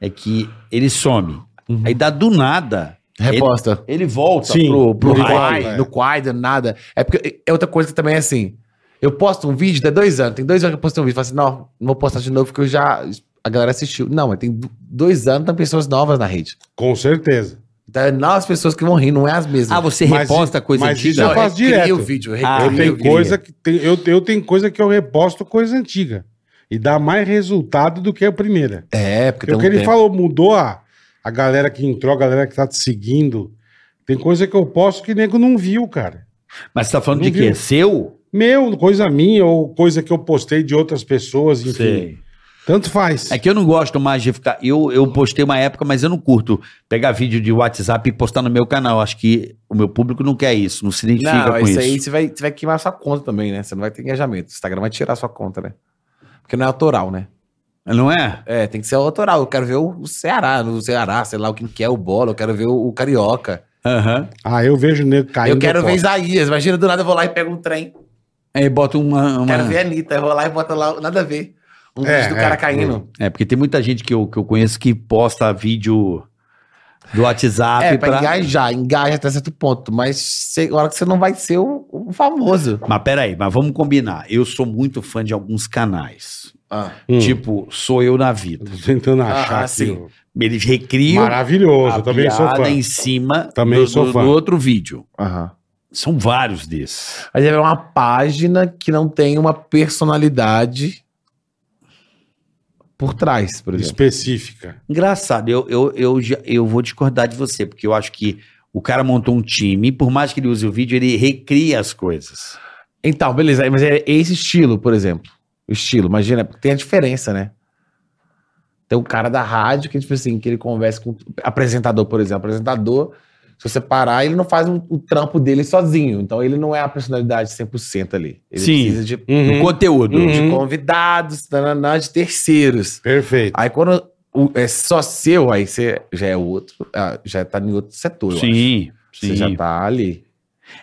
Speaker 3: é que ele some.
Speaker 5: Uhum.
Speaker 3: Aí dá do nada,
Speaker 5: Nem- Reposta.
Speaker 3: ele volta
Speaker 2: Sim,
Speaker 3: pro, pro
Speaker 5: No
Speaker 2: ele
Speaker 3: hype.
Speaker 2: volta.
Speaker 5: Quai,
Speaker 2: é.
Speaker 5: no Quai, do nada. É porque é outra coisa que também é assim. Eu posto um vídeo, dá dois anos, tem dois anos que eu postei um vídeo. Falo assim, não, não vou postar de novo porque eu já. A galera assistiu. Não, mas tem do- dois anos, tem pessoas novas na rede.
Speaker 2: Com certeza.
Speaker 5: Então é novas pessoas que vão rir, não é as mesmas.
Speaker 3: Ah, você
Speaker 2: Mas
Speaker 3: reposta
Speaker 2: isso-
Speaker 3: coisa
Speaker 2: mas isso
Speaker 3: antiga?
Speaker 2: eu faço
Speaker 5: recria
Speaker 2: direto.
Speaker 5: o vídeo,
Speaker 3: Ah,
Speaker 5: recria
Speaker 2: eu, tenho
Speaker 5: o vídeo.
Speaker 2: coisa que tem- eu, eu tenho coisa que eu reposto coisa antiga. E dá mais resultado do que a primeira.
Speaker 5: É,
Speaker 2: Porque
Speaker 5: porque tem
Speaker 2: o
Speaker 5: um
Speaker 2: que ele
Speaker 5: tempo.
Speaker 2: falou, mudou a, a galera que entrou, a galera que tá te seguindo. Tem coisa que eu posto que nego não viu, cara.
Speaker 3: Mas você tá falando
Speaker 2: Não
Speaker 3: de quê?
Speaker 2: viu.
Speaker 3: Seu?
Speaker 2: Meu, coisa minha, ou coisa que eu postei de outras pessoas, enfim.
Speaker 3: Sei.
Speaker 2: Tanto faz.
Speaker 3: É que eu não gosto mais de ficar. Eu, eu postei uma época, mas eu não curto pegar vídeo de WhatsApp e postar no meu canal. Acho que o meu público não quer isso, não se identifica
Speaker 5: Não,
Speaker 3: com
Speaker 5: isso,
Speaker 3: isso.
Speaker 5: aí você vai, você vai queimar a sua conta também, né? Você não vai ter engajamento. O Instagram vai tirar a sua conta, né? Porque não é autoral, né?
Speaker 3: Não é?
Speaker 5: É, tem que ser autoral. Eu quero ver o Ceará, no Ceará, sei lá o que que é o bola, eu quero ver o, o Carioca.
Speaker 3: Aham.
Speaker 2: Ah, eu vejo o nego caindo.
Speaker 5: eu quero ver
Speaker 2: posto.
Speaker 5: Isaías. Imagina, do nada eu vou lá e pego um trem.
Speaker 3: Aí bota uma. uma-
Speaker 5: Quero ver a Anitta. Eu vou lá e boto lá, nada a ver. Um
Speaker 2: É,
Speaker 5: vídeo do
Speaker 2: é,
Speaker 5: cara caindo.
Speaker 3: É, porque tem muita gente que eu, que eu conheço que posta vídeo do WhatsApp
Speaker 5: É, pra,
Speaker 3: pra.
Speaker 5: engajar, engaja até certo ponto. Mas cê, na hora que você não vai ser o, o famoso.
Speaker 3: Mas peraí, mas vamos combinar. Eu sou muito fã de alguns canais.
Speaker 2: Hum,
Speaker 3: Tipo, sou eu na vida.
Speaker 2: tô tentando achar
Speaker 5: Ah,
Speaker 2: aqui.
Speaker 5: sim.
Speaker 2: ó.
Speaker 3: Eles recriam
Speaker 2: Maravilhoso,
Speaker 3: a
Speaker 2: eu também sou
Speaker 3: piada
Speaker 2: fã.
Speaker 3: em cima
Speaker 2: Também
Speaker 3: do,
Speaker 2: sou
Speaker 3: do-
Speaker 2: fã.
Speaker 3: do outro vídeo.
Speaker 5: Aham.
Speaker 3: São vários desses.
Speaker 5: Aí vai uma página que não tem uma personalidade por trás, por exemplo.
Speaker 2: Específica.
Speaker 3: Engraçado, eu, eu, eu, já- eu vou discordar de você, porque eu acho que o cara montou um time, por mais que ele use o vídeo, ele recria as coisas.
Speaker 5: Então, beleza, mas é esse estilo, por exemplo. O estilo, imagina, porque tem a diferença, né? Tem o cara da rádio que, tipo assim, que ele conversa com. Apresentador, por exemplo. Apresentador, se você parar, ele não faz um- o trampo dele sozinho. Então, ele não é a personalidade 100% ali. Ele
Speaker 3: Sim.
Speaker 5: precisa de, de
Speaker 3: O conteúdo.
Speaker 2: Uhum.
Speaker 5: convidados, tananá, de terceiros.
Speaker 2: Perfeito.
Speaker 5: Aí, quando o- é só seu, aí você já é outro. ah, Já tá em outro setor. eu acho.
Speaker 3: Sim,
Speaker 5: Você
Speaker 3: sim.
Speaker 5: já tá ali.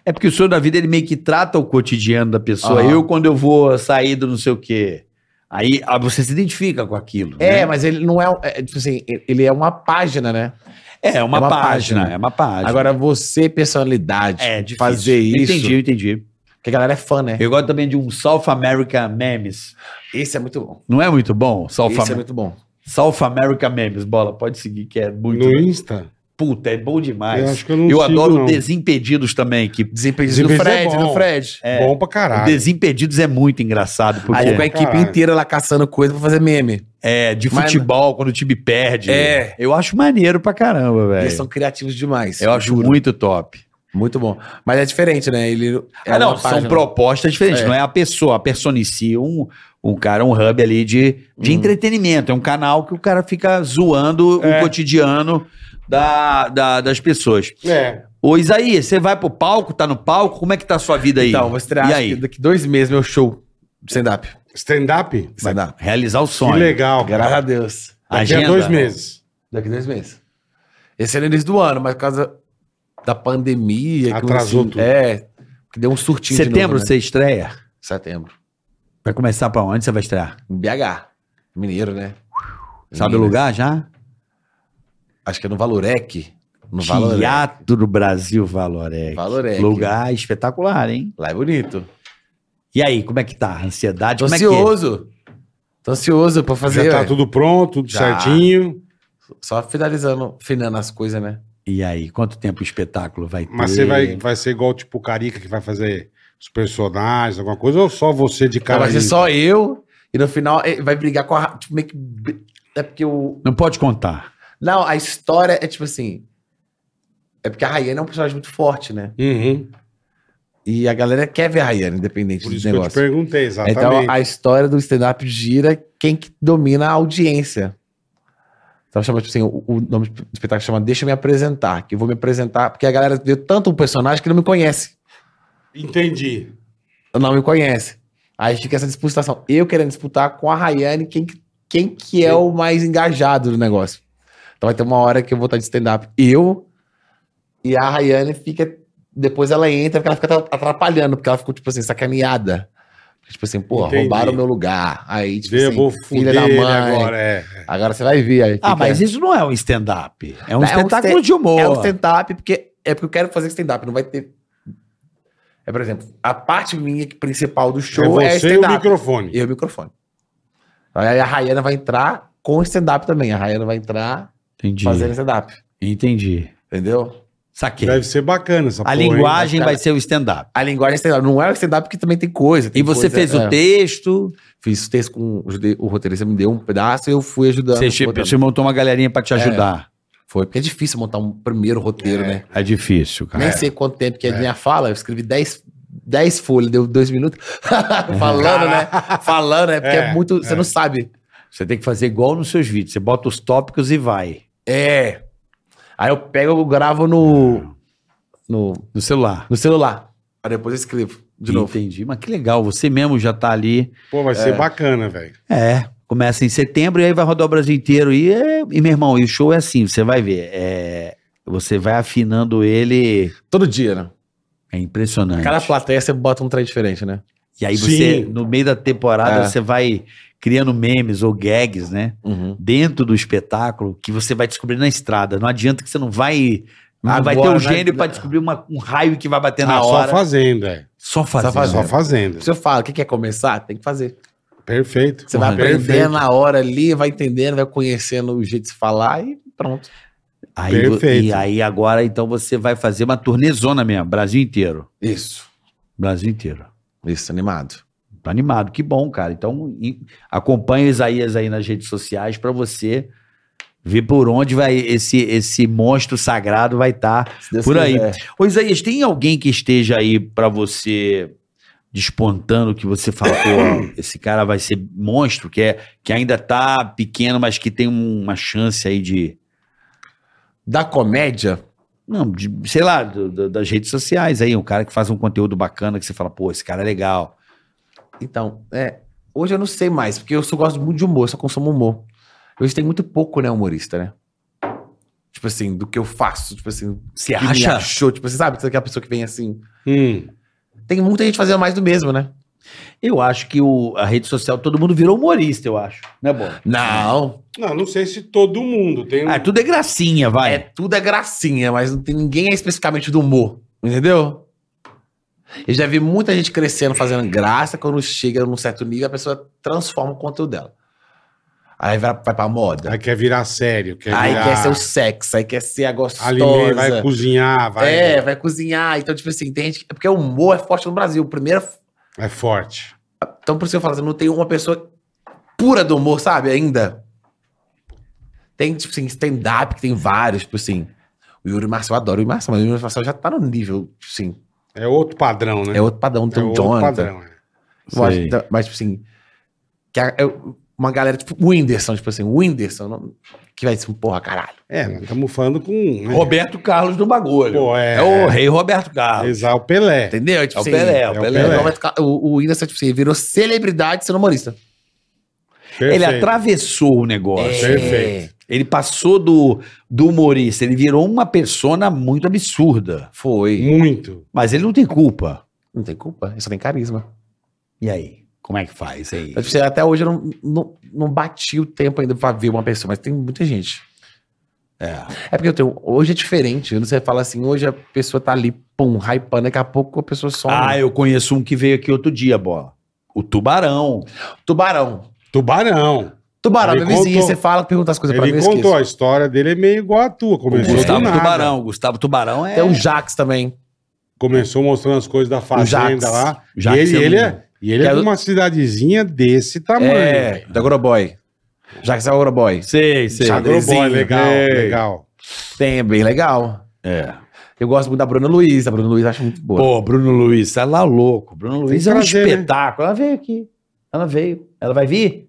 Speaker 3: É porque o senhor da vida, ele meio que trata o cotidiano da pessoa.
Speaker 5: Aham.
Speaker 3: Eu, quando eu vou sair do não sei o quê, aí ah, você se identifica com aquilo.
Speaker 5: É,
Speaker 3: né?
Speaker 5: mas ele não é. é, tipo assim, ele é uma página, né?
Speaker 3: é uma,
Speaker 5: é uma
Speaker 3: página,
Speaker 5: página.
Speaker 3: é uma página.
Speaker 5: Agora, você, personalidade,
Speaker 3: é difícil.
Speaker 5: fazer isso.
Speaker 3: Entendi, eu entendi.
Speaker 5: Porque a galera é fã, né?
Speaker 3: Eu gosto também de um South America Memes.
Speaker 5: Esse é muito bom.
Speaker 3: Não é muito bom? South,
Speaker 5: Esse é
Speaker 3: Am-
Speaker 5: muito bom.
Speaker 3: South America Memes. Bola, pode seguir, que é muito
Speaker 2: No Insta?
Speaker 3: Puta, é bom demais.
Speaker 2: Eu
Speaker 3: Eu,
Speaker 2: acho que eu não sigo,
Speaker 3: adoro
Speaker 2: não.
Speaker 3: o Desimpedidos também, que
Speaker 5: Desimpedido do
Speaker 2: Desimpedido é
Speaker 5: Fred,
Speaker 2: bom.
Speaker 5: do Fred.
Speaker 3: é,
Speaker 2: Bom pra
Speaker 3: o
Speaker 2: caralho.
Speaker 3: Desimpedidos é muito engraçado, porque
Speaker 5: Aí é com a equipe
Speaker 2: Caralho.
Speaker 5: inteira lá caçando coisa pra fazer meme.
Speaker 3: é de
Speaker 5: Mas-
Speaker 3: futebol, quando o time perde.
Speaker 5: É. um
Speaker 3: Eu acho maneiro pra caramba,
Speaker 5: Eles
Speaker 3: velho.
Speaker 5: são criativos demais.
Speaker 3: É. Eu acho
Speaker 5: juro.
Speaker 3: muito top.
Speaker 5: Muito bom. Mas é diferente, né? Ele é
Speaker 3: ah, não,
Speaker 5: uma
Speaker 3: são
Speaker 5: página.
Speaker 3: propostas diferentes.
Speaker 5: É.
Speaker 3: Não é a pessoa, a personicia um, um cara, um hub ali de, de
Speaker 5: Hum.
Speaker 3: entretenimento. É um canal que o cara fica zoando
Speaker 2: É.
Speaker 3: o cotidiano da, da- das pessoas.
Speaker 2: É.
Speaker 3: Ô, Isaías, você vai pro palco, tá no palco? Como é que tá a sua vida aí?
Speaker 5: Então, você
Speaker 3: e
Speaker 5: acha
Speaker 3: aí?
Speaker 5: que daqui dois meses meu show de stand-up.
Speaker 2: Stand-up?
Speaker 3: Vai
Speaker 5: Stand-up.
Speaker 3: realizar o
Speaker 2: Que
Speaker 3: sonho.
Speaker 2: legal.
Speaker 5: Graças a Deus.
Speaker 2: Daqui a
Speaker 3: Agenda.
Speaker 2: dois meses.
Speaker 5: Daqui dois meses. Esse é no início do ano, mas por causa da pandemia. que
Speaker 2: Atrasou
Speaker 5: assim,
Speaker 2: tudo.
Speaker 5: É, que deu um surtinho de
Speaker 3: Setembro
Speaker 5: novo, né?
Speaker 3: você estreia?
Speaker 5: Setembro.
Speaker 3: Vai começar pra onde você vai estrear?
Speaker 5: Em BH. Mineiro, né?
Speaker 3: Sabe
Speaker 5: Minas.
Speaker 3: o lugar já?
Speaker 5: Acho que é no Valurec. No Valoré.
Speaker 3: Teatro do Brasil Valorec.
Speaker 5: Valorec.
Speaker 3: Lugar espetacular, hein?
Speaker 5: Lá é bonito.
Speaker 3: E aí, como é que tá? Ansiedade?
Speaker 5: Tô
Speaker 3: Como é que é?
Speaker 5: ansioso. Tô ansioso pra fazer.
Speaker 2: Já tá
Speaker 5: ué.
Speaker 2: tudo pronto, tudo
Speaker 5: Já.
Speaker 2: certinho.
Speaker 5: Só finalizando, finando as coisas, né?
Speaker 3: E aí, quanto tempo o espetáculo vai ter?
Speaker 2: Mas você vai, vai ser igual tipo o Carica que vai fazer os personagens, alguma coisa, ou só você de cara?
Speaker 5: Vai ser
Speaker 2: limpa?
Speaker 5: só eu. E no final eh, vai brigar com a. ra- Tipo, meio que. br- É porque o,
Speaker 3: Não pode contar.
Speaker 5: Não, a história é tipo assim. É porque a Rayane é um personagem muito forte, né?
Speaker 2: Uhum.
Speaker 5: E a galera quer ver a Rayane, independente
Speaker 2: Por
Speaker 5: do
Speaker 2: isso que eu te
Speaker 5: negócio.
Speaker 2: perguntei,
Speaker 5: Então
Speaker 2: exatamente.
Speaker 5: a história do stand-up gira quem que domina a audiência. Então chama, tipo assim, o, o nome do espetáculo chama Deixa Eu Me Apresentar, que eu vou me apresentar, porque a galera vê tanto um personagem que não me conhece.
Speaker 2: Entendi.
Speaker 5: Não me conhece. Aí fica essa disputação. Eu querendo disputar com a Rayane quem, que- quem que é o mais engajado do negócio. Então vai ter uma hora que eu vou estar de stand-up. Eu e a Rayane fica. Depois ela entra, porque ela fica atra- atrapalhando, porque ela ficou, tipo assim, sacaneada. Tipo assim, pô,
Speaker 2: Entendi.
Speaker 5: roubaram o meu lugar. Aí, tipo
Speaker 2: Vê, eu
Speaker 5: assim,
Speaker 2: vou
Speaker 5: filha
Speaker 2: fuder
Speaker 5: da
Speaker 2: ele
Speaker 5: mãe.
Speaker 2: agora,
Speaker 5: Agora,
Speaker 2: é.
Speaker 5: você vai ver. Aí,
Speaker 3: Ah,
Speaker 5: fica-
Speaker 3: mas isso não é um stand-up. É um
Speaker 5: Não, é um
Speaker 3: espetáculo
Speaker 5: stand-
Speaker 3: de humor.
Speaker 5: É um stand-up, porque é porque eu quero fazer stand-up, não vai ter. É, por exemplo, a parte minha que principal do show é,
Speaker 2: é você e o
Speaker 5: stand-up.
Speaker 2: microfone.
Speaker 5: E o microfone. Aí a Rayana vai entrar com stand-up também. A Rayana vai entrar
Speaker 3: Entendi.
Speaker 5: fazendo stand-up.
Speaker 3: Entendi.
Speaker 5: Entendeu?
Speaker 3: Saquei.
Speaker 2: Deve ser bacana essa
Speaker 3: A
Speaker 2: porra, hein?
Speaker 3: linguagem
Speaker 5: cara.
Speaker 3: vai ser o stand-up.
Speaker 5: A linguagem é stand-up. Não é o stand-up que também tem coisa.
Speaker 3: E
Speaker 5: tem
Speaker 3: você
Speaker 5: coisa-
Speaker 3: fez
Speaker 5: é.
Speaker 3: o texto,
Speaker 5: Fiz o texto com o, jude- o roteirista, me deu um pedaço e eu fui ajudando.
Speaker 3: você, che-
Speaker 5: botando.
Speaker 3: você montou uma galerinha pra
Speaker 5: É.
Speaker 3: te ajudar.
Speaker 5: Foi, porque é difícil montar um primeiro roteiro, né?
Speaker 3: É, difícil, cara.
Speaker 5: Nem sei quanto tempo que é de minha fala. Eu escrevi 10 10 folhas, deu dois minutos. Falando, né? Falando, né? Porque é,
Speaker 2: É,
Speaker 5: muito. Você não sabe.
Speaker 3: Você tem que fazer igual nos seus vídeos. Você bota os tópicos e vai.
Speaker 5: É. Aí eu pego, eu gravo no. No,
Speaker 3: No celular.
Speaker 5: no celular. Aí depois eu escrevo de novo.
Speaker 3: Entendi. Mas que legal. Você mesmo já tá ali.
Speaker 2: Pô, vai ser bacana, velho.
Speaker 3: É. Começa em setembro e aí vai rodar o Brasil inteiro. E, é- e meu irmão, e o show é assim, você vai ver. É, você vai afinando ele.
Speaker 5: Todo dia, né?
Speaker 3: É impressionante.
Speaker 5: Cada plateia você bota um trem diferente, né?
Speaker 3: E aí você,
Speaker 2: Sim.
Speaker 3: no meio da temporada,
Speaker 5: É.
Speaker 3: você vai criando memes ou gags, né?
Speaker 5: Uhum.
Speaker 3: Dentro do espetáculo que você vai descobrir na estrada. Não adianta que você não vai. Não
Speaker 5: Agora,
Speaker 3: vai ter o
Speaker 5: né?
Speaker 3: gênio pra descobrir uma- um raio que vai bater
Speaker 2: Ah,
Speaker 3: na
Speaker 2: só
Speaker 3: hora.
Speaker 2: fazendo, é.
Speaker 3: Só né?
Speaker 5: Só É fazendo.
Speaker 2: Só fazendo.
Speaker 5: Se eu falo, o que quer começar? Tem que fazer.
Speaker 2: Perfeito.
Speaker 5: Você vai
Speaker 2: Perfeito.
Speaker 5: aprendendo na hora ali, vai entendendo, vai conhecendo o jeito de se falar e pronto.
Speaker 3: Aí, vo-
Speaker 2: Perfeito.
Speaker 3: E aí agora, então, você vai fazer uma turnezona mesmo, Brasil inteiro.
Speaker 5: Isso.
Speaker 3: Brasil inteiro.
Speaker 5: Isso, animado.
Speaker 3: Tá animado, que bom, cara. Então, e- acompanha o Isaías aí nas redes sociais pra você ver por onde vai esse, esse monstro sagrado vai estar. Tá.
Speaker 5: Se Deus
Speaker 3: Por aí.
Speaker 5: quiser.
Speaker 3: Ô, Isaías, tem alguém que esteja aí pra você despontando que você fala, pô, esse cara vai ser monstro, que, é, que ainda tá pequeno, mas que tem um- uma chance aí de.
Speaker 5: Da comédia,
Speaker 3: Não, de- sei lá, do- do- das redes sociais aí, um cara que faz um conteúdo bacana que você fala, pô, esse cara é legal.
Speaker 5: então, é. Hoje eu não sei mais, porque eu só gosto muito de humor, só consumo humor. Hoje tem muito pouco, né, humorista, né? Tipo assim, do que eu faço, tipo assim,
Speaker 3: Você
Speaker 5: que me achou, tipo, você sabe, que é a pessoa que vem assim.
Speaker 2: Hum,
Speaker 5: Tem muita gente fazendo mais do mesmo, né?
Speaker 3: Eu acho que o- a rede social, todo mundo virou humorista, eu acho. Né, bom?
Speaker 5: Não.
Speaker 2: Não, não sei se todo mundo tem. um-
Speaker 3: Ah, tudo é gracinha, vai.
Speaker 5: É tudo é gracinha, mas não tem ninguém é especificamente do humor, entendeu? Eu já vi muita gente crescendo, fazendo graça, quando chega num certo nível, a pessoa transforma o conteúdo dela. Aí vai, vai pra moda.
Speaker 2: Aí quer virar sério, quer
Speaker 5: aí
Speaker 2: virar
Speaker 5: quer ser o sexo, aí quer ser a gostosa.
Speaker 2: alimento, vai cozinhar, vai.
Speaker 5: É,
Speaker 2: É,
Speaker 5: vai cozinhar. Então, tipo assim, tem gente. que- Porque o humor é forte no Brasil. Primeiro,
Speaker 2: é forte.
Speaker 5: Então, por isso que eu falo assim, não tem uma pessoa pura do humor, sabe, ainda. Tem, tipo assim, stand-up, que tem vários, tipo assim. O Yuri Marcel adora o Yuri Marcel, mas o Yuri Marcel já tá no nível, tipo assim,
Speaker 2: É outro padrão, né?
Speaker 5: é outro padrão, tem
Speaker 2: É
Speaker 5: o
Speaker 2: outro
Speaker 5: Jonathan.
Speaker 2: padrão. é.
Speaker 5: Eu acho
Speaker 3: Sei.
Speaker 5: que tá- Mas, tipo assim, que a- é uma galera, tipo, o Whindersson, tipo assim, o Whindersson, não- que vai, tipo, porra, caralho.
Speaker 2: É, nós estamos falando com. né?
Speaker 3: Roberto Carlos do bagulho.
Speaker 2: Pô, é.
Speaker 3: é, o rei Roberto Carlos.
Speaker 2: Exar o Pelé.
Speaker 5: Entendeu?
Speaker 3: É
Speaker 5: Tipo
Speaker 3: o
Speaker 5: assim,
Speaker 3: Pelé, é o
Speaker 2: é o
Speaker 3: Pelé.
Speaker 2: Pelé.
Speaker 5: O, o Whindersson, tipo assim, virou celebridade sendo humorista.
Speaker 3: Ele
Speaker 2: Perfeito.
Speaker 3: atravessou o
Speaker 5: É.
Speaker 3: negócio.
Speaker 2: Perfeito.
Speaker 3: Ele passou do, do humorista, ele virou uma persona muito absurda.
Speaker 5: Foi.
Speaker 2: Muito.
Speaker 3: Mas ele não tem culpa.
Speaker 5: Não tem culpa, ele só tem carisma.
Speaker 3: E aí? Como é que faz aí?
Speaker 5: Eu, tipo, até hoje eu não, não, não bati o tempo ainda pra ver uma pessoa, mas tem muita gente.
Speaker 3: É.
Speaker 5: É porque eu tenho. Hoje é diferente. Não sei fala assim, hoje a pessoa tá ali, pum, hypando, daqui a pouco a pessoa some.
Speaker 3: Ah, eu conheço um que veio aqui outro dia, bola. O Tubarão.
Speaker 5: Tubarão.
Speaker 2: Tubarão.
Speaker 5: Tubarão,
Speaker 2: Ele
Speaker 5: meu vizinho,
Speaker 2: contou.
Speaker 5: você fala, pergunta as coisas pra mim,
Speaker 2: Ele
Speaker 5: eu
Speaker 2: contou
Speaker 5: esqueço.
Speaker 2: a história dele, é meio igual a tua. Começou do
Speaker 3: Gustavo
Speaker 2: nada. um
Speaker 3: Tubarão. Gustavo Tubarão é.
Speaker 5: Tem o Jax também.
Speaker 2: Começou mostrando as coisas da fazenda
Speaker 5: Jax.
Speaker 2: lá.
Speaker 3: O Jax
Speaker 2: e ele,
Speaker 3: é um-
Speaker 2: ele é, e ele é
Speaker 5: Quero-
Speaker 2: de uma cidadezinha desse tamanho.
Speaker 5: É, da Groboy. Jax é o Groboy.
Speaker 3: Sei, sei.
Speaker 2: Agroboy, é legal,
Speaker 3: Ei.
Speaker 2: legal.
Speaker 5: Tem, é bem legal.
Speaker 3: É.
Speaker 5: Eu gosto muito da Bruna Luiz. A Bruna Luiz acho muito boa.
Speaker 3: Pô, Bruno Luiz, tá lá louco. Bruno Luiz é um
Speaker 2: trazer, né?
Speaker 3: espetáculo. Ela veio aqui. Ela veio. Ela vai vir?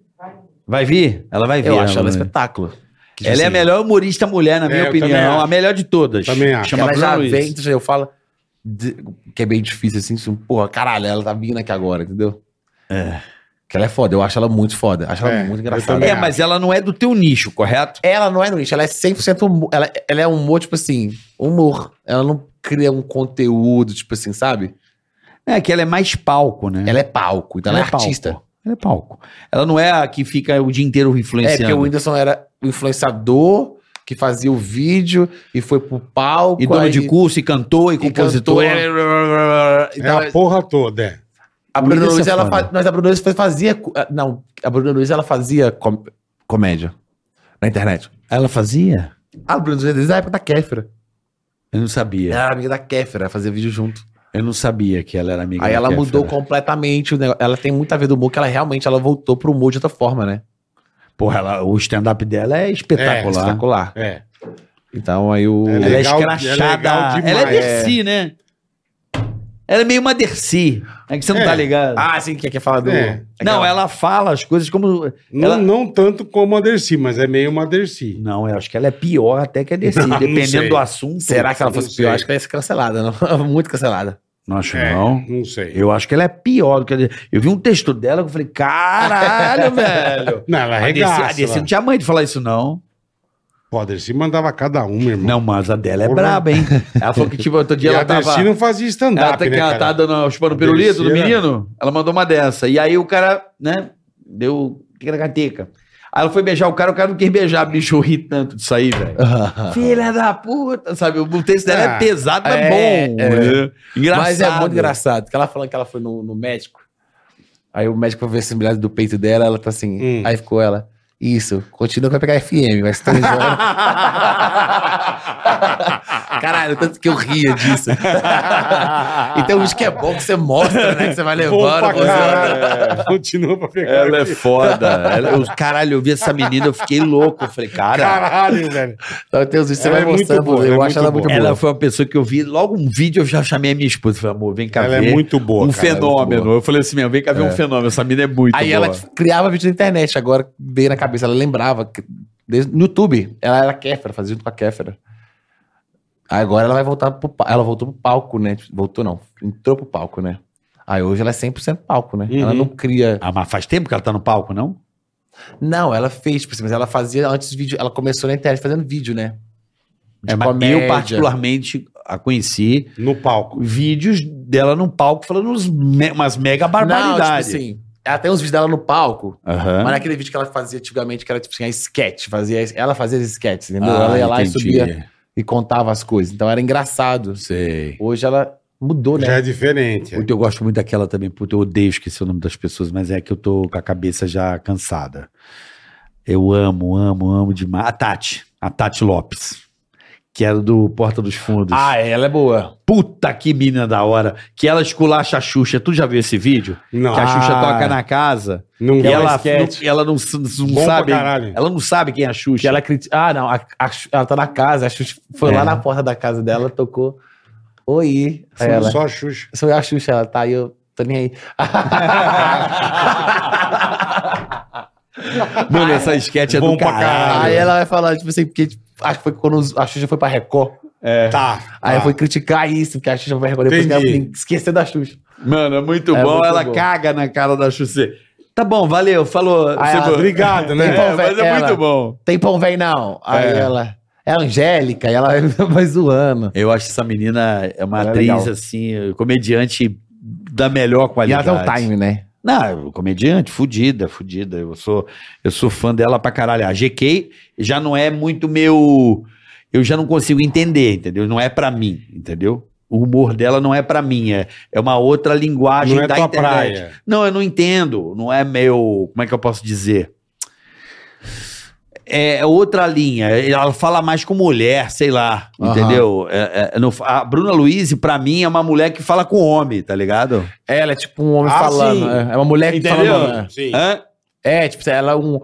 Speaker 3: Vai vir? Ela vai vir.
Speaker 5: eu
Speaker 3: ela
Speaker 5: acho ela um
Speaker 3: vai vir.
Speaker 5: espetáculo. Que, tipo
Speaker 3: Ela é a
Speaker 5: assim,
Speaker 3: melhor humorista mulher, na
Speaker 2: É,
Speaker 3: minha
Speaker 2: eu também
Speaker 3: opinião.
Speaker 2: acho.
Speaker 3: A melhor de todas.
Speaker 2: Também acho.
Speaker 3: Chama
Speaker 5: ela
Speaker 3: Bruno
Speaker 5: É, já
Speaker 3: Luiz.
Speaker 5: vem, eu falo de- que é bem difícil, assim, assim, porra, caralho, ela tá vindo aqui agora, entendeu?
Speaker 3: É.
Speaker 5: Que ela é foda, eu acho ela muito foda, acho
Speaker 2: É,
Speaker 5: ela muito
Speaker 2: eu
Speaker 5: engraçada.
Speaker 2: também.
Speaker 3: É, mas ela não é do teu nicho, correto?
Speaker 5: Ela não é nicho, ela é 100% humor, ela, ela é humor, tipo assim, humor. Ela não cria um conteúdo, tipo assim, sabe?
Speaker 3: É que ela é mais palco, né?
Speaker 5: Ela é palco, então ela, é,
Speaker 3: palco.
Speaker 5: artista.
Speaker 3: Ela é palco. Ela não é a que fica o dia inteiro
Speaker 5: É,
Speaker 3: influenciando.
Speaker 5: porque o Whindersson era o influenciador que fazia o vídeo e foi pro palco.
Speaker 3: E dono
Speaker 5: aí-
Speaker 3: de curso, e cantor, e,
Speaker 5: e
Speaker 3: compositor.
Speaker 5: cantou. é,
Speaker 2: É a porra toda, é.
Speaker 5: A Bruna
Speaker 3: Whindersson
Speaker 5: Luiz,
Speaker 3: é
Speaker 5: ela
Speaker 3: foda.
Speaker 5: fa... mas a Bruna Luiz faz- fazia. co- ah, Não, a Bruna Luiz, ela fazia com- comédia na internet.
Speaker 3: Ela fazia?
Speaker 5: A Bruna Luiz, desde a época da Kéfera.
Speaker 3: Eu não sabia.
Speaker 5: Ela era amiga da Kéfera, fazia vídeo junto.
Speaker 3: Eu não sabia que ela era amiga
Speaker 5: Aí
Speaker 3: da
Speaker 5: ela
Speaker 3: Kéfera.
Speaker 5: mudou completamente o negócio. Ela tem muito a ver do humor, que ela realmente ela voltou pro humor de outra forma, né?
Speaker 3: Porra, ela- o stand-up dela é espetacular.
Speaker 5: Espetacular.
Speaker 2: É.
Speaker 5: Então aí o.
Speaker 2: É
Speaker 3: ela
Speaker 2: legal-
Speaker 3: é
Speaker 2: é
Speaker 3: escrachada.
Speaker 2: legal demais.
Speaker 3: ela é Dercy, né? Ela é meio uma Dercy. É que você não
Speaker 2: É.
Speaker 3: tá ligado.
Speaker 5: Ah, sim, que quer falar do.
Speaker 2: É.
Speaker 3: não, ela fala as coisas como.
Speaker 2: Não,
Speaker 3: Ela-
Speaker 2: não tanto como a Dercy, mas é meio uma Dercy.
Speaker 3: Não, eu acho que ela é pior até que a Dercy,
Speaker 2: Não, não sei.
Speaker 3: dependendo do assunto.
Speaker 5: Será que ela fosse
Speaker 2: Não sei.
Speaker 5: pior? Acho que ela ia ser cancelada, não? Muito cancelada.
Speaker 3: Não acho
Speaker 2: É,
Speaker 3: não.
Speaker 2: Não sei.
Speaker 3: Eu acho que ela é pior do que a Dercy. Eu vi um texto dela que eu falei, caralho, velho.
Speaker 2: Não, ela
Speaker 3: A Dercy, a
Speaker 2: arregaça.
Speaker 3: Dercy não
Speaker 2: ela-
Speaker 3: tinha mãe de falar isso, não.
Speaker 2: Pô, a Dercy mandava cada uma, irmão.
Speaker 3: Não, mas a dela é
Speaker 2: Porra.
Speaker 3: braba, hein? Ela falou que, tipo, outro
Speaker 2: e
Speaker 3: dia
Speaker 2: a
Speaker 3: ela
Speaker 2: Dercy
Speaker 3: tava.
Speaker 2: não fazia
Speaker 3: Ela, tá,
Speaker 2: stand-up,
Speaker 3: que
Speaker 2: né,
Speaker 3: ela
Speaker 2: cara? é-
Speaker 3: tá dando os pano pirulito do
Speaker 2: Delícia.
Speaker 3: menino. Ela mandou uma dessa. E aí o cara, né, deu tica-tica. Aí ela foi beijar o cara, o cara não quis beijar, bicho, eu ri tanto disso aí, velho. Filha da puta, sabe? O texto dela
Speaker 2: Ah,
Speaker 3: é pesado, mas
Speaker 5: é,
Speaker 3: bom.
Speaker 5: é.
Speaker 3: né? Engraçado.
Speaker 5: Mas é muito engraçado. Que ela falando que ela foi no, no médico. Aí o médico foi ver a sensibilidade do peito dela, ela tá assim.
Speaker 2: Hum.
Speaker 5: Aí ficou ela. Isso, continua que vai pegar FM, mas tô risando. Caralho, tanto que eu ria disso. então isso que é bom que você mostra, né? Que você vai
Speaker 2: Pô, pra
Speaker 5: levando. você-
Speaker 2: caralho, é. Continua pra pegar.
Speaker 3: Ela é foda. Ela- eu, caralho, eu vi essa menina, eu fiquei louco. Eu falei, cara,
Speaker 2: Caralho, velho.
Speaker 5: Então tem os vídeos que você
Speaker 2: Ela
Speaker 5: vai
Speaker 2: é muito
Speaker 5: mostrando.
Speaker 2: boa,
Speaker 5: eu
Speaker 2: ela é
Speaker 5: acho ela
Speaker 2: muito
Speaker 5: muito
Speaker 2: boa.
Speaker 5: boa.
Speaker 3: Ela foi uma pessoa que eu vi logo um vídeo, eu já chamei a minha esposa. Falei, amor, vem cá
Speaker 2: Ela é
Speaker 3: ver.
Speaker 2: muito boa,
Speaker 3: Um
Speaker 2: cara, ela é muito
Speaker 3: fenômeno. eu falei assim mesmo, vem cá ver um fenômeno. Essa mina é muito
Speaker 5: Aí
Speaker 3: boa.
Speaker 5: ela criava vídeo na internet, agora veio na cabeça, ela lembrava. que- desde- no YouTube, ela era Kéfera, fazia junto com a Kéfera. Aí Agora ela vai voltar pro palco. Ela voltou pro palco, né? Voltou não, entrou pro palco, né? Aí hoje ela é 100% palco, né? Ela
Speaker 2: Uhum.
Speaker 5: não cria.
Speaker 3: Ah, mas faz tempo que ela tá no palco, não?
Speaker 5: Não, ela fez, tipo assim, mas ela fazia antes vídeo. Ela começou na internet fazendo vídeo, né? De
Speaker 3: É, mas eu
Speaker 5: comédia.
Speaker 3: particularmente a conheci
Speaker 2: No palco.
Speaker 3: vídeos dela num palco falando uns me- umas mega barbaridades.
Speaker 5: Não, tipo assim, ela tem uns vídeos dela no palco,
Speaker 3: Aham.
Speaker 5: mas naquele vídeo que ela fazia antigamente, que era tipo assim, a sketch. Fazia, ela fazia as sketches, entendeu?
Speaker 3: Ah,
Speaker 5: ela ia lá e
Speaker 3: entendi.
Speaker 5: subia. e contava as coisas. Então era engraçado.
Speaker 3: Sei.
Speaker 5: Hoje ela mudou, né?
Speaker 2: Já é diferente. é.
Speaker 3: Puta, eu gosto muito daquela também. Puta, eu odeio esquecer o nome das pessoas, mas é que eu tô com a cabeça já cansada. Eu amo, amo, amo demais. A Tati. A Tati Lopes. Que era do Porta dos Fundos.
Speaker 5: Ah, ela é boa.
Speaker 3: Puta que mina da hora. Que ela esculacha a Xuxa. Tu já viu esse vídeo?
Speaker 2: Não,
Speaker 3: Que a Xuxa
Speaker 5: Ah.
Speaker 3: toca na casa.
Speaker 2: não
Speaker 3: E
Speaker 2: é um
Speaker 3: ela,
Speaker 2: esquete.
Speaker 3: não, ela não, s- não
Speaker 2: Bom pra
Speaker 3: sabe.
Speaker 2: caralho.
Speaker 3: Ela não sabe quem é a Xuxa.
Speaker 5: Que ela critica. Ah, não. a- a Xu- ela tá na casa. A Xuxa foi
Speaker 3: É.
Speaker 5: lá na porta da casa dela, tocou. Oi. Aí ela.
Speaker 2: Só a Xuxa.
Speaker 5: Sou eu a Xuxa, ela tá aí, eu tô nem aí.
Speaker 3: Mano, essa esquete é
Speaker 2: Bom
Speaker 3: do
Speaker 2: pra
Speaker 3: caralho.
Speaker 5: aí ela vai falar, tipo assim, porque tipo, acho que foi quando os- a Xuxa foi pra Record.
Speaker 3: É.
Speaker 2: Tá.
Speaker 5: Aí
Speaker 2: tá.
Speaker 5: foi criticar isso, porque a Xuxa foi pra Record. Depois
Speaker 2: Entendi.
Speaker 5: que ela esqueceu da Xuxa.
Speaker 3: Mano, é muito
Speaker 5: É
Speaker 3: bom.
Speaker 5: muito
Speaker 3: ela
Speaker 5: bom.
Speaker 3: caga na cara da Xuxa. Tá bom, valeu, falou.
Speaker 5: Ah,
Speaker 3: Você
Speaker 5: ela-
Speaker 3: foi-
Speaker 2: Obrigado, né?
Speaker 5: Então,
Speaker 3: É, mas é
Speaker 5: ela-
Speaker 3: muito bom.
Speaker 5: Tem pão velho não. Aí
Speaker 2: É.
Speaker 5: ela. É a Angélica, e ela vai zoando.
Speaker 3: Eu acho que essa menina é uma
Speaker 5: Ela é
Speaker 3: atriz,
Speaker 5: legal.
Speaker 3: assim, comediante da melhor
Speaker 5: E
Speaker 3: qualidade.
Speaker 5: ela tem um time, né?
Speaker 3: Não, comediante, fudida, fudida. Eu sou, eu sou fã dela pra caralho. A GK já não é muito meu. eu já não consigo entender, entendeu? Não é pra mim, entendeu? O humor dela não é pra mim, é, é uma outra linguagem
Speaker 2: Não é
Speaker 3: da
Speaker 2: tua
Speaker 3: internet.
Speaker 2: praia.
Speaker 3: Não, eu não entendo. Não é meu. Como é que eu posso dizer? É outra linha. Ela fala mais com mulher, sei lá.
Speaker 5: Aham.
Speaker 3: Entendeu? É- é- não- a Bruna Luiz, pra mim, é uma mulher que fala com homem, tá ligado?
Speaker 5: Ela é tipo um homem
Speaker 2: Ah,
Speaker 5: falando.
Speaker 2: sim.
Speaker 5: É, é uma mulher que
Speaker 3: Entendeu?
Speaker 5: falando.
Speaker 2: Sim.
Speaker 3: Hã?
Speaker 5: É, tipo, ela é um.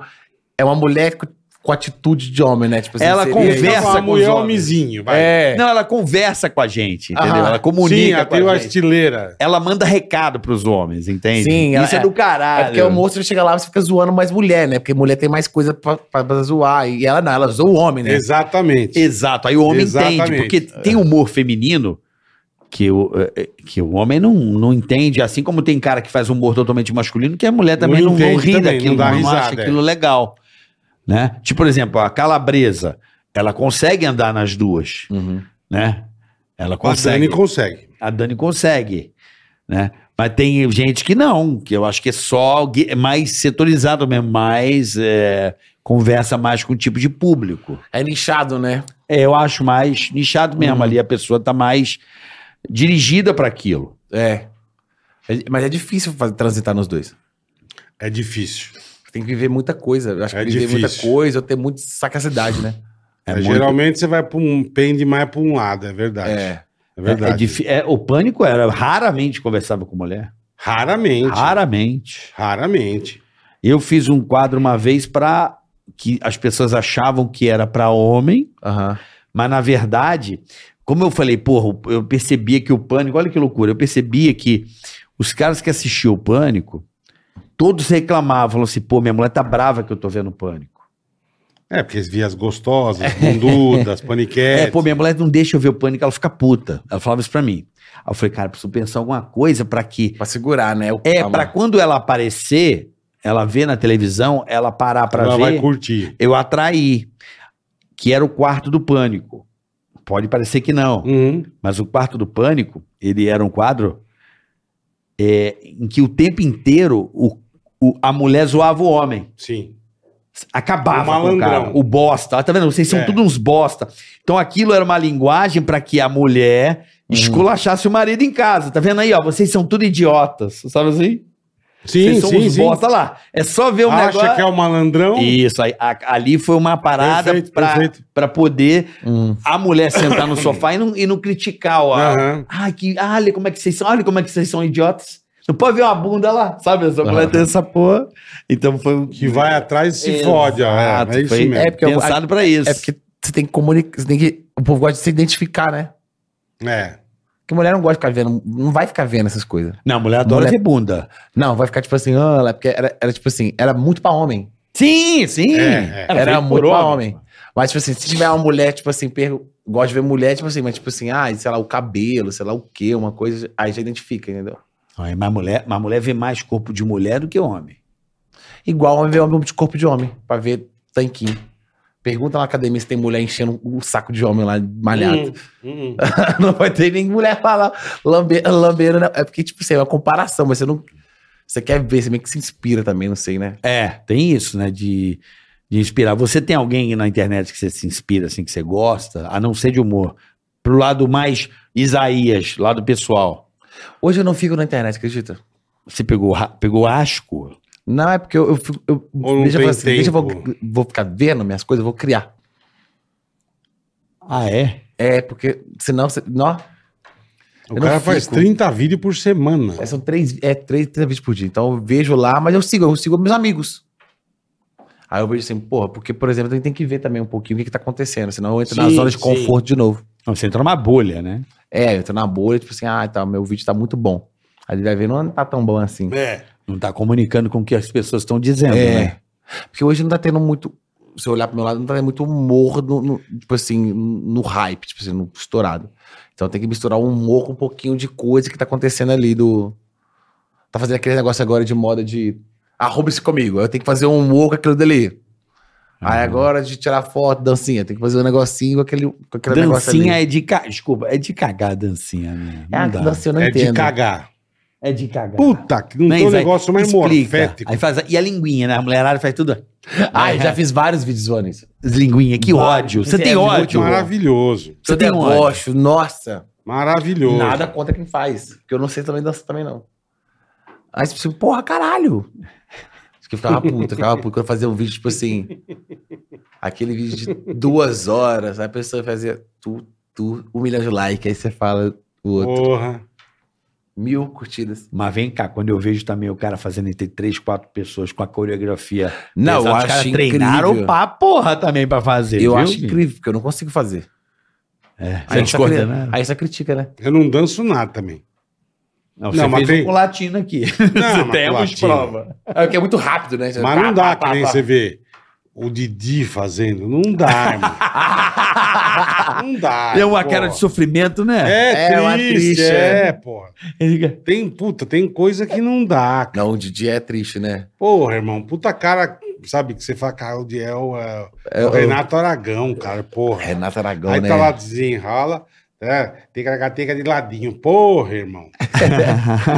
Speaker 5: É uma mulher co- com atitude de homem, né? Tipo,
Speaker 3: Ela
Speaker 5: seria-
Speaker 3: conversa
Speaker 2: Então, a
Speaker 3: com
Speaker 2: mulher
Speaker 3: os
Speaker 2: é um
Speaker 3: homens.
Speaker 2: homizinho, vai.
Speaker 5: É.
Speaker 3: Não, ela conversa com a gente, entendeu?
Speaker 5: Aham.
Speaker 3: Ela
Speaker 2: Sim,
Speaker 3: comunica
Speaker 2: ela
Speaker 3: com
Speaker 2: tem uma
Speaker 3: a gente.
Speaker 2: estileira.
Speaker 3: Ela manda recado pros homens, entende?
Speaker 5: Sim, ela-
Speaker 3: Isso é,
Speaker 5: é-
Speaker 3: do
Speaker 5: É
Speaker 3: caralho.
Speaker 5: porque o moço chega lá e você fica zoando mais mulher, né? Porque mulher tem mais coisa pra, pra- pra zoar. E ela não, ela zoa o homem, né?
Speaker 2: Exatamente.
Speaker 3: Exato, aí o homem entende,
Speaker 2: Exatamente. É.
Speaker 3: porque tem humor feminino que o, eh, que o homem não, não entende, assim como tem cara que faz humor totalmente masculino, que a mulher também
Speaker 2: Não
Speaker 3: não, não
Speaker 2: entende
Speaker 3: ri
Speaker 2: também, não
Speaker 3: daquilo,
Speaker 2: dá
Speaker 3: não, acha
Speaker 2: risada, é.
Speaker 3: aquilo legal. Né? Tipo, por exemplo, a calabresa, ela consegue andar nas duas,
Speaker 5: Uhum.
Speaker 3: né? Ela
Speaker 2: A Dani
Speaker 3: consegue,
Speaker 2: consegue.
Speaker 3: a Dani consegue, né? Mas tem gente que não, que eu acho que é só gui- é mais setorizado mesmo, mais eh, conversa mais com o tipo de público.
Speaker 5: É nichado, né?
Speaker 3: É, eu acho mais nichado mesmo
Speaker 5: Uhum.
Speaker 3: ali, a pessoa tá mais dirigida para aquilo.
Speaker 5: É. É- Mas é difícil fazer, transitar nos dois.
Speaker 2: É difícil.
Speaker 5: Tem que viver muita coisa. Eu acho que
Speaker 2: É
Speaker 5: viver muita
Speaker 2: difícil.
Speaker 5: coisa, eu ter muita sacacidade, né?
Speaker 3: É,
Speaker 2: É,
Speaker 3: muito-
Speaker 2: Geralmente você vai para um pende mais para um lado, é verdade. É,
Speaker 3: é- é
Speaker 2: verdade.
Speaker 3: difí- é, o pânico era raramente conversava com mulher.
Speaker 2: Raramente.
Speaker 3: Raramente.
Speaker 2: Raramente.
Speaker 3: Eu fiz um quadro uma vez para que as pessoas achavam que era para homem,
Speaker 5: Aham.
Speaker 3: mas na verdade, como eu falei, porra, eu percebia que o pânico, olha que loucura, eu percebia que os caras que assistiam o pânico, todos reclamavam, falavam assim, pô, minha mulher tá brava que eu tô vendo pânico.
Speaker 2: É, porque via as gostosas, bundudas,
Speaker 3: É,
Speaker 2: paniquetes.
Speaker 3: pô, minha mulher não deixa eu ver o pânico, ela fica puta. Ela falava isso pra mim. Aí eu falei, cara, preciso pensar alguma coisa pra que.
Speaker 5: Pra segurar, né? O-
Speaker 3: É,
Speaker 2: Tá
Speaker 5: a-
Speaker 3: pra quando ela aparecer, ela ver na televisão, ela parar pra
Speaker 2: Ela vai
Speaker 3: ver,
Speaker 2: curtir.
Speaker 3: eu atraí. Que era o quarto do pânico. Pode parecer que não,
Speaker 2: Uhum.
Speaker 3: mas o quarto do pânico, ele era um quadro é, em que o tempo inteiro o- o- a mulher zoava o homem
Speaker 2: Sim. O
Speaker 3: acabava com o
Speaker 2: malandrão.
Speaker 3: cara, o bosta. Ah, Tá vendo? Vocês são
Speaker 2: É.
Speaker 3: tudo uns bosta. Então aquilo era uma linguagem pra que a mulher
Speaker 2: Uhum.
Speaker 3: esculachasse o marido em casa. Tá vendo aí, ó? Vocês são tudo idiotas. Sabe assim?
Speaker 2: Sim,
Speaker 3: Vocês são
Speaker 2: sim,
Speaker 3: uns
Speaker 2: sim.
Speaker 3: bosta Olha lá. É só ver o
Speaker 2: Acha
Speaker 3: negócio.
Speaker 2: que é o malandrão?
Speaker 3: Isso, aí, a- ali foi uma parada
Speaker 2: Perfeito,
Speaker 3: pra,
Speaker 2: perfeito.
Speaker 3: pra poder
Speaker 5: Hum.
Speaker 3: a mulher sentar no sofá e não, e não criticar o.
Speaker 2: Aham.
Speaker 3: Ai, que. ah, Olha como é que vocês são. Olha como é que vocês são idiotas. Não pode ver uma bunda lá, sabe? Essa mulher tem essa porra. Então foi um-
Speaker 2: Que vai atrás e se
Speaker 3: Exato,
Speaker 2: fode, ó. É, é isso
Speaker 3: foi
Speaker 2: mesmo.
Speaker 5: É, porque eu-
Speaker 3: pensado pra isso.
Speaker 5: É porque você tem que comunicar. Você tem que. O povo gosta de se identificar, né?
Speaker 2: É.
Speaker 5: Porque mulher não gosta de ficar vendo. Não vai ficar vendo essas coisas.
Speaker 3: Não, mulher adora
Speaker 5: Mulher-
Speaker 3: ver bunda.
Speaker 5: Não, vai ficar tipo assim, ah, ela, porque era, era tipo assim, era muito pra homem.
Speaker 3: Sim, sim.
Speaker 2: É, é.
Speaker 3: Ela
Speaker 5: Era
Speaker 3: veio
Speaker 5: muito
Speaker 3: por
Speaker 5: pra
Speaker 3: homem.
Speaker 5: homem. Mas, tipo assim, se tiver uma mulher, tipo assim, pergo- gosta de ver mulher, tipo assim, mas tipo assim, ah, sei lá, o cabelo, sei lá o quê, uma coisa, aí já identifica, entendeu?
Speaker 3: Ai, Mas mulher, mas mulher vê mais corpo de mulher do que homem.
Speaker 5: Igual homem ver homem de corpo de homem, pra ver tanquinho. Pergunta na academia se tem mulher enchendo o saco de homem lá, malhado.
Speaker 2: Uhum.
Speaker 5: não vai ter nem mulher lá, lá lambe, lambeiro, né? É porque, tipo, assim, é uma comparação, mas você não... Você quer ver, você meio que se inspira também, não sei, né?
Speaker 3: É, tem isso, né? De, de inspirar. Você tem alguém na internet que você se inspira, assim, que você gosta, a não ser de humor. Pro lado mais Isaías, lado pessoal.
Speaker 5: Hoje eu não fico na internet, acredita?
Speaker 3: Você pegou, ra- pegou asco?
Speaker 5: Não, é porque eu, eu fico. eu-
Speaker 2: Ou não
Speaker 5: deixa,
Speaker 2: tem
Speaker 5: eu falar assim, deixa eu vou,
Speaker 2: tempo.
Speaker 5: vou ficar vendo minhas coisas, eu vou criar.
Speaker 3: Ah, é?
Speaker 5: É, porque senão. Você, não,
Speaker 2: O
Speaker 5: Eu
Speaker 2: cara
Speaker 5: não
Speaker 2: faz
Speaker 5: fico.
Speaker 2: 30 vídeos por semana.
Speaker 5: é, são três, é três, três vídeos por dia. Então eu vejo lá, mas eu sigo, eu sigo meus amigos. Aí eu vejo assim, porra, porque, por exemplo, tem- tem que ver também um pouquinho o que, que tá acontecendo, senão eu entro na
Speaker 2: Sim,
Speaker 5: zona de
Speaker 2: sim.
Speaker 5: conforto de novo.
Speaker 3: Não, você entra numa bolha, né?
Speaker 5: É, eu entro na bolha, tipo assim, ah, tá, meu vídeo tá muito bom. Aí ele vai ver, não tá tão bom assim.
Speaker 2: É.
Speaker 3: Não tá comunicando com o que as pessoas estão dizendo, né?
Speaker 5: É. Porque hoje não tá tendo muito. Se eu olhar pro meu lado, não tá tendo muito humor, no, no- tipo assim, no hype, tipo assim, no estourado. Então tem que misturar um humor com um pouquinho de coisa que tá acontecendo ali do. Tá fazendo aquele negócio agora de moda de. Arroba-se comigo. Eu tenho que fazer um humor com aquilo dali.
Speaker 3: Ah.
Speaker 5: Aí agora de tirar foto, dancinha. Tem que fazer um negocinho com aquele, com aquele negócio ali.
Speaker 3: Dancinha é de. Ca... Desculpa, é de cagar a dancinha, né?
Speaker 5: Ah,
Speaker 3: Não dá.
Speaker 5: dancinha eu não
Speaker 2: É de
Speaker 5: entendo.
Speaker 2: cagar.
Speaker 3: É de cagar.
Speaker 2: Puta, que não
Speaker 3: Né,
Speaker 2: tem um
Speaker 3: Zé?
Speaker 2: negócio mais
Speaker 3: Explica.
Speaker 2: morfético.
Speaker 3: Aí faz, a- e a linguinha, né? A mulherada faz tudo.
Speaker 4: Ah, eu já fiz vários vídeos zoando isso.
Speaker 3: As linguinhas, que ódio. Você tem
Speaker 4: É,
Speaker 3: ódio.
Speaker 2: Maravilhoso.
Speaker 3: Você
Speaker 5: Eu
Speaker 3: tem ódio.
Speaker 5: debocho, nossa.
Speaker 2: Maravilhoso.
Speaker 5: Nada contra quem faz. Porque eu não sei também dançar também, não. Aí você pensa, porra, caralho. Acho que eu ficava puto, eu ficava puto. Quando eu fazia um vídeo, tipo assim. Aquele vídeo de duas horas, aí a pessoa fazia tu, tu, um milhão de likes, aí você fala o outro.
Speaker 2: Porra.
Speaker 5: Mil curtidas.
Speaker 3: Mas vem cá, quando eu vejo também o cara fazendo entre três, quatro pessoas com a coreografia.
Speaker 5: Não,
Speaker 3: pesada,
Speaker 5: eu
Speaker 3: os caras
Speaker 5: acho
Speaker 3: treinaram
Speaker 5: incrível.
Speaker 3: pra porra também pra fazer.
Speaker 5: Eu
Speaker 3: viu?
Speaker 5: acho incrível, porque eu não consigo fazer.
Speaker 3: É.
Speaker 5: Aí
Speaker 3: Você
Speaker 5: só
Speaker 3: discorda,
Speaker 5: cri-
Speaker 3: né?
Speaker 5: Aí você critica, né?
Speaker 2: Eu não danço nada também.
Speaker 3: Não,
Speaker 2: Não,
Speaker 3: você fez
Speaker 2: mas tem-
Speaker 3: um com latino aqui.
Speaker 2: Não, mas
Speaker 3: Temos
Speaker 2: latinha.
Speaker 3: prova.
Speaker 5: É porque é muito rápido, né? Você-
Speaker 2: Mas não
Speaker 5: pá,
Speaker 2: dá,
Speaker 5: pá,
Speaker 2: que nem
Speaker 5: pá,
Speaker 2: você vê o Didi fazendo. Não dá, irmão. não dá.
Speaker 3: Deu É uma
Speaker 2: pô.
Speaker 3: cara de sofrimento, né?
Speaker 2: É,
Speaker 5: É uma
Speaker 2: triste,
Speaker 5: triste,
Speaker 2: é, porra.
Speaker 3: Ele fica-
Speaker 2: Tem, puta, tem coisa que não dá, cara.
Speaker 5: Não, o Didi é triste, né?
Speaker 2: Porra, irmão, puta cara, sabe, que você fala, cara, o Diel é,
Speaker 5: É,
Speaker 2: o Renato Aragão, cara, porra.
Speaker 5: Renato Aragão,
Speaker 2: Aí
Speaker 5: né?
Speaker 2: tá lá, desenrola, é, tem que gateca de ladinho. Porra, irmão.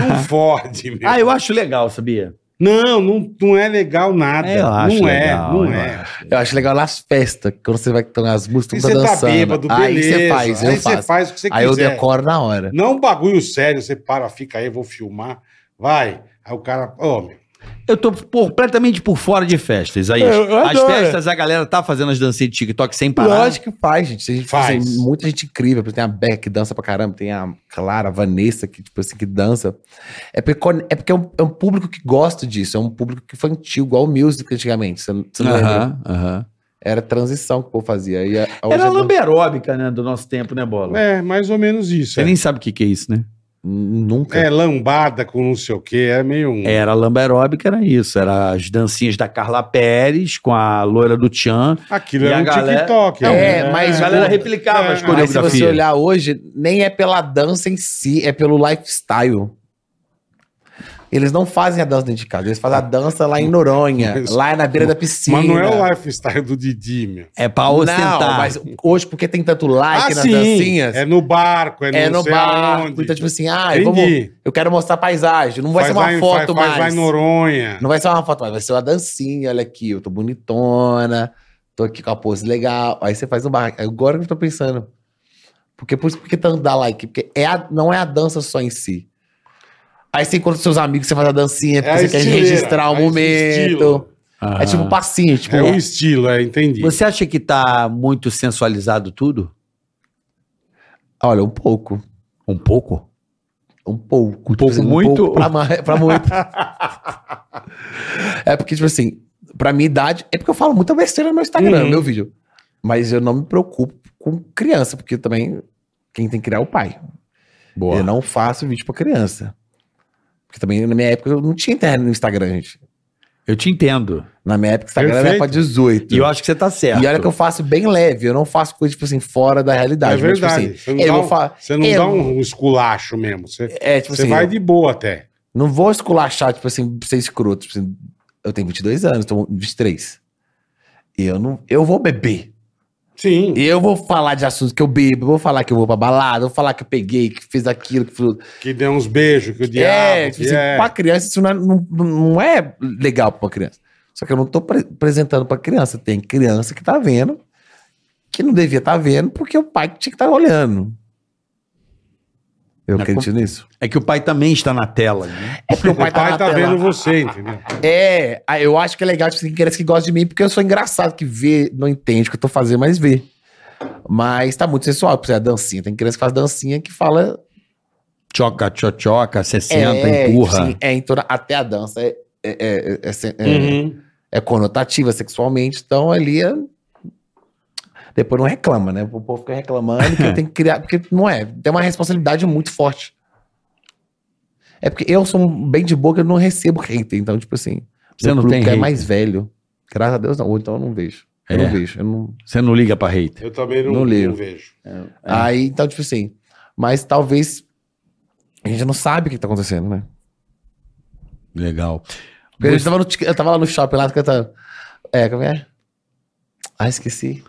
Speaker 2: não fode, meu.
Speaker 3: Ah, eu acho legal, sabia?
Speaker 2: Não, não, não é legal nada.
Speaker 3: Eu acho
Speaker 2: não é,
Speaker 3: legal,
Speaker 2: não
Speaker 3: eu
Speaker 2: é.
Speaker 5: Eu acho legal nas festas, quando você vai tocar as
Speaker 2: E
Speaker 5: músicas,
Speaker 2: você
Speaker 5: todo mundo tá
Speaker 2: tá
Speaker 5: dançando.
Speaker 2: bêbado,
Speaker 5: aí
Speaker 2: beleza.
Speaker 5: você faz, eu
Speaker 2: aí você
Speaker 5: faço.
Speaker 2: faz o que você
Speaker 5: aí eu
Speaker 2: quiser.
Speaker 5: decoro na hora.
Speaker 2: Não um bagulho sério, você para, fica aí, eu vou filmar. Vai. Aí o cara, ô, meu,
Speaker 3: Eu tô por- completamente por fora de festas, aí.
Speaker 5: Eu- eu
Speaker 3: É as
Speaker 5: adoro.
Speaker 3: festas, a galera tá fazendo as dancinhas de TikTok sem parar.
Speaker 5: Lógico que faz, gente. Tem gente
Speaker 2: Faz.
Speaker 5: assim, muita gente incrível. Tem a Beca que dança pra caramba, tem a Clara, a Vanessa, que, tipo assim, que dança. É porque con- é, porque é, um, é um público que gosta disso, é um público infantil, igual o music antigamente. Você, você não lembra?
Speaker 3: Aham, aham.
Speaker 5: Era a transição que o povo fazia. E a- a- hoje
Speaker 3: Era
Speaker 5: é
Speaker 3: a
Speaker 5: do-
Speaker 3: lamberóbica, né, do nosso tempo, né, Bola?
Speaker 2: é mais ou menos isso.
Speaker 3: Você
Speaker 2: É,
Speaker 3: nem sabe o que, que é isso, né?
Speaker 5: Nunca.
Speaker 2: É, lambada com não sei o quê, é meio um.
Speaker 3: Era a lamberóbica, era isso. Era as dancinhas da Carla Pérez com a loira do Tchan.
Speaker 2: Aquilo
Speaker 3: E
Speaker 2: é
Speaker 3: a
Speaker 2: um
Speaker 3: galera-
Speaker 2: TikTok.
Speaker 5: É, mas
Speaker 3: A galera
Speaker 5: o-
Speaker 3: replicava
Speaker 2: é,
Speaker 3: as
Speaker 2: mas
Speaker 5: Ah, Mas se você
Speaker 3: coreografias.
Speaker 5: olhar hoje, nem é pela dança em si, é pelo lifestyle. Eles não fazem a dança dentro de casa, eles fazem a dança lá em Noronha,
Speaker 2: Mas-
Speaker 5: lá na beira da piscina.
Speaker 2: Mas não é o lifestyle do Didi, meu.
Speaker 3: É pra
Speaker 5: Não,
Speaker 3: ostentar.
Speaker 5: mas é hoje, porque tem tanto like nas dancinhas,
Speaker 2: É
Speaker 5: é,
Speaker 2: no barco, é, não
Speaker 5: no
Speaker 2: sei
Speaker 5: bar.
Speaker 2: aonde.
Speaker 5: Então, tipo assim, ah, eu, vou-
Speaker 2: Entendi.
Speaker 5: eu quero mostrar a paisagem, não vai
Speaker 2: Faz
Speaker 5: ser uma
Speaker 2: lá em-
Speaker 5: foto
Speaker 2: faz, faz lá
Speaker 5: mais.
Speaker 2: em Noronha.
Speaker 5: Não vai ser uma foto mais, vai ser uma dancinha, olha aqui, eu tô bonitona, tô aqui com a pose legal. Aí você faz um bar. Agora que eu tô pensando. Porque é por isso por que tanto dá like? Porque é a- não é a dança só em si. Aí você encontra seus amigos, você faz a dancinha, porque
Speaker 2: É a
Speaker 5: você quer
Speaker 2: estileira,
Speaker 5: registrar o
Speaker 2: é esse
Speaker 5: momento.
Speaker 2: estilo.
Speaker 3: Aham.
Speaker 5: É tipo um passinho, tipo.
Speaker 2: É o estilo, é, entendi.
Speaker 3: Você acha que tá muito sensualizado tudo?
Speaker 5: Olha, um pouco.
Speaker 3: Um pouco?
Speaker 5: Um pouco. tipo
Speaker 3: pouco muito?
Speaker 5: pouco pra, mais- pra muito. é porque, tipo assim, pra minha idade, é porque eu falo muita besteira no meu Instagram,
Speaker 2: Uhum.
Speaker 5: no meu vídeo. Mas eu não me preocupo com criança, porque também quem tem que criar é o pai.
Speaker 3: Boa.
Speaker 5: Eu não faço vídeo pra criança. Porque também na minha época eu não tinha internet no Instagram, gente.
Speaker 3: Eu te entendo.
Speaker 5: Na minha época o Instagram era
Speaker 2: Perfeito.
Speaker 5: pra 18.
Speaker 3: E eu acho que você tá certo.
Speaker 5: E olha que eu faço bem leve, eu não faço coisa, tipo assim, fora da realidade.
Speaker 2: é
Speaker 5: mas, tipo
Speaker 2: verdade.
Speaker 5: assim,
Speaker 2: Você não,
Speaker 5: eu
Speaker 2: dá
Speaker 5: vou
Speaker 2: um,
Speaker 5: falar.
Speaker 2: você não
Speaker 5: eu-
Speaker 2: dá um esculacho mesmo. Você,
Speaker 5: É, tipo
Speaker 2: você
Speaker 5: assim.
Speaker 2: vai de boa até.
Speaker 5: Não vou esculachar, tipo assim, pra ser escroto. Tipo assim, eu tenho 22 anos, tô 23. Eu não, eu vou beber.
Speaker 2: Sim.
Speaker 5: Eu vou falar de assuntos que eu bebo, eu vou falar que eu vou pra balada, eu vou falar que eu peguei, que fiz aquilo, que fiz... outro.
Speaker 2: Que deu uns beijos, que o diabo.
Speaker 5: É, tipo
Speaker 2: que
Speaker 5: assim,
Speaker 2: é.
Speaker 5: pra criança isso não é, não, não é legal pra uma criança. Só que eu não tô pre- apresentando pra criança. Tem criança que tá vendo, que não devia estar vendo, porque o pai que tinha que estar olhando. Eu
Speaker 3: Mas
Speaker 5: acredito nisso.
Speaker 3: É que o pai também está na tela. Né?
Speaker 5: É porque
Speaker 2: O pai tá, vendo você, entendeu?
Speaker 5: É, aí eu acho que é legal, tipo, assim, criança que gosta de mim, porque eu sou engraçado, que vê, não entende o que eu tô fazendo, mas vê. Mas tá muito sensual, porque é dancinha. Tem criança que faz dancinha que fala.
Speaker 3: Choca, chochoca, 60,
Speaker 5: é,
Speaker 3: empurra.
Speaker 5: sim, é, então, até a dança é, é, é, é, sen- é-
Speaker 2: Uhum.
Speaker 5: é conotativa sexualmente, então ali é. Depois não reclama, né? O povo fica reclamando que tem que criar. Porque não é. Tem uma responsabilidade muito forte. É porque eu sou um bem de boca, eu não recebo hater. Então, tipo assim.
Speaker 3: Você
Speaker 5: meu
Speaker 3: não tem
Speaker 5: público é
Speaker 3: hater.
Speaker 5: mais velho. Graças a Deus, não. Ou então eu não vejo. Eu
Speaker 3: É.
Speaker 5: não vejo. Eu não...
Speaker 3: Você não liga pra hater.
Speaker 2: Eu também não,
Speaker 5: Não
Speaker 2: não,
Speaker 5: leio.
Speaker 2: vejo. É.
Speaker 5: Aí, então, tipo assim. Mas talvez. A gente não sabe o que tá acontecendo, né?
Speaker 3: Legal.
Speaker 5: Porque a gente tava no tic- eu tava lá no shopping lá cantando. É, como é? Ah, esqueci.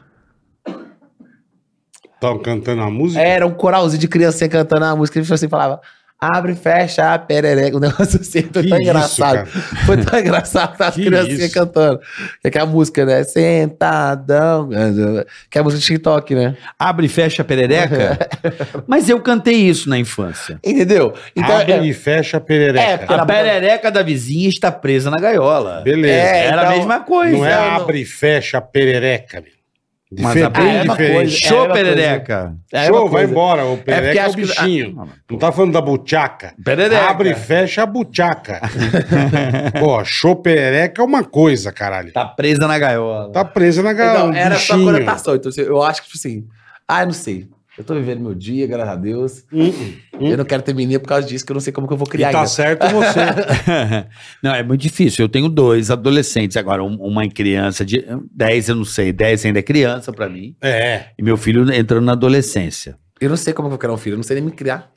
Speaker 2: Estavam cantando a música?
Speaker 5: É, Era um coralzinho de criancinha cantando a música, e assim falava: Abre, fecha, a perereca. O negócio assim foi
Speaker 2: Que
Speaker 5: tão
Speaker 2: isso,
Speaker 5: engraçado. Foi tão engraçado tá as
Speaker 2: Que
Speaker 5: criancinhas
Speaker 2: isso.
Speaker 5: cantando. Que é aquela música, né? Sentadão. Que é a música de TikTok, né?
Speaker 3: Abre e fecha a perereca. Mas eu cantei isso na infância.
Speaker 5: Entendeu? Então,
Speaker 2: Abre
Speaker 5: é,
Speaker 2: e fecha a perereca.
Speaker 5: É, porque
Speaker 3: A perereca da vizinha está presa na gaiola.
Speaker 2: Beleza.
Speaker 5: É,
Speaker 3: Era a
Speaker 5: então,
Speaker 3: mesma coisa.
Speaker 2: não é
Speaker 5: não.
Speaker 2: abre e fecha a perereca. meu. Dife-
Speaker 3: Mas a
Speaker 2: bem
Speaker 3: perereca-
Speaker 2: diferente.
Speaker 5: coisa.
Speaker 3: Show,
Speaker 5: Era é uma
Speaker 3: perereca.
Speaker 5: é uma
Speaker 2: Show, vai
Speaker 5: coisa.
Speaker 2: embora. O perereca é, o
Speaker 5: acho que-
Speaker 2: bichinho. Não tá falando da buchaca.
Speaker 3: Perereca.
Speaker 2: Abre e fecha a buchaca. Pô, show perereca é uma coisa, caralho.
Speaker 3: Tá presa na gaiola.
Speaker 2: Tá presa na galera.
Speaker 5: Então, era só
Speaker 2: bichinho.
Speaker 3: tá
Speaker 5: conotação. Então, assim, eu acho que, tipo assim, ah, eu não sei. Eu tô vivendo meu dia, graças a Deus.
Speaker 2: Hum,
Speaker 5: Eu não quero ter menina por causa disso, que eu não sei como que eu vou
Speaker 2: E
Speaker 5: criar
Speaker 2: tá
Speaker 5: ainda.
Speaker 2: certo você.
Speaker 3: não, é muito difícil. Eu tenho dois adolescentes agora. um- Uma em criança de 10, eu não sei. 10 ainda é criança pra mim.
Speaker 2: É.
Speaker 3: E meu filho entrando na adolescência.
Speaker 5: Eu não sei como eu vou criar um filho, eu não sei nem me criar.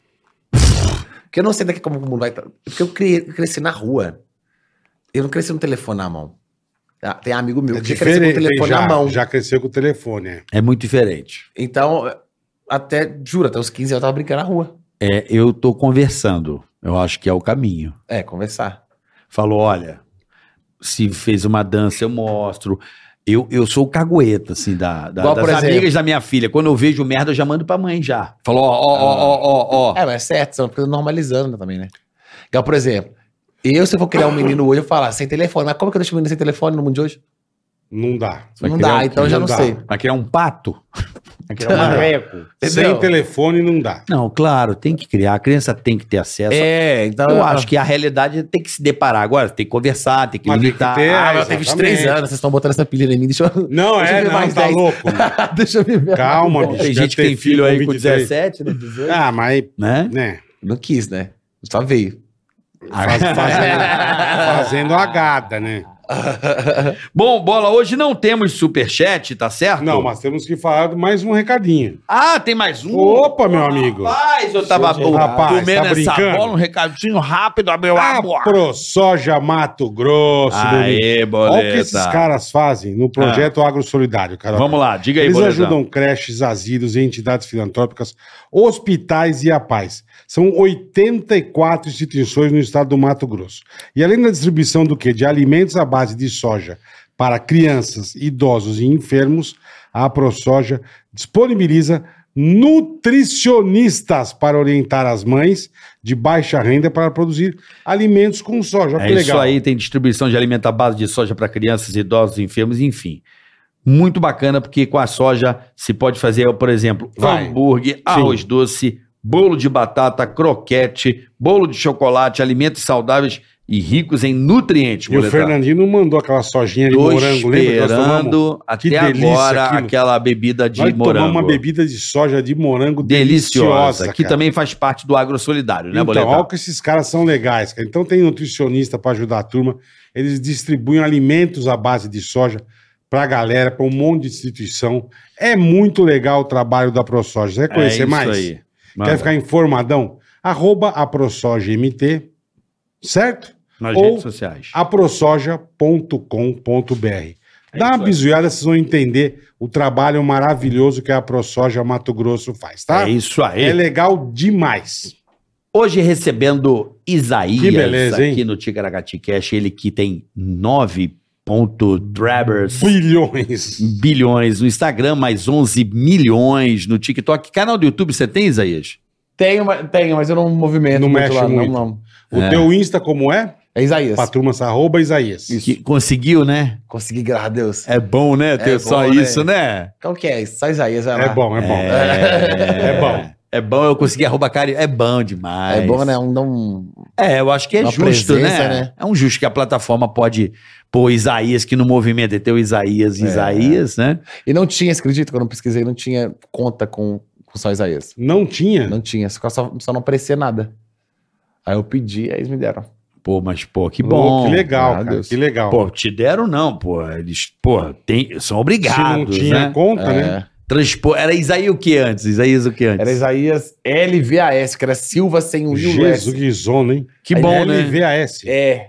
Speaker 5: Porque eu não sei daqui como o mundo vai. tra- Porque eu crie- eu cresci na rua. Eu não cresci no telefone na mão. Ah, Tem amigo meu
Speaker 2: é
Speaker 5: que cresceu com o
Speaker 2: diferente.
Speaker 5: telefone
Speaker 2: já,
Speaker 5: na mão.
Speaker 2: já cresceu com o telefone. É.
Speaker 3: É muito diferente.
Speaker 5: Então, até, juro, até os 15 eu tava brincando na rua.
Speaker 3: É, eu tô conversando. Eu acho que é o caminho.
Speaker 5: É, conversar.
Speaker 3: Falou: olha, se fez uma dança, eu mostro. Eu, eu sou o cagueta, assim, da, da-
Speaker 5: Igual,
Speaker 3: das
Speaker 5: por exemplo.
Speaker 3: amigas da minha filha. Quando eu vejo merda, eu já mando pra mãe já. Falou, ó, ó, ó, ó, ó, ó.
Speaker 5: É, mas é certo, são coisas normalizando né, também, né? Então, por exemplo, eu se eu for criar um menino hoje, eu falo, ah, sem telefone. Mas como que eu deixo o menino sem telefone no mundo de hoje?
Speaker 2: Não dá.
Speaker 3: Vai
Speaker 5: não
Speaker 3: criar
Speaker 5: dá,
Speaker 3: um-
Speaker 5: então eu já
Speaker 2: não
Speaker 5: não
Speaker 2: dá. É
Speaker 5: sei.
Speaker 3: Vai criar um pato? Vai criar um
Speaker 2: Não dá.
Speaker 3: marreco?
Speaker 2: Sem
Speaker 5: Entendeu?
Speaker 2: telefone não dá.
Speaker 3: Não, claro, tem que criar. A criança tem que ter acesso.
Speaker 5: É, então
Speaker 3: Eu acho que a realidade tem que se deparar agora, tem que conversar, tem que
Speaker 2: Mas tem que
Speaker 3: limitar.
Speaker 2: ter-
Speaker 5: Ah, mas eu
Speaker 2: Exatamente.
Speaker 5: tenho 23 anos, vocês estão botando essa pilha em mim, deixa eu...
Speaker 2: Não,
Speaker 5: Deixa
Speaker 2: é,
Speaker 5: eu ver
Speaker 2: não,
Speaker 5: mais
Speaker 2: tá
Speaker 5: 10.
Speaker 2: louco. mano.
Speaker 5: deixa eu viver.
Speaker 2: Calma, bicho.
Speaker 3: Tem
Speaker 2: já
Speaker 3: gente que tem
Speaker 2: teve
Speaker 3: filho aí com
Speaker 2: 23.
Speaker 3: 17, né, 18,
Speaker 2: Ah, mas,
Speaker 3: né? Ah,
Speaker 2: né,
Speaker 5: Não quis, né? Só veio.
Speaker 2: faz-
Speaker 3: né?
Speaker 2: é. fazendo, fazendo a gada, né?
Speaker 3: Bom, bola, hoje não temos superchat, tá certo?
Speaker 2: Não, mas temos que falar de mais um recadinho.
Speaker 3: Ah, tem mais um.
Speaker 2: Opa, meu amigo.
Speaker 3: Rapaz, eu tava
Speaker 2: Seu rapaz,
Speaker 3: comendo
Speaker 2: tá
Speaker 3: essa
Speaker 2: brincando?
Speaker 3: bola, um recadinho rápido, meu
Speaker 2: A
Speaker 3: amor.
Speaker 2: ProSoja Ah, Mato Grosso, Olha
Speaker 3: Aê,
Speaker 2: o que esses
Speaker 3: boleta.
Speaker 2: caras fazem no projeto Agro Solidário, cara.
Speaker 3: Vamos lá, diga aí,
Speaker 2: Eles
Speaker 3: boleta.
Speaker 2: ajudam creches, asilos, entidades filantrópicas, hospitais e a paz. São 84 instituições no estado do Mato Grosso. E além da distribuição do que? De alimentos à base de soja para crianças, idosos e enfermos, a ProSoja disponibiliza nutricionistas para orientar as mães de baixa renda para produzir alimentos com soja. Olha
Speaker 3: É
Speaker 2: que
Speaker 3: isso aí, tem distribuição de alimento à base de soja para crianças, idosos, enfermos, enfim. Muito bacana, porque com a soja se pode fazer, por exemplo,
Speaker 2: Vai.
Speaker 3: hambúrguer, arroz doce, bolo de batata, croquete, bolo de chocolate, alimentos saudáveis e ricos em nutrientes.
Speaker 2: E o
Speaker 3: Boletar.
Speaker 2: Fernandinho não mandou aquela sojinha de
Speaker 3: Tô
Speaker 2: morango, lembra? que nós tomamos?
Speaker 3: esperando até
Speaker 2: Que delícia
Speaker 3: agora
Speaker 2: aquilo.
Speaker 3: aquela bebida de
Speaker 2: Nós
Speaker 3: morango.
Speaker 2: tomamos uma bebida de soja de morango
Speaker 3: deliciosa,
Speaker 2: deliciosa.
Speaker 3: que
Speaker 2: cara.
Speaker 3: também faz parte do agro solidário, né,
Speaker 2: então, olha
Speaker 3: Boletar?
Speaker 2: que esses caras são legais, cara. Então tem nutricionista para ajudar a turma. Eles distribuem alimentos à base de soja pra galera, pra um monte de instituição. É muito legal o trabalho da ProSoja. Quer conhecer mais? Quer
Speaker 3: É Manda.
Speaker 2: ficar informadão? Arroba a ProSojaMT, certo?
Speaker 3: Nas
Speaker 2: ou-
Speaker 3: redes sociais.
Speaker 2: aprosoja.com.br.
Speaker 3: É
Speaker 2: Dá
Speaker 3: isso
Speaker 2: uma
Speaker 3: aí.
Speaker 2: bisuiada, vocês vão entender o trabalho maravilhoso que a ProSoja Mato Grosso faz, tá?
Speaker 3: É isso aí.
Speaker 2: É legal demais.
Speaker 3: Hoje recebendo
Speaker 2: Que
Speaker 3: Isaías
Speaker 2: beleza,
Speaker 3: aqui
Speaker 2: hein?
Speaker 3: no Ticaragati Cash, ele que tem 9 ponto Drabbers
Speaker 2: Bilhões.
Speaker 3: bilhões no Instagram, mais 11 milhões no TikTok. Canal do YouTube você tem, Isaías?
Speaker 5: Tenho, mas- tenho, mas eu não movimento
Speaker 2: Não
Speaker 5: muito
Speaker 2: mexe
Speaker 5: lá,
Speaker 2: muito.
Speaker 5: Não, não.
Speaker 2: O teu Insta como é?
Speaker 5: É Isaías.
Speaker 2: Pra turma, arroba Isaías.
Speaker 3: Que conseguiu, né?
Speaker 5: Consegui, graças a Deus.
Speaker 3: É bom, né? Ter
Speaker 5: É
Speaker 3: só
Speaker 5: bom, né?
Speaker 3: isso, né?
Speaker 5: Então o que é isso? Só Isaías, vai lá.
Speaker 2: É bom, é bom. É bom.
Speaker 3: É bom, eu consegui arroba cara. É bom demais.
Speaker 5: É bom, né? Um, um...
Speaker 3: É, eu acho que é
Speaker 5: Uma
Speaker 3: justo, né?
Speaker 5: presença, né?
Speaker 3: É um justo que a plataforma pode pôr Isaías, que no movimento é teu Isaías, Isaías, né?
Speaker 5: E não tinha, você acredita? Quando eu pesquisei, não tinha conta com, com só Isaías.
Speaker 2: Não tinha?
Speaker 5: Não tinha, só, só só não aparecia nada. Aí eu pedi, aí eles me deram.
Speaker 3: Pô, mas, pô, que
Speaker 2: Ô,
Speaker 3: bom.
Speaker 2: que legal,
Speaker 5: Ah,
Speaker 2: cara.
Speaker 5: Deus.
Speaker 2: Que legal.
Speaker 3: Pô, te deram não, pô. Eles, pô, tem, são
Speaker 2: Se não
Speaker 3: obrigados,
Speaker 2: tinha
Speaker 3: né?
Speaker 2: conta, né?
Speaker 5: É.
Speaker 3: Transpor, era Isaías o que antes? Isaías o que antes?
Speaker 5: Era Isaías LVAS, que era Silva sem o I e o
Speaker 2: Jesus,
Speaker 5: Um S.
Speaker 2: que zona, hein?
Speaker 3: Que bom, né?
Speaker 2: LVAS.
Speaker 5: É.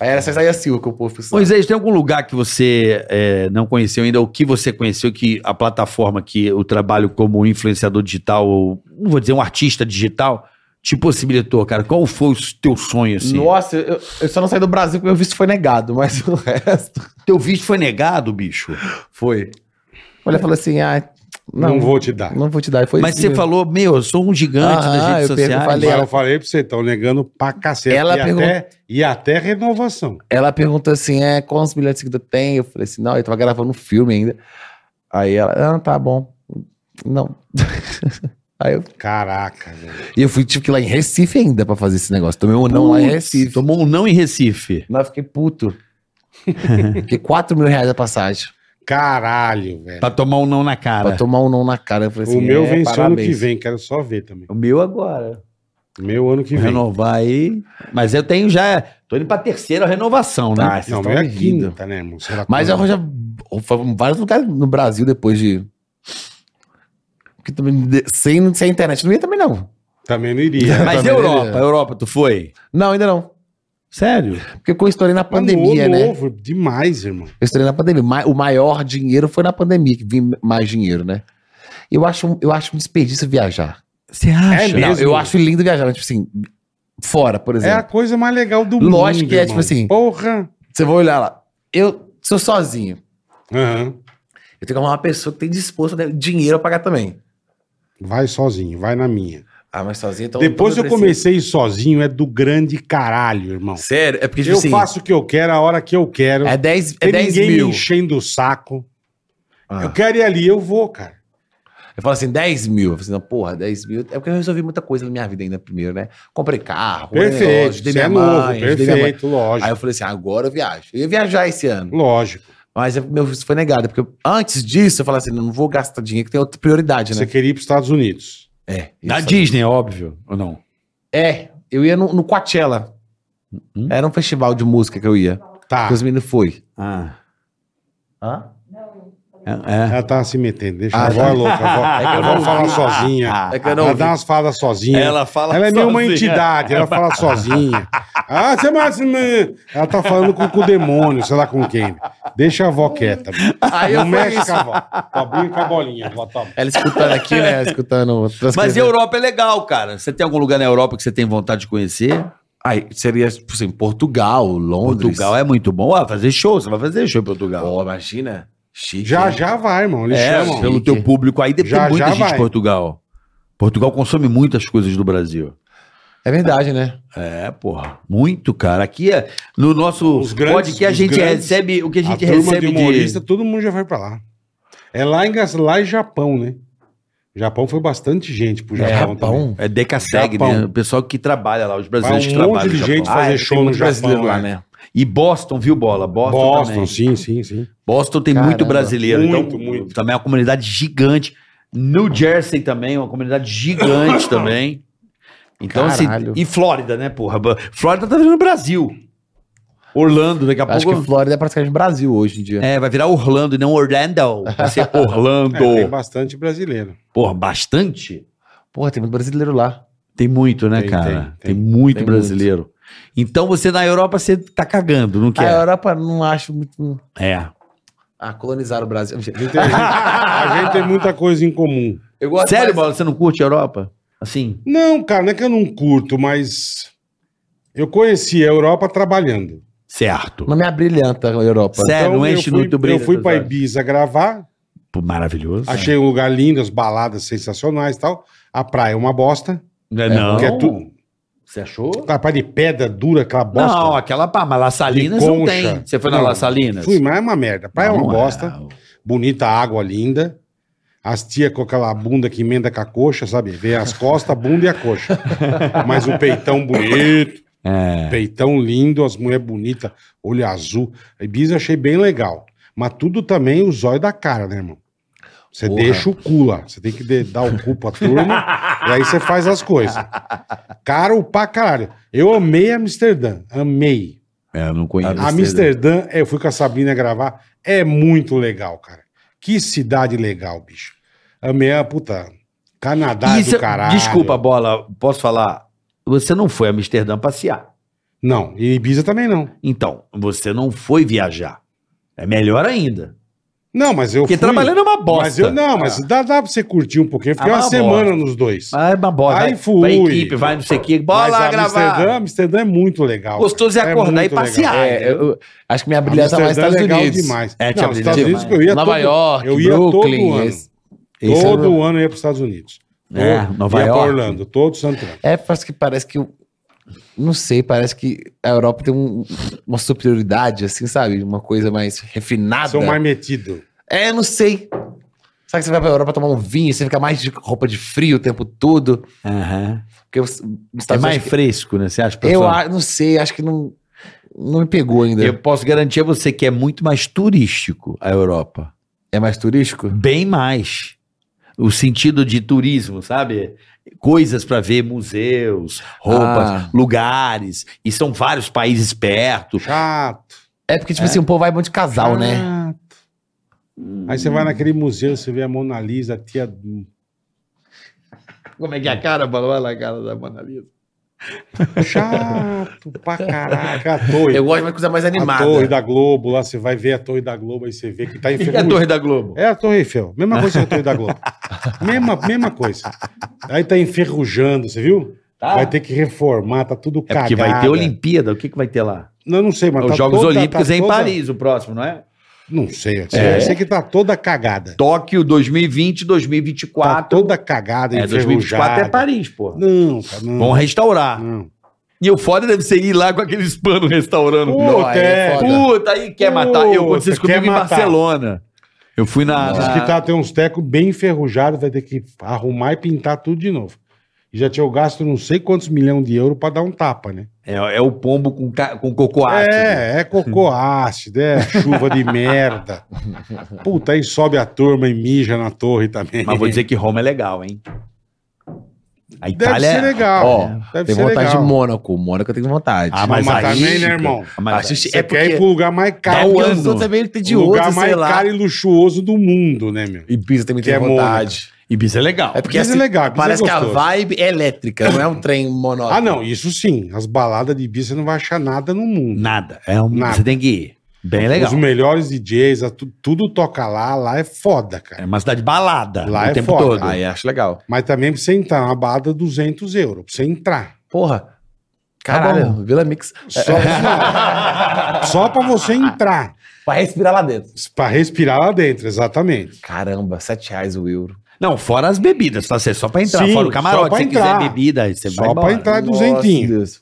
Speaker 5: Aí era só Isaías Silva que o povo
Speaker 3: Ô,
Speaker 5: precisava.
Speaker 3: Isaías, tem algum lugar que você é, não conheceu ainda, ou que você conheceu, que a plataforma, que o trabalho como influenciador digital, ou não vou dizer um artista digital, te possibilitou, cara? Qual foi o teu
Speaker 2: é,
Speaker 3: sonho, assim?
Speaker 5: Nossa, eu, eu só não saí do Brasil porque meu visto foi negado, mas o resto
Speaker 3: Teu visto foi negado, bicho.
Speaker 5: foi. A mulher falou assim: ah,
Speaker 2: Não,
Speaker 5: não, não,
Speaker 2: vou te dar.
Speaker 5: vou te dar. E foi
Speaker 3: Mas
Speaker 5: isso
Speaker 3: você
Speaker 5: mesmo.
Speaker 3: falou, meu, eu sou um gigante
Speaker 5: Aham,
Speaker 3: das redes
Speaker 5: é. Ah, eu perco-
Speaker 3: sociais.
Speaker 5: falei,
Speaker 2: Mas
Speaker 5: ela-
Speaker 2: eu falei pra você, estão negando pra cacete.
Speaker 5: Ela
Speaker 2: e, até, e até renovação.
Speaker 5: Ela perguntou assim: é, quantos milhões de seguidores tem? Eu falei assim: não, eu tava gravando um filme ainda. Aí ela, ah, tá bom. Não. Aí eu,
Speaker 2: Caraca, velho.
Speaker 5: e eu fui, tive que ir lá em Recife ainda pra fazer esse negócio. Tomei um não lá em
Speaker 3: Putz,
Speaker 5: Recife.
Speaker 3: Tomou um não em Recife.
Speaker 5: Mas eu fiquei puto. fiquei 4 mil reais a passagem.
Speaker 2: Caralho, velho.
Speaker 3: Pra tomar um não na cara.
Speaker 5: Pra tomar um não na cara. Eu falei assim,
Speaker 2: o meu
Speaker 5: é,
Speaker 2: venceu
Speaker 5: parabéns.
Speaker 2: ano que vem, quero só ver também.
Speaker 3: O meu agora.
Speaker 2: O meu ano que
Speaker 3: Vou
Speaker 2: vem.
Speaker 3: Renovar aí. Mas eu tenho já. Tô indo pra terceira renovação, né?
Speaker 5: Ah, vocês
Speaker 2: Não, o
Speaker 5: estão
Speaker 2: meu é
Speaker 5: rindo.
Speaker 2: quinta, né, irmão? Será
Speaker 5: Mas
Speaker 2: que-
Speaker 5: eu já foi em vários lugares no Brasil depois de. Porque também de- sem, sem internet não ia também não.
Speaker 2: Também não iria. é
Speaker 3: Mas
Speaker 5: Também,
Speaker 3: e a Europa,
Speaker 5: né?
Speaker 3: a Europa, tu foi?
Speaker 5: Não, ainda não.
Speaker 3: Sério?
Speaker 5: Porque eu estourei na
Speaker 2: Mas
Speaker 5: pandemia,
Speaker 2: Tá no-
Speaker 5: né?
Speaker 2: novo, demais, irmão.
Speaker 5: Eu estourei na pandemia. Ma- O maior dinheiro foi na pandemia que vim mais dinheiro, né? Eu acho, um- eu acho um desperdício viajar.
Speaker 3: Você acha?
Speaker 2: É mesmo?
Speaker 5: Não, eu acho lindo viajar, mas tipo assim, fora, por
Speaker 2: É a
Speaker 5: exemplo.
Speaker 2: coisa mais legal do mundo.
Speaker 5: Lógico que é, tipo
Speaker 2: irmão.
Speaker 5: assim-
Speaker 2: Porra!
Speaker 5: Você vai olhar lá. Eu sou sozinho.
Speaker 2: Aham.
Speaker 5: Eu tenho que arrumar uma pessoa que tem disposto a dar dinheiro a pagar também.
Speaker 2: Vai sozinho, vai na minha.
Speaker 5: Ah, mas sozinho então.
Speaker 2: Depois eu
Speaker 5: então
Speaker 2: comecei sozinho, é do grande caralho, irmão.
Speaker 5: preciso. Sério? É porque, tipo
Speaker 2: eu
Speaker 5: assim.
Speaker 2: faço o que eu quero, a hora que eu quero.
Speaker 5: É 10, é
Speaker 2: Tem
Speaker 5: 10
Speaker 2: ninguém
Speaker 5: mil.
Speaker 2: me enchendo o saco.
Speaker 5: Ah.
Speaker 2: Eu quero ir ali, eu vou, cara.
Speaker 5: Eu falo assim, 10 mil. Eu falo assim, não, porra, 10 mil. É porque eu resolvi muita coisa na minha vida ainda primeiro, né? Comprei carro, comprei
Speaker 2: Perfeito. Você
Speaker 5: dei minha
Speaker 2: é
Speaker 5: mãe,
Speaker 2: novo,
Speaker 5: ajudei minha mãe.
Speaker 2: perfeito, lógico.
Speaker 5: Aí eu falei assim, agora eu viajo. Eu ia viajar esse ano.
Speaker 2: Lógico.
Speaker 5: Mas eu- meu visto foi negado, porque eu- antes disso eu falei assim, não vou gastar dinheiro, que tem outra prioridade,
Speaker 2: Você
Speaker 5: né?
Speaker 2: queria ir pros Estados Unidos.
Speaker 5: É.
Speaker 3: Na
Speaker 5: isso aí.
Speaker 3: Disney, óbvio, ou não?
Speaker 5: É, eu ia no, no Coachella.
Speaker 3: Hum?
Speaker 5: Era um festival de música que eu ia.
Speaker 2: Tá.
Speaker 5: Que os meninos foi.
Speaker 3: Ah.
Speaker 5: Hã?
Speaker 3: É.
Speaker 2: Ela tá se metendo. Deixa
Speaker 5: Ah,
Speaker 2: a avó
Speaker 5: tá.
Speaker 2: é louca. A avó,
Speaker 3: É que eu
Speaker 2: a avó
Speaker 3: não vi.
Speaker 2: fala
Speaker 3: Ah,
Speaker 2: sozinha.
Speaker 5: É que eu não
Speaker 2: Ela
Speaker 5: ouvi.
Speaker 2: dá umas falas sozinha. Ela,
Speaker 3: fala.
Speaker 2: é meio uma
Speaker 3: sozinha. É
Speaker 2: entidade, ela fala sozinha. Ah, você mais. Ela tá falando com, com o demônio, sei lá com quem. Deixa a avó quieta.
Speaker 5: Aí
Speaker 2: não
Speaker 5: eu
Speaker 2: mexe com a avó. Pobrinho com a bolinha. Vó, tá bom.
Speaker 5: Ela escutando aqui, né? Escutando.
Speaker 3: Mas
Speaker 5: transcrevendo.
Speaker 3: Europa é legal, cara. Você tem algum lugar na Europa que você tem vontade de conhecer?
Speaker 5: Aí seria, tipo assim, Portugal, Londres.
Speaker 3: Portugal é muito bom. Ah, fazer show, você vai fazer show em Portugal.
Speaker 5: Ó, imagina. Chique.
Speaker 2: Já,
Speaker 5: hein?
Speaker 2: já vai, irmão. Eles
Speaker 3: é,
Speaker 2: chamam.
Speaker 3: pelo teu público aí, deve
Speaker 2: Já,
Speaker 3: ter muita
Speaker 2: já
Speaker 3: gente de
Speaker 2: vai.
Speaker 3: Portugal. Portugal consome muitas coisas do Brasil.
Speaker 5: É verdade, né?
Speaker 3: É, porra. Muito, cara. Aqui é, no nosso
Speaker 2: Os grandes-
Speaker 3: podcast a
Speaker 2: os
Speaker 3: gente
Speaker 2: grandes-
Speaker 3: recebe o que a gente
Speaker 2: a turma
Speaker 3: recebe
Speaker 2: de humorista, todo mundo já vai pra lá. É lá em, Gas- lá em Japão, né? Japão foi bastante gente pro Japão. também.
Speaker 3: É Decaseg,
Speaker 2: Japão.
Speaker 3: né? O pessoal que trabalha lá, os brasileiros
Speaker 2: Vai um
Speaker 3: que
Speaker 2: monte
Speaker 3: trabalham. no
Speaker 2: de
Speaker 3: Japão. Ah,
Speaker 2: gente fazer
Speaker 5: é,
Speaker 2: show
Speaker 5: tem
Speaker 2: no
Speaker 5: muito brasileiro
Speaker 2: Japão,
Speaker 5: lá,
Speaker 2: é.
Speaker 5: né?
Speaker 3: E Boston, viu, Bola? Boston,
Speaker 2: Boston,
Speaker 3: também.
Speaker 2: sim, sim, sim.
Speaker 3: Boston tem
Speaker 5: Caramba.
Speaker 3: muito brasileiro.
Speaker 2: Muito,
Speaker 3: então,
Speaker 2: muito.
Speaker 3: Também é uma comunidade gigante. New Jersey também, é uma comunidade gigante também. Então, assim,
Speaker 5: Caralho.
Speaker 3: e Flórida, né, porra? Ba- Flórida tá virando Brasil. Orlando, daqui a
Speaker 5: Acho
Speaker 3: pouco.
Speaker 5: que Flórida é praticamente Brasil hoje em dia.
Speaker 3: É, vai virar Orlando e não Orlando. Vai ser
Speaker 2: É,
Speaker 3: Orlando.
Speaker 2: tem bastante brasileiro.
Speaker 3: Porra, bastante?
Speaker 5: Porra, tem muito brasileiro lá.
Speaker 3: Tem muito, né,
Speaker 2: Tem,
Speaker 3: cara? Tem,
Speaker 2: tem, tem.
Speaker 3: muito
Speaker 5: Tem
Speaker 3: brasileiro. Então você na Europa, você tá cagando, não
Speaker 5: A
Speaker 3: quer?
Speaker 5: Europa não acho muito.
Speaker 3: É.
Speaker 5: é? Ah, colonizaram o Brasil.
Speaker 2: A gente, tem- a gente tem muita coisa em comum.
Speaker 5: Eu gosto
Speaker 3: Sério,
Speaker 5: mais-
Speaker 3: Bola, você não curte a Europa? Assim?
Speaker 2: Não, cara, não é que eu não curto, mas eu conheci a Europa trabalhando. Então,
Speaker 3: Certo.
Speaker 5: Não me abrilhanta a Europa.
Speaker 3: Sério? É, não
Speaker 2: eu
Speaker 3: enche
Speaker 2: fui-
Speaker 3: muito o brilho
Speaker 2: Eu fui
Speaker 3: das
Speaker 2: pra
Speaker 3: áreas.
Speaker 2: Ibiza gravar,
Speaker 3: Pô, Maravilhoso.
Speaker 2: achei um lugar lindo, as baladas sensacionais e tal. A praia é uma bosta.
Speaker 3: Não, é, não.
Speaker 2: Porque é tudo.
Speaker 3: Você achou?
Speaker 2: A praia de pedra dura, aquela bosta.
Speaker 3: Não, aquela pá, mas La Salinas
Speaker 2: De
Speaker 3: não
Speaker 2: concha.
Speaker 3: tem. Você foi na
Speaker 2: Não,
Speaker 3: La Salinas?
Speaker 2: Fui, mas é uma merda. Praia é
Speaker 3: Não
Speaker 2: uma bosta. Bonita água, linda. As tia com aquela bunda que emenda com a coxa, sabe? Vê as costas, a bunda e a coxa. Mas o peitão bonito,
Speaker 3: É.
Speaker 2: peitão lindo, as mulheres bonitas, olho azul. A Ibiza eu achei bem legal. Mas tudo também o zóio da cara, né, irmão? Você
Speaker 5: Porra.
Speaker 2: deixa o cu lá. Você tem que de- dar o cu pra turma. e aí você faz as coisas. Caro pra caralho. Eu amei Amsterdã. Amei.
Speaker 3: É, eu não conheço.
Speaker 2: Amsterdã, é, eu fui com a Sabrina gravar, é muito legal, cara. Que cidade legal, bicho. Amei a puta. Canadá
Speaker 3: Isso- é-
Speaker 2: do caralho.
Speaker 3: Desculpa, Bola, posso falar? Você não foi a Amsterdã passear.
Speaker 2: Não, e Ibiza também não.
Speaker 3: Então, você não foi viajar. É melhor ainda.
Speaker 2: Não, mas eu
Speaker 3: Porque trabalhando é uma bosta.
Speaker 2: Mas eu, não, mas
Speaker 5: Ah.
Speaker 2: dá, dá pra você curtir um pouquinho. Eu Fiquei
Speaker 3: Ah,
Speaker 2: uma
Speaker 3: mas
Speaker 2: semana
Speaker 3: bora.
Speaker 2: nos dois.
Speaker 3: Ah, é uma bosta.
Speaker 2: Aí
Speaker 3: vai,
Speaker 2: fui.
Speaker 3: Vai equipe, vai não sei o quê. Bora
Speaker 2: Mas
Speaker 3: lá
Speaker 2: Amsterdã,
Speaker 3: gravar.
Speaker 2: Amsterdã é muito legal.
Speaker 3: Gostoso é acordar e
Speaker 2: muito legal.
Speaker 3: passear.
Speaker 5: É, eu- acho que minha brilhante tá
Speaker 2: Amsterdã
Speaker 5: mais nos Estados
Speaker 2: é legal
Speaker 5: Unidos.
Speaker 2: demais.
Speaker 3: É, tinha
Speaker 2: não, os Estados
Speaker 3: brilhante
Speaker 2: Unidos que eu ia
Speaker 5: Nova
Speaker 2: todo,
Speaker 5: York,
Speaker 2: eu ia
Speaker 5: Brooklyn,
Speaker 2: todo ano.
Speaker 5: esse-
Speaker 3: Esse
Speaker 2: todo
Speaker 3: é o-
Speaker 2: ano eu ia para os Estados Unidos.
Speaker 3: É,
Speaker 2: Todo-
Speaker 3: Nova
Speaker 2: ia pra
Speaker 3: York.
Speaker 2: Orlando, todo santo ano.
Speaker 5: É, parece que parece que. o- Não sei, parece que a Europa tem um- uma superioridade, assim, sabe? Uma coisa mais refinada.
Speaker 2: São mais metidos.
Speaker 5: É, não sei. Sabe que você vai pra Europa tomar um vinho, você fica mais de roupa de frio o tempo todo.
Speaker 3: Aham.
Speaker 5: Porque os os
Speaker 3: É
Speaker 5: Estados
Speaker 3: mais
Speaker 5: Unidos.
Speaker 3: fresco, né? Você acha?
Speaker 5: Eu
Speaker 3: professor?
Speaker 5: a- não sei, acho que não, não me pegou
Speaker 2: É.
Speaker 5: ainda.
Speaker 3: Eu posso garantir a você que é muito mais turístico a Europa.
Speaker 5: É mais turístico?
Speaker 3: Bem mais. O sentido de turismo, sabe? Coisas para ver, museus, roupas,
Speaker 5: Ah.
Speaker 3: lugares. E são vários países perto.
Speaker 2: Chato.
Speaker 5: É porque, tipo assim, o povo vai muito de casal, né?
Speaker 2: chato. Aí você vai naquele museu, você vê a Mona Lisa, a tia.
Speaker 3: Como é que é a cara? Olha lá a cara da Mona Lisa.
Speaker 2: Chato pra caraca. A torre.
Speaker 5: Eu gosto de uma coisa mais
Speaker 2: a
Speaker 5: animada.
Speaker 2: torre da Globo, lá você vai ver a torre da Globo, aí você vê que tá
Speaker 3: E a
Speaker 2: enferrujada.
Speaker 3: Torre da Globo?
Speaker 2: É a Torre Eiffel. Mesma coisa que a Torre da Globo. mesma, mesma coisa. Aí tá enferrujando, você viu?
Speaker 3: Tá.
Speaker 2: Vai ter que reformar, tá tudo
Speaker 3: É porque
Speaker 2: cagado.
Speaker 3: vai ter Olimpíada. O que, que vai ter lá?
Speaker 2: Não, não sei, mas
Speaker 3: Os
Speaker 2: tá
Speaker 3: Jogos
Speaker 2: toda-
Speaker 3: Olímpicos
Speaker 2: tá
Speaker 3: é em
Speaker 2: toda-
Speaker 3: Paris, o próximo, não é?
Speaker 2: Não sei, eu sei,
Speaker 3: É.
Speaker 2: eu sei que tá toda cagada.
Speaker 3: Tóquio 2020,
Speaker 2: Tá
Speaker 3: 2024.
Speaker 2: toda cagada,
Speaker 3: é, 2024
Speaker 2: enferrujada.
Speaker 3: é Paris, porra.
Speaker 2: Não, cara, não.
Speaker 3: Vão restaurar.
Speaker 2: não.
Speaker 3: E o foda deve ser ir lá com aqueles panos restaurando.
Speaker 2: Puta,
Speaker 5: Não, aí é
Speaker 2: é.
Speaker 5: foda.
Speaker 3: Puta, aí quer matar. Eu aconteceu isso
Speaker 2: Puta, quer
Speaker 3: comigo em
Speaker 2: matar.
Speaker 3: Barcelona. Eu fui na.
Speaker 2: Diz
Speaker 3: na-
Speaker 2: que tá, tem uns tecos bem enferrujados, vai ter que arrumar e pintar tudo de novo. E já tinha eu gasto não sei quantos milhões de euros pra dar um tapa, né?
Speaker 3: É, é o pombo com, ca- com né? cocô ácido.
Speaker 5: né?
Speaker 2: É, é cocô ácido, é chuva de merda. Puta, aí sobe a turma e mija na torre também.
Speaker 3: Mas vou dizer que Roma é legal, hein? A
Speaker 2: Deve
Speaker 3: Itália.
Speaker 2: ser legal.
Speaker 5: Ó,
Speaker 2: Deve
Speaker 5: Tem
Speaker 2: ser
Speaker 5: vontade
Speaker 2: legal.
Speaker 5: de Mônaco. Mônaco eu tenho vontade.
Speaker 3: Ah,
Speaker 2: mas
Speaker 3: mas, aí,
Speaker 2: também, né, irmão?
Speaker 3: Mas
Speaker 5: Acho-
Speaker 2: Você quer
Speaker 5: é
Speaker 2: ir
Speaker 5: porque-
Speaker 2: pro lugar mais
Speaker 3: Dá
Speaker 5: é
Speaker 2: caro.
Speaker 3: um
Speaker 5: porque
Speaker 3: ano.
Speaker 5: os outros é meio
Speaker 2: o
Speaker 5: tedioso,
Speaker 2: lugar
Speaker 5: sei
Speaker 2: mais
Speaker 5: lá.
Speaker 2: caro e luxuoso do mundo, né, meu?
Speaker 5: E Ibiza também
Speaker 2: Que
Speaker 5: tem
Speaker 2: é
Speaker 5: vontade.
Speaker 3: Ibiza é legal.
Speaker 5: É porque
Speaker 2: Ibiza é
Speaker 5: assim,
Speaker 2: legal, Ibiza é
Speaker 5: parece que a
Speaker 2: gostoso.
Speaker 5: vibe é elétrica, não é um trem monótono.
Speaker 2: Ah, não, isso sim. As baladas de Ibiza você não vai achar nada no mundo.
Speaker 3: Nada. É um...
Speaker 2: Nada.
Speaker 3: Você tem que ir. Bem É legal.
Speaker 2: Os melhores DJs, a tu- tudo toca lá, lá é foda,
Speaker 3: É
Speaker 2: cara.
Speaker 3: uma cidade balada
Speaker 2: Lá
Speaker 3: o
Speaker 2: é
Speaker 3: tempo
Speaker 2: foda.
Speaker 3: todo.
Speaker 5: Aí acho legal.
Speaker 2: Mas também pra você entrar, uma balada 200 euros, pra você entrar.
Speaker 5: Porra. Caralho,
Speaker 3: bom.
Speaker 5: Vila Mix.
Speaker 2: Só, só pra você entrar.
Speaker 5: Pra respirar lá dentro.
Speaker 2: Pra respirar lá dentro, exatamente.
Speaker 5: Caramba, 7 reais o euro.
Speaker 3: Não, fora as bebidas, tá? Você só pra entrar.
Speaker 2: Sim,
Speaker 3: fora o
Speaker 2: só
Speaker 3: camarote.
Speaker 2: pra
Speaker 3: Se você
Speaker 2: entrar.
Speaker 3: quiser bebida, aí você
Speaker 2: Só
Speaker 3: vai
Speaker 2: pra
Speaker 3: embora.
Speaker 2: entrar. Tá
Speaker 5: Nossa,
Speaker 2: duzentinho.
Speaker 5: Deus.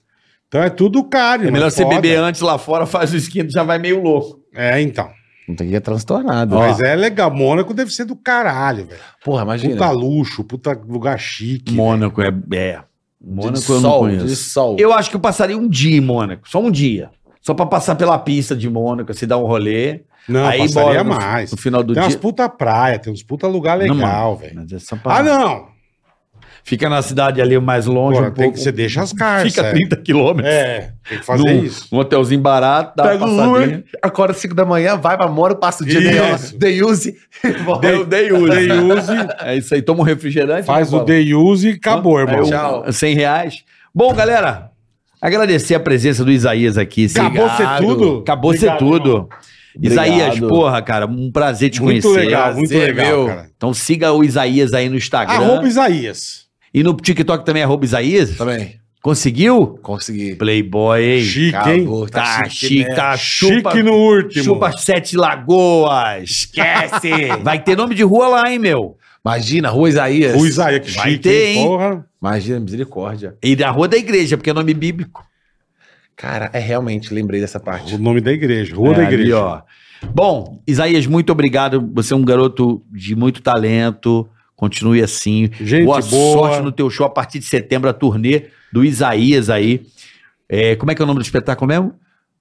Speaker 2: Então é tudo caro.
Speaker 3: É
Speaker 2: irmão,
Speaker 3: melhor você
Speaker 2: foda.
Speaker 3: beber antes lá fora, faz o esquema, já vai meio louco.
Speaker 2: É, então.
Speaker 5: Não tem que ir transtornado.
Speaker 2: Mas
Speaker 5: Ó,
Speaker 2: é legal. Mônaco deve ser do caralho, velho.
Speaker 5: Porra, imagina.
Speaker 2: Puta luxo, puta lugar chique.
Speaker 3: Mônaco é. é.
Speaker 5: de
Speaker 3: Mônaco eu não
Speaker 5: sol, de
Speaker 3: conheço.
Speaker 5: sol.
Speaker 3: Eu acho que eu passaria um dia em Mônaco, só um dia. Só pra passar pela pista de Mônaco, se dar um rolê.
Speaker 2: Não,
Speaker 3: aí
Speaker 2: passaria
Speaker 3: bora no-
Speaker 2: mais.
Speaker 3: No final do
Speaker 2: tem umas
Speaker 3: dia.
Speaker 2: puta praia, tem uns puta lugar
Speaker 3: Não,
Speaker 2: legal,
Speaker 3: mano.
Speaker 2: velho.
Speaker 3: Mas é só pra-
Speaker 2: Ah, não!
Speaker 3: Fica na cidade ali mais longe
Speaker 2: Porra,
Speaker 3: um
Speaker 2: tem
Speaker 3: pouco.
Speaker 2: que você deixa as cartas.
Speaker 3: Fica
Speaker 2: é.
Speaker 3: 30 quilômetros.
Speaker 2: É, tem que fazer
Speaker 3: num,
Speaker 2: isso.
Speaker 3: num hotelzinho barato, dá
Speaker 5: Pega
Speaker 3: uma
Speaker 5: o
Speaker 3: passadinha.
Speaker 5: Uber, acorda às 5 da manhã, vai pra Moro, passa o dia né?
Speaker 2: Isso.
Speaker 5: de day use.
Speaker 3: Dei, o day use.
Speaker 2: Day use.
Speaker 3: É isso aí, toma um refrigerante. né,
Speaker 2: Faz o
Speaker 3: Paulo?
Speaker 2: day use e acabou, irmão.
Speaker 3: Aí,
Speaker 5: Tchau.
Speaker 3: 100 reais. Bom, galera, agradecer a presença do Isaías aqui. esse-
Speaker 2: Acabou ser tudo?
Speaker 3: Acabou ser
Speaker 2: Obrigado,
Speaker 3: tudo. Isaías,
Speaker 5: Obrigado.
Speaker 3: porra, cara, um prazer te
Speaker 2: Muito
Speaker 3: conhecer.
Speaker 2: legal, muito
Speaker 5: prazer, é
Speaker 2: legal,
Speaker 5: meu.
Speaker 2: cara.
Speaker 3: Então siga o Isaías aí no Instagram.
Speaker 2: Arroba Isaías.
Speaker 3: E no TikTok também, arroba Isaías.
Speaker 5: Também,
Speaker 3: Conseguiu?
Speaker 5: consegui.
Speaker 3: Playboy, hein?
Speaker 2: Chique, hein?
Speaker 5: Acabou,
Speaker 3: Tá chique,
Speaker 5: né?
Speaker 3: tá chupa.
Speaker 2: Chique no último.
Speaker 3: Chupa Sete Lagoas.
Speaker 5: Esquece!
Speaker 3: Vai ter nome de rua lá, hein, meu?
Speaker 5: Imagina, Rua Isaías.
Speaker 2: O Isaías, que
Speaker 3: Vai
Speaker 2: chique,
Speaker 3: ter,
Speaker 2: hein?
Speaker 3: hein?
Speaker 2: Porra.
Speaker 5: Imagina, misericórdia.
Speaker 3: E da rua da igreja, porque é nome bíblico.
Speaker 5: Cara, é realmente, lembrei dessa parte.
Speaker 2: O nome da igreja, Rua da
Speaker 3: É, ali,
Speaker 2: Igreja.
Speaker 3: ó. Bom, Isaías, muito obrigado. Você é um garoto de muito talento. Continue assim.
Speaker 2: Gente boa.
Speaker 3: boa, sorte no teu show a partir de setembro, a turnê do Isaías aí. É, como é que é o nome do espetáculo mesmo?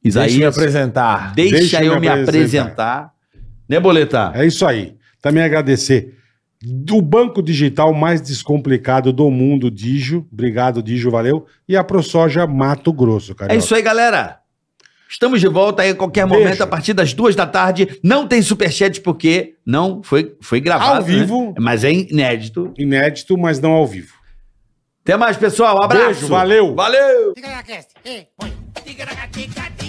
Speaker 3: Isaías.
Speaker 5: Deixa eu me
Speaker 3: Deixa,
Speaker 5: apresentar.
Speaker 3: eu me apresentar. Né, Boletar?
Speaker 2: É isso aí. Também agradecer do banco digital mais descomplicado do mundo, Digio. Obrigado, Digio, valeu. E a ProSoja Mato Grosso, cara.
Speaker 3: É isso aí, galera. Estamos de volta aí a qualquer
Speaker 2: Beijo.
Speaker 3: momento, a partir das duas da tarde. Não tem superchat porque não foi, foi gravado.
Speaker 2: Ao
Speaker 3: né?
Speaker 2: vivo.
Speaker 3: Mas é inédito.
Speaker 2: Inédito, mas não ao vivo.
Speaker 3: Até mais, pessoal. Um abraço.
Speaker 2: Beijo, valeu.
Speaker 3: Valeu.
Speaker 1: Tigaracast, ei, põe. Ticaracatica, tica.